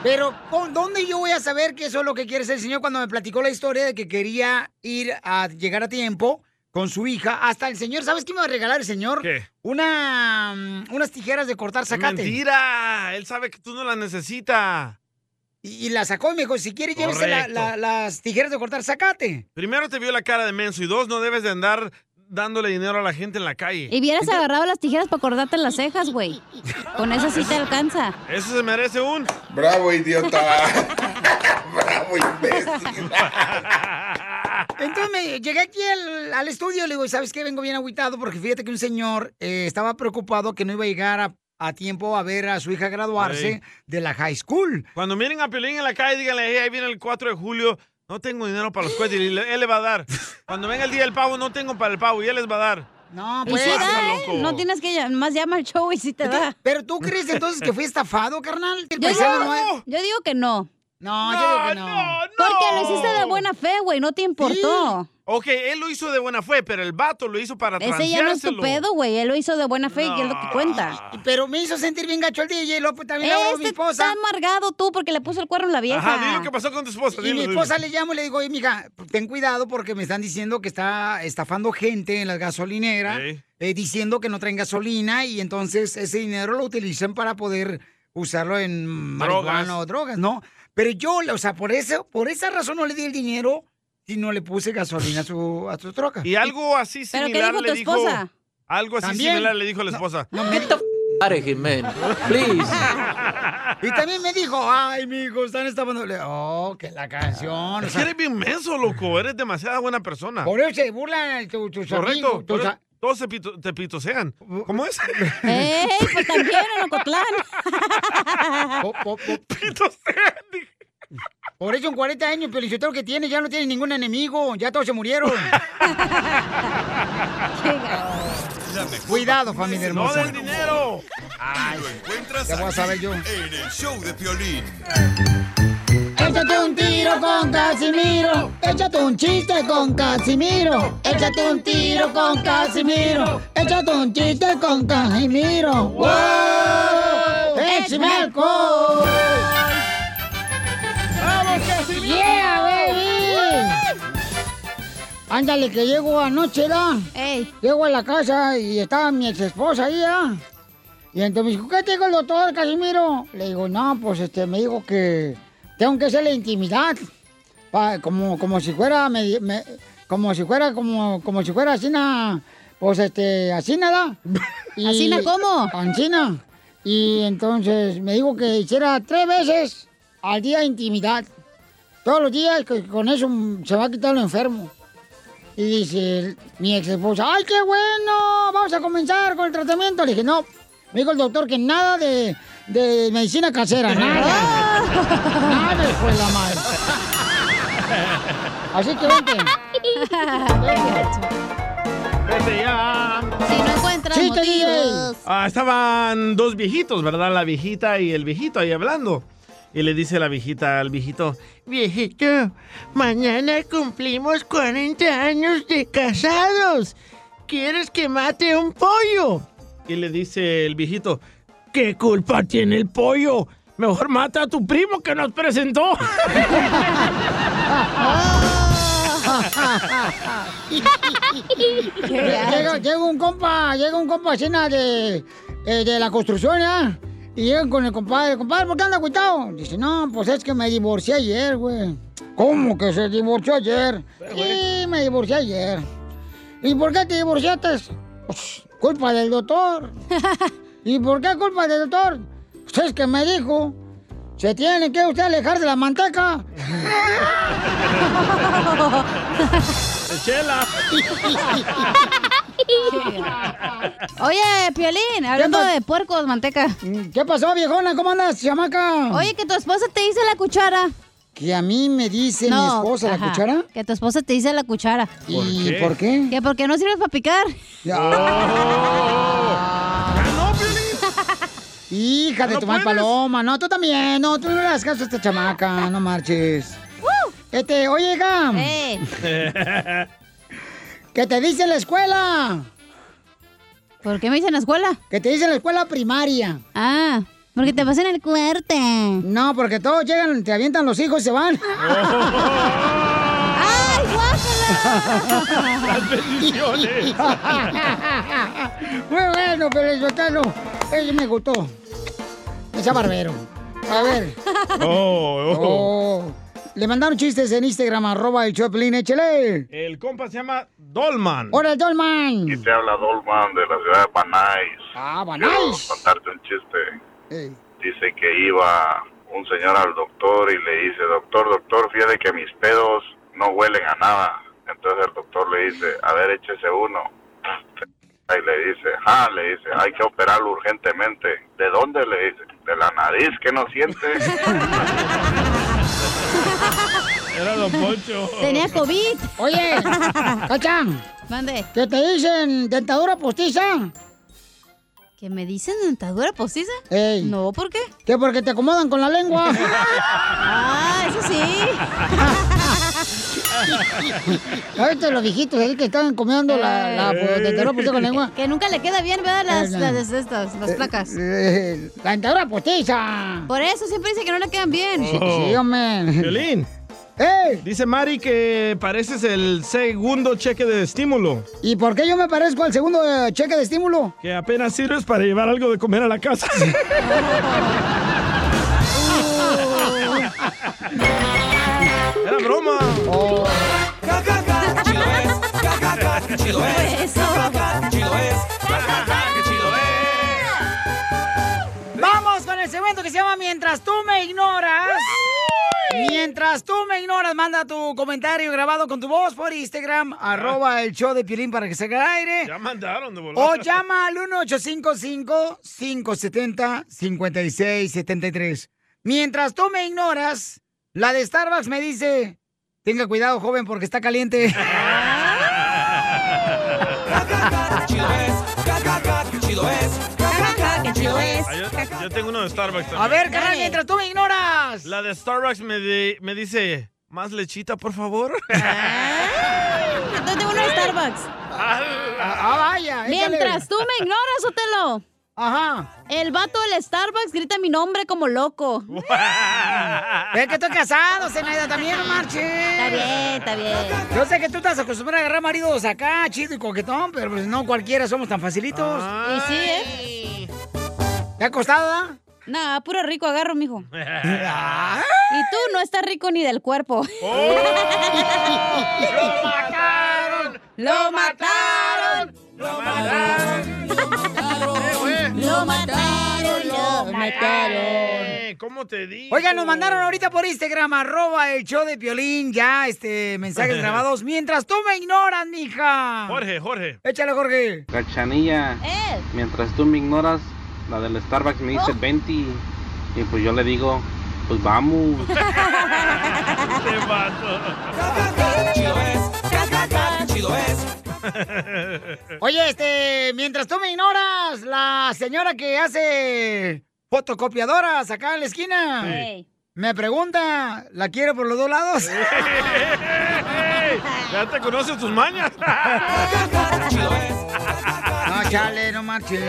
Speaker 2: Pero, ¿con dónde yo voy a saber que eso es lo que quiere ser el señor cuando me platicó la historia de que quería ir a llegar a tiempo con su hija? Hasta el señor, ¿sabes qué me va a regalar el señor?
Speaker 3: ¿Qué?
Speaker 2: Una, mm, unas tijeras de cortar zacate.
Speaker 3: Mentira, él sabe que tú no la necesitas.
Speaker 2: Y, y la sacó y me dijo, si quiere, llévese la- la-
Speaker 3: Correcto.
Speaker 2: las tijeras de cortar zacate.
Speaker 3: Primero te vio la cara de menso y dos, no debes de andar dándole dinero a la gente en la calle.
Speaker 4: Y hubieras agarrado las tijeras para cortarte las cejas, güey. Con esas sí te alcanza.
Speaker 3: Eso se merece un...
Speaker 10: Bravo, idiota.
Speaker 2: [laughs] Entonces me llegué aquí al, al estudio y le digo, ¿sabes qué? Vengo bien agüitado porque fíjate que un señor eh, estaba preocupado que no iba a llegar a, a tiempo a ver a su hija graduarse
Speaker 3: Ey.
Speaker 2: de la high school.
Speaker 3: [laughs] Cuando miren a Piolín en la calle, díganle, "Hey, ahí viene el 4 de julio, no tengo dinero para los cohetes, y le- él le va a dar. Cuando venga el día del pavo, no tengo para el pavo, y él les va a dar.
Speaker 2: No,
Speaker 4: Y
Speaker 3: pues.
Speaker 4: sí da,
Speaker 3: Pasa,
Speaker 4: ¿eh?
Speaker 3: loco.
Speaker 4: No tienes que llam- más llama al show y sí te da.
Speaker 2: Pero tú crees entonces que fui estafado, carnal.
Speaker 4: Yo,
Speaker 2: paisano
Speaker 4: digo,
Speaker 2: no
Speaker 4: yo digo que no.
Speaker 2: No, yo digo que no.
Speaker 4: Porque lo hiciste de buena fe, güey, no te importó.
Speaker 3: Ok, él lo hizo de buena fe, pero el vato lo hizo para
Speaker 4: Ese ya no es tu
Speaker 3: transeárselo.
Speaker 4: pedo, güey. Él lo hizo de buena fe y es lo que cuenta.
Speaker 2: Pero me hizo sentir bien gacho el DJ, loco, también
Speaker 3: ahora
Speaker 4: este
Speaker 3: mi
Speaker 4: Está amargado tú porque le puso el cuerno a la vieja.
Speaker 3: Ajá, di lo que pasó con tu esposa.
Speaker 2: Y
Speaker 3: dilo,
Speaker 2: mi
Speaker 3: dilo.
Speaker 2: esposa le llamo y le digo, oye, mija, ten cuidado porque me están diciendo que está estafando gente en la gasolinera, eh, diciendo que no traen gasolina y entonces ese dinero lo utilizan para poder usarlo en marihuana o drogas, ¿no? Pero yo, o sea, por eso, por esa razón no le di el dinero y no le puse gasolina a su, a su troca.
Speaker 3: Y algo así similar le dijo. Algo así
Speaker 2: También.
Speaker 3: similar le dijo la esposa.
Speaker 2: No, me
Speaker 3: [laughs]
Speaker 2: Y también me dijo, ay, mijo, están estafando. Le- Oh, que la canción. o
Speaker 3: Es
Speaker 2: sea,
Speaker 3: que eres bien menso, loco. Eres demasiada buena persona.
Speaker 2: por eso se burlan tu- tus
Speaker 3: Correcto.
Speaker 2: amigos, tus
Speaker 3: por
Speaker 2: a-
Speaker 3: eso Todos se pito- te pitosean. ¿Cómo
Speaker 2: [laughs]
Speaker 3: es?
Speaker 4: ¡Ey! Pues también en Ocotlán.
Speaker 7: [laughs]
Speaker 2: Por eso en 40 años, Pelichotero que tiene, ya no tiene ningún enemigo, ya todos se
Speaker 4: [laughs]
Speaker 2: murieron. Cuidado, familia
Speaker 7: No
Speaker 2: hermosa.
Speaker 7: del dinero. Y lo encuentras
Speaker 2: ya voy a
Speaker 7: aquí,
Speaker 2: saber yo.
Speaker 7: en el show de Piolín.
Speaker 2: [laughs]
Speaker 9: Échate un tiro con Casimiro. Échate un chiste con Casimiro. Échate un tiro con Casimiro. Échate un chiste con Casimiro. ¡Wow! ¡Échame alcohol!
Speaker 2: ¡Vamos, Casimiro!
Speaker 9: ¡Yeah, baby! Ándale, que llego anoche, ¿da? Llego a la casa y estaba mi ex esposa ahí, ¿da? Y entonces me dijo, ¿qué te dijo el doctor Casimiro? Le digo, no, pues este, me dijo que tengo que hacer la intimidad. pa- como, como si fuera, medi- me- como si fuera, como, como si fuera Asina, pues este, Asina, ¿da?
Speaker 4: ¿Asina
Speaker 9: cómo? Asina. Y entonces me dijo que hiciera tres veces al día intimidad. Todos los días, que con eso se va a quitar lo enfermo. Y dice el- mi ex esposa, ¡ay, qué bueno! Vamos a comenzar con el tratamiento. Le dije, no. Me dijo el doctor que nada de, de medicina casera, nada. nada, hijo de la madre. Así que vente. [laughs]
Speaker 3: Vete ya.
Speaker 4: Si no encuentras
Speaker 9: Chiste,
Speaker 4: motivos.
Speaker 3: Ah, estaban dos viejitos, ¿verdad? La viejita y el viejito ahí hablando. Y le dice la viejita al viejito,
Speaker 11: Viejito, mañana cumplimos 40 años de casados. ¿Quieres que mate un pollo?
Speaker 3: y le dice el viejito,
Speaker 11: ¿Qué culpa tiene el pollo?
Speaker 3: mejor mata a tu primo que nos presentó.
Speaker 2: [laughs]
Speaker 6: [laughs]
Speaker 9: llega, llega un compa, llega un compa llena de, eh, de la construcción, ¿ah? Y llegan con el compadre, compadre, ¿por qué anda agüitado? Dice, no, pues es que me divorcié ayer, güey. ¿Cómo que se divorció ayer? Sí, me divorcié ayer. ¿Y por qué te divorciaste? "Pues, culpa del doctor. ¿Y por qué culpa del doctor? Pues es que me dijo, se tiene que usted alejar de la manteca.
Speaker 3: Chela.
Speaker 4: Oye, Piolín, hablando de puercos, manteca.
Speaker 9: Mm, ¿Qué pasó, viejona? ¿Cómo andas, chamaca?
Speaker 4: Oye, que tu esposa te hizo la cuchara.
Speaker 9: Que a mí me dice mi esposa la cuchara.
Speaker 4: Que tu esposa te dice la cuchara.
Speaker 9: ¿Por ¿Y qué? por qué?
Speaker 4: Que porque no sirves para
Speaker 9: [laughs]
Speaker 4: picar.
Speaker 9: Hija de tu mal paloma, no, tú también, no, tú no le das caso a esta chamaca, no marches. Este, oye, Gam,
Speaker 4: Eh.
Speaker 9: ¿qué te dice en la escuela?
Speaker 4: ¿Por qué me dicen la escuela?
Speaker 9: Que te dicen la escuela primaria.
Speaker 4: Ah, porque te pasan el cuerte.
Speaker 9: No, porque todos llegan, te avientan los hijos y se
Speaker 4: [laughs]
Speaker 9: van.
Speaker 4: ¡Ay,
Speaker 3: [laughs]
Speaker 6: Las bendiciones.
Speaker 9: Muy bueno, pero el sotano, ese me gustó. Ese barbero. A ver.
Speaker 3: [laughs] Oh, oh.
Speaker 9: Oh. Le mandaron chistes en Instagram, arroba el Choplin, échale.
Speaker 3: El compa se llama Dolman.
Speaker 9: Hola, Dolman.
Speaker 27: Y te habla Dolman de la ciudad de Panay. Quiero
Speaker 9: Ah, Banais.
Speaker 27: contarte un chiste. Dice que iba un señor al doctor y le dice, doctor, doctor, fíjate que mis pedos no huelen a nada. Entonces el doctor le dice, a ver, échese uno. Y le dice, ah, le dice, hay que operarlo urgentemente. ¿De dónde? Le dice, de la nariz que no siente.
Speaker 17: [laughs]
Speaker 3: Era Don Poncho.
Speaker 4: Tenía COVID.
Speaker 9: Oye, Cachán.
Speaker 4: Mande.
Speaker 9: ¿Qué te dicen dentadura postiza?
Speaker 4: ¿Que me dicen dentadura postiza?
Speaker 9: Ey.
Speaker 4: No, ¿por qué?
Speaker 9: Que porque te acomodan con la lengua.
Speaker 4: Ah,
Speaker 3: [laughs]
Speaker 4: eso sí.
Speaker 9: Ahorita los viejitos ahí que están comiendo la, la pues, dentadura postiza con lengua.
Speaker 4: Que nunca le queda bien, ¿verdad? Las,
Speaker 9: Eh, no.
Speaker 4: las, estas, las placas.
Speaker 9: Eh, La dentadura postiza.
Speaker 4: Por eso siempre dice que no le quedan bien.
Speaker 9: Sí, hombre.
Speaker 3: Oh. Violín. Dice Mari que pareces el segundo cheque de estímulo.
Speaker 9: ¿Y por qué yo me parezco al segundo eh, cheque de estímulo?
Speaker 3: Que apenas sirves para llevar algo de comer a la casa. Era broma.
Speaker 4: Oh.
Speaker 6: Chido es, chido es, chido
Speaker 2: Vamos con el segmento que se llama Mientras tú me ignoras. Mientras tú me ignoras, manda tu comentario grabado con tu voz por Instagram,
Speaker 6: Ah.
Speaker 2: arroba el show de Piolín para que se haga al aire.
Speaker 3: [laughs] Ya mandaron de
Speaker 2: O
Speaker 3: volar.
Speaker 2: llama al 1855-570-5673. Mientras tú me ignoras, la de Starbucks me dice, tenga cuidado joven porque está
Speaker 6: [laughs]
Speaker 2: caliente.
Speaker 3: Ah, yo, yo tengo uno de Starbucks también.
Speaker 2: A ver, carnal, mientras tú me ignoras.
Speaker 3: La de Starbucks me, di- me dice, ¿más lechita, por
Speaker 9: [laughs]
Speaker 3: favor?
Speaker 4: Entonces uno de Starbucks.
Speaker 2: Ah, vaya. échale.
Speaker 4: Mientras tú me ignoras, Otelo.
Speaker 2: Ajá.
Speaker 4: El vato del Starbucks grita mi nombre como loco.
Speaker 2: Es que estoy casado, Zenaida, también no marches. Está
Speaker 4: bien, está bien.
Speaker 2: Yo sé que tú estás acostumbrada a agarrar maridos acá, chido y coquetón, pero pues no cualquiera somos tan facilitos.
Speaker 4: Y sí, ¿eh?
Speaker 2: ¿Te ha costado? ah?
Speaker 4: Nah, puro rico agarro, mijo. Y tú no estás rico ni del cuerpo.
Speaker 2: Oh.
Speaker 4: [laughs] ¡Lo
Speaker 6: ¡Lo mataron! mataron! ¡Lo mataron!
Speaker 2: Lo mataron,
Speaker 3: [laughs]
Speaker 2: lo
Speaker 3: mataron. Eh, ¿Cómo te digo?
Speaker 2: Oigan, nos mandaron ahorita por Instagram, arroba el show de Piolín, ya, este, mensajes grabados. Mientras tú me ignoras, mija.
Speaker 3: Jorge, Jorge.
Speaker 2: Échale,
Speaker 14: [laughs]
Speaker 2: Jorge.
Speaker 14: Cachanilla, mientras tú me ignoras, la del Starbucks me dice 20 y y pues yo le digo, pues vamos.
Speaker 6: Te mato. Chido es, chido es.
Speaker 2: Oye, este, mientras tú me ignoras, la señora que hace fotocopiadoras acá en la esquina.
Speaker 6: Sí. Ey.
Speaker 2: Me pregunta, ¿la quiere por los dos lados?
Speaker 3: [laughs] Ya te conocen tus mañas.
Speaker 2: No, Ah, chale, no marchen.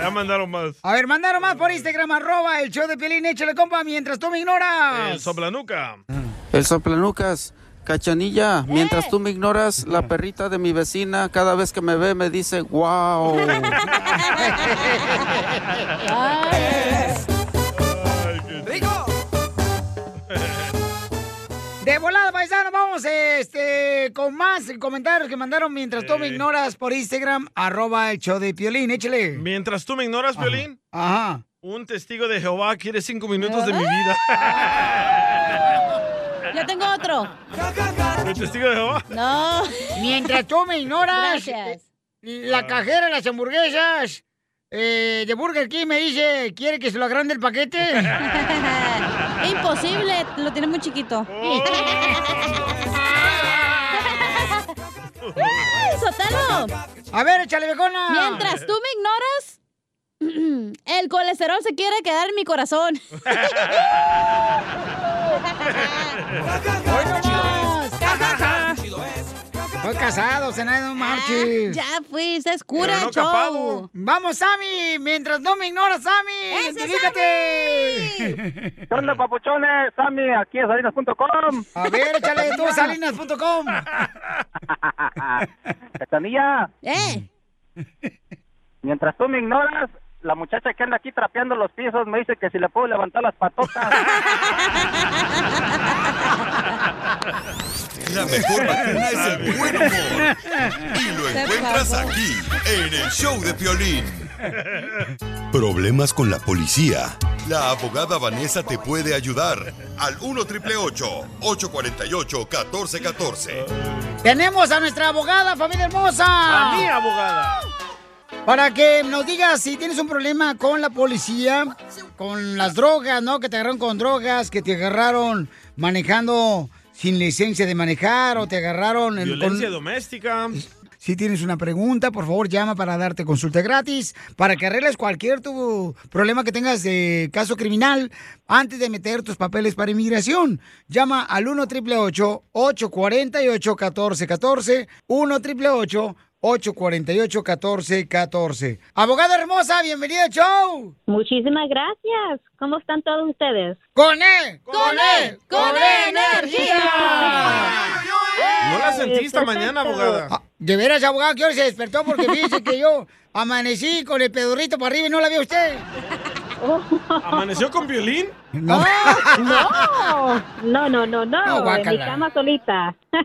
Speaker 3: Ya mandaron más.
Speaker 2: A ver, mandaron más por Instagram, arroba el show de Piolín, échale compa, mientras tú me ignoras.
Speaker 9: Mm.
Speaker 3: El soplanuca.
Speaker 14: El soplanucas
Speaker 28: Cachanilla, mientras tú me ignoras, la perrita de mi vecina cada vez que me ve me dice, wow.
Speaker 2: De volada, paisano, vamos este, con más comentarios que mandaron mientras tú me ignoras por Instagram, arroba el show de Piolín, échale.
Speaker 3: Mientras tú me ignoras, Piolín.
Speaker 2: Ajá.
Speaker 3: Un testigo de Jehová quiere cinco minutos de mi
Speaker 9: Ah.
Speaker 3: vida.
Speaker 4: Yo tengo otro.
Speaker 3: ¿El testigo de Jehová?
Speaker 4: No.
Speaker 2: [laughs] Mientras tú me ignoras, eh,
Speaker 4: Gracias.
Speaker 2: la cajera de las hamburguesas eh, de Burger King me dice, ¿quiere que se lo agrande
Speaker 4: [laughs]
Speaker 2: el paquete?
Speaker 4: Imposible, lo tiene muy chiquito. ¡Ay, Sotelo!
Speaker 2: A ver, échale becona.
Speaker 4: Mientras tú me ignoras, [clears throat] el colesterol se quiere quedar en mi
Speaker 2: [laughs]
Speaker 4: corazón.
Speaker 2: Estoy casado, se no marches.
Speaker 4: Ah, ya fuiste, es cura,
Speaker 2: Pero no
Speaker 4: show.
Speaker 2: capado. Vamos, Sammy, mientras no me ignoras, Sammy. Identifícate.
Speaker 8: ¿Qué onda, papuchones? Sammy, aquí es salinas.com.
Speaker 2: A ver, échale tú,
Speaker 8: [laughs]
Speaker 2: salinas.com.
Speaker 8: Catanilla,
Speaker 4: ¡Eh!
Speaker 8: mientras tú me ignoras, la muchacha que anda aquí trapeando los pisos me dice que si le puedo levantar las patotas.
Speaker 7: [laughs] La mejor vacuna es el buen humor. Y lo
Speaker 6: Se
Speaker 7: encuentras
Speaker 6: pasó.
Speaker 7: aquí, en el show de Piolín. Problemas con la policía. La abogada Vanessa te puede ayudar al 1 848 1414.
Speaker 2: Tenemos a nuestra abogada, familia hermosa.
Speaker 3: A mi abogada.
Speaker 2: Para que nos digas si tienes un problema con la policía, con las drogas, ¿no? Que te agarraron con drogas, que te agarraron manejando sin licencia de manejar o te agarraron en-
Speaker 3: Violencia
Speaker 2: con-
Speaker 3: doméstica.
Speaker 2: Si tienes una pregunta, por favor llama para darte consulta gratis, para que arregles cualquier tu problema que tengas de caso criminal antes de meter tus papeles para inmigración. Llama al 1 888 848 1414 1 888 848 1414 [laughs] Abogada hermosa, bienvenida al show.
Speaker 20: Muchísimas gracias. ¿Cómo están todos ustedes?
Speaker 2: ¡Con E. él!
Speaker 20: ¡Con E.
Speaker 2: él!
Speaker 20: ¡Con
Speaker 2: energía!
Speaker 3: ¿No la sentí esta mañana, abogada?
Speaker 2: Ah, De veras, abogado, que ahora se despertó porque fíjese que yo amanecí con el pedorrito para arriba y no la vi a usted.
Speaker 3: ¿Amaneció con violín?
Speaker 2: [laughs] No. [laughs]
Speaker 20: No, no, no, no, no.
Speaker 3: No,
Speaker 20: en mi
Speaker 3: guácala.
Speaker 20: cama solita. ¿Ah?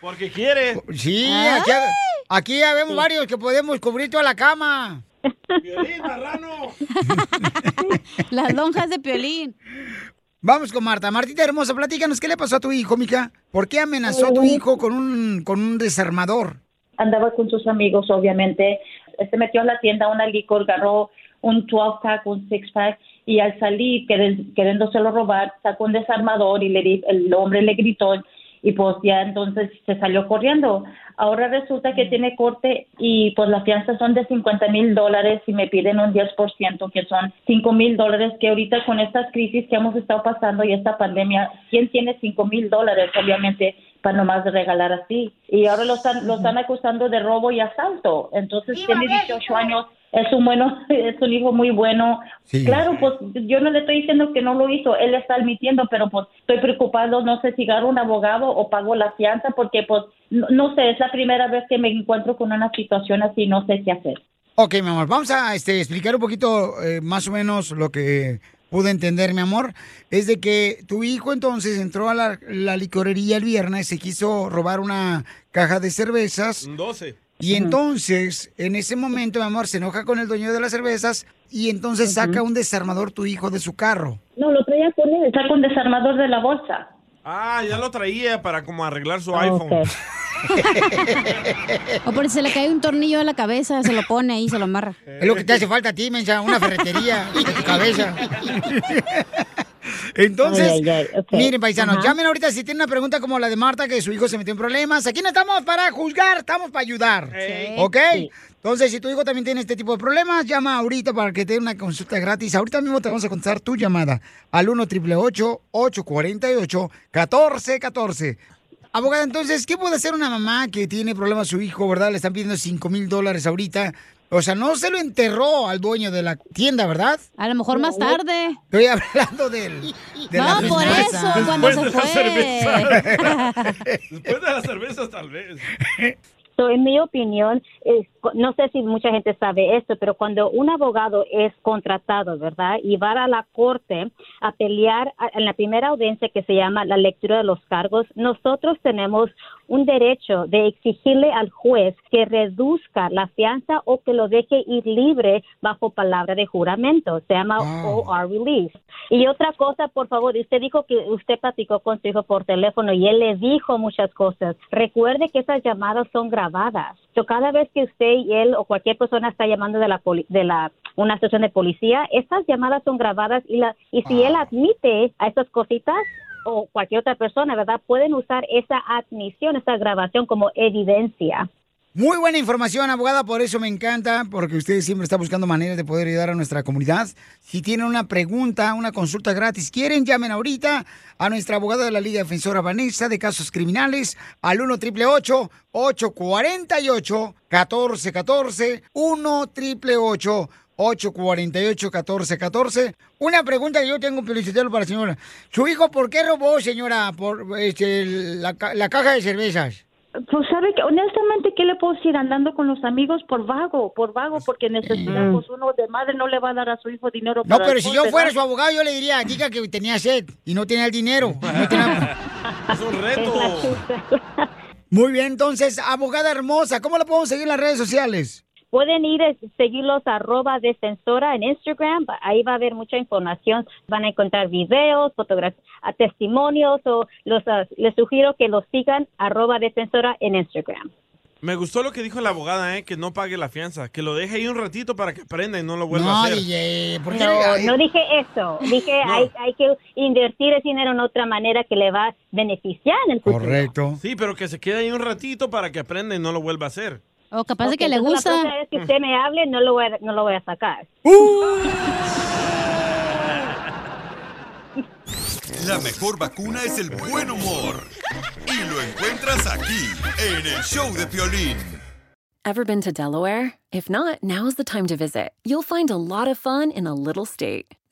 Speaker 3: Porque quiere.
Speaker 2: Sí, aquí, aquí habemos varios que podemos cubrir toda la cama.
Speaker 20: [laughs]
Speaker 4: Las lonjas de piolín.
Speaker 2: Vamos con Marta. Martita hermosa, platícanos, ¿qué le pasó a tu hijo, mija? ¿Por qué amenazó a tu hijo con un, con un desarmador?
Speaker 20: Andaba con sus amigos, obviamente. Se metió en la tienda una licor, agarró un 12-pack, un 6-pack, y al salir, queren- queriéndoselo robar, sacó un desarmador y le di- el hombre le gritó y pues ya entonces se salió corriendo. Ahora resulta que tiene corte y pues las fianzas son de 50 mil dólares y me piden un 10%, que son 5 mil dólares, que ahorita con estas crisis que hemos estado pasando y esta pandemia, ¿quién tiene 5 mil dólares, obviamente, para nomás regalar así? Y ahora lo están, lo están acusando de robo y asalto. Entonces tiene 18 años, es un, bueno, [laughs] es un hijo muy bueno.
Speaker 6: Sí.
Speaker 20: Claro, pues yo no le estoy diciendo que no lo hizo, él está admitiendo, pero pues estoy preocupado, no sé si agarro un abogado o pago la fianza, porque pues no, no sé, es la primera vez que me encuentro con una situación así, no sé qué hacer.
Speaker 2: Ok, mi amor, vamos a este, explicar un poquito eh, más o menos lo que pude entender, mi amor. Es de que tu hijo entonces entró a la, la licorería el viernes, se quiso robar una caja de cervezas.
Speaker 3: Un 12.
Speaker 2: Y entonces, en ese momento, mi amor, se enoja con el dueño de las cervezas y entonces saca un desarmador tu hijo de su carro.
Speaker 20: No, lo traía con él, saca un desarmador de la bolsa.
Speaker 3: Ah, ya lo traía para como arreglar
Speaker 30: Ah,
Speaker 3: su iPhone.
Speaker 4: O por si se le cae un tornillo a la cabeza, se lo pone ahí, se lo amarra.
Speaker 2: Es lo que te hace falta a ti, mensa,
Speaker 4: [laughs]
Speaker 2: una ferretería en tu cabeza. Entonces,
Speaker 20: Ay, ay, ay, ok.
Speaker 2: miren, paisanos,
Speaker 20: Ajá.
Speaker 2: llamen ahorita si tienen una pregunta como la de Marta, que su hijo se metió en problemas. Aquí no estamos para juzgar, estamos para ayudar.
Speaker 6: Sí.
Speaker 2: ¿Ok?
Speaker 6: Sí.
Speaker 2: Entonces, si tu hijo también tiene este tipo de problemas, llama ahorita para que te dé una consulta gratis. Ahorita mismo te vamos a contestar tu llamada al 1 848 1414 Abogada, entonces, ¿qué puede hacer una mamá que tiene problemas su hijo, verdad? Le están pidiendo 5 mil dólares ahorita O sea, no se lo enterró al dueño de la tienda, ¿verdad?
Speaker 4: A lo mejor más tarde.
Speaker 2: Estoy [laughs] hablando del. de la
Speaker 4: No, por
Speaker 2: cerveza.
Speaker 4: eso, cuando se [laughs]
Speaker 1: cerveza.
Speaker 4: fue.
Speaker 1: Después de las cervezas, tal vez.
Speaker 30: So, en mi opinión, es- no sé si mucha gente sabe esto, pero cuando un abogado es contratado, ¿verdad? Y va a la corte a pelear a- en la primera audiencia que se llama la lectura de los cargos, nosotros tenemos un derecho de exigirle al juez que reduzca la fianza o que lo deje ir libre bajo palabra de juramento. Se llama OR release. Y otra cosa, por favor, usted dijo que usted platicó con su hijo por teléfono y él le dijo muchas cosas. Recuerde que esas llamadas son grabadas. So, cada vez que usted y él o cualquier persona está llamando de la poli- de la una estación de policía, esas llamadas son grabadas y la y si él admite a esas cositas o cualquier otra persona, ¿verdad? Pueden usar esa admisión, esa grabación como evidencia.
Speaker 2: Muy buena información, abogada, por eso me encanta, porque usted siempre está buscando maneras de poder ayudar a nuestra comunidad. Si tienen una pregunta, una consulta gratis, quieren, llamen ahorita a nuestra abogada de la Liga Defensora Vanessa de Casos Criminales al 1 888 848 1414 1 888 848-1414. Una pregunta que yo tengo, Felicitelo, para la señora. ¿Su hijo por qué robó, señora, por este, la, ca- la caja de cervezas?
Speaker 17: Pues sabe que honestamente, ¿qué le puedo decir? Andando con los amigos por vago, por vago, porque necesidad, pues uno de madre no le va a dar a su hijo dinero.
Speaker 2: mm. No,
Speaker 17: para
Speaker 2: pero si yo
Speaker 17: alcohol,
Speaker 2: fuera su
Speaker 17: ¿verdad?
Speaker 2: abogado, yo le diría, diga que tenía sed y no tenía el
Speaker 1: [laughs]
Speaker 2: dinero. No tenía-
Speaker 1: Es un reto.
Speaker 2: Muy bien, entonces, abogada hermosa, ¿cómo la podemos seguir en las redes sociales?
Speaker 30: Pueden ir a seguirlos arroba defensora en Instagram, Va- ahí va a haber mucha información, van a encontrar videos, fotografías, testimonios o los, ah, les sugiero que los sigan arroba defensora en Instagram.
Speaker 1: Me gustó lo que dijo la abogada, ¿eh? que no pague la fianza, que lo deje ahí un ratito para que aprenda y no lo vuelva a hacer.
Speaker 30: No, no dije eso, dije
Speaker 1: No.
Speaker 30: hay, hay que invertir ese dinero en otra manera que le va a beneficiar en el futuro.
Speaker 2: Correcto.
Speaker 1: Sí, pero que se quede ahí un ratito para que aprenda y no lo vuelva a hacer.
Speaker 30: O
Speaker 4: capaz de que le gusta.
Speaker 30: La próxima vez que usted me hable, no lo voy a, no lo voy a sacar.
Speaker 7: La mejor vacuna es el buen humor. Y lo encuentras aquí, en el show de Piolín.
Speaker 29: Ever been to Delaware? If not, now's the time to visit. You'll find a lot of fun in a little state.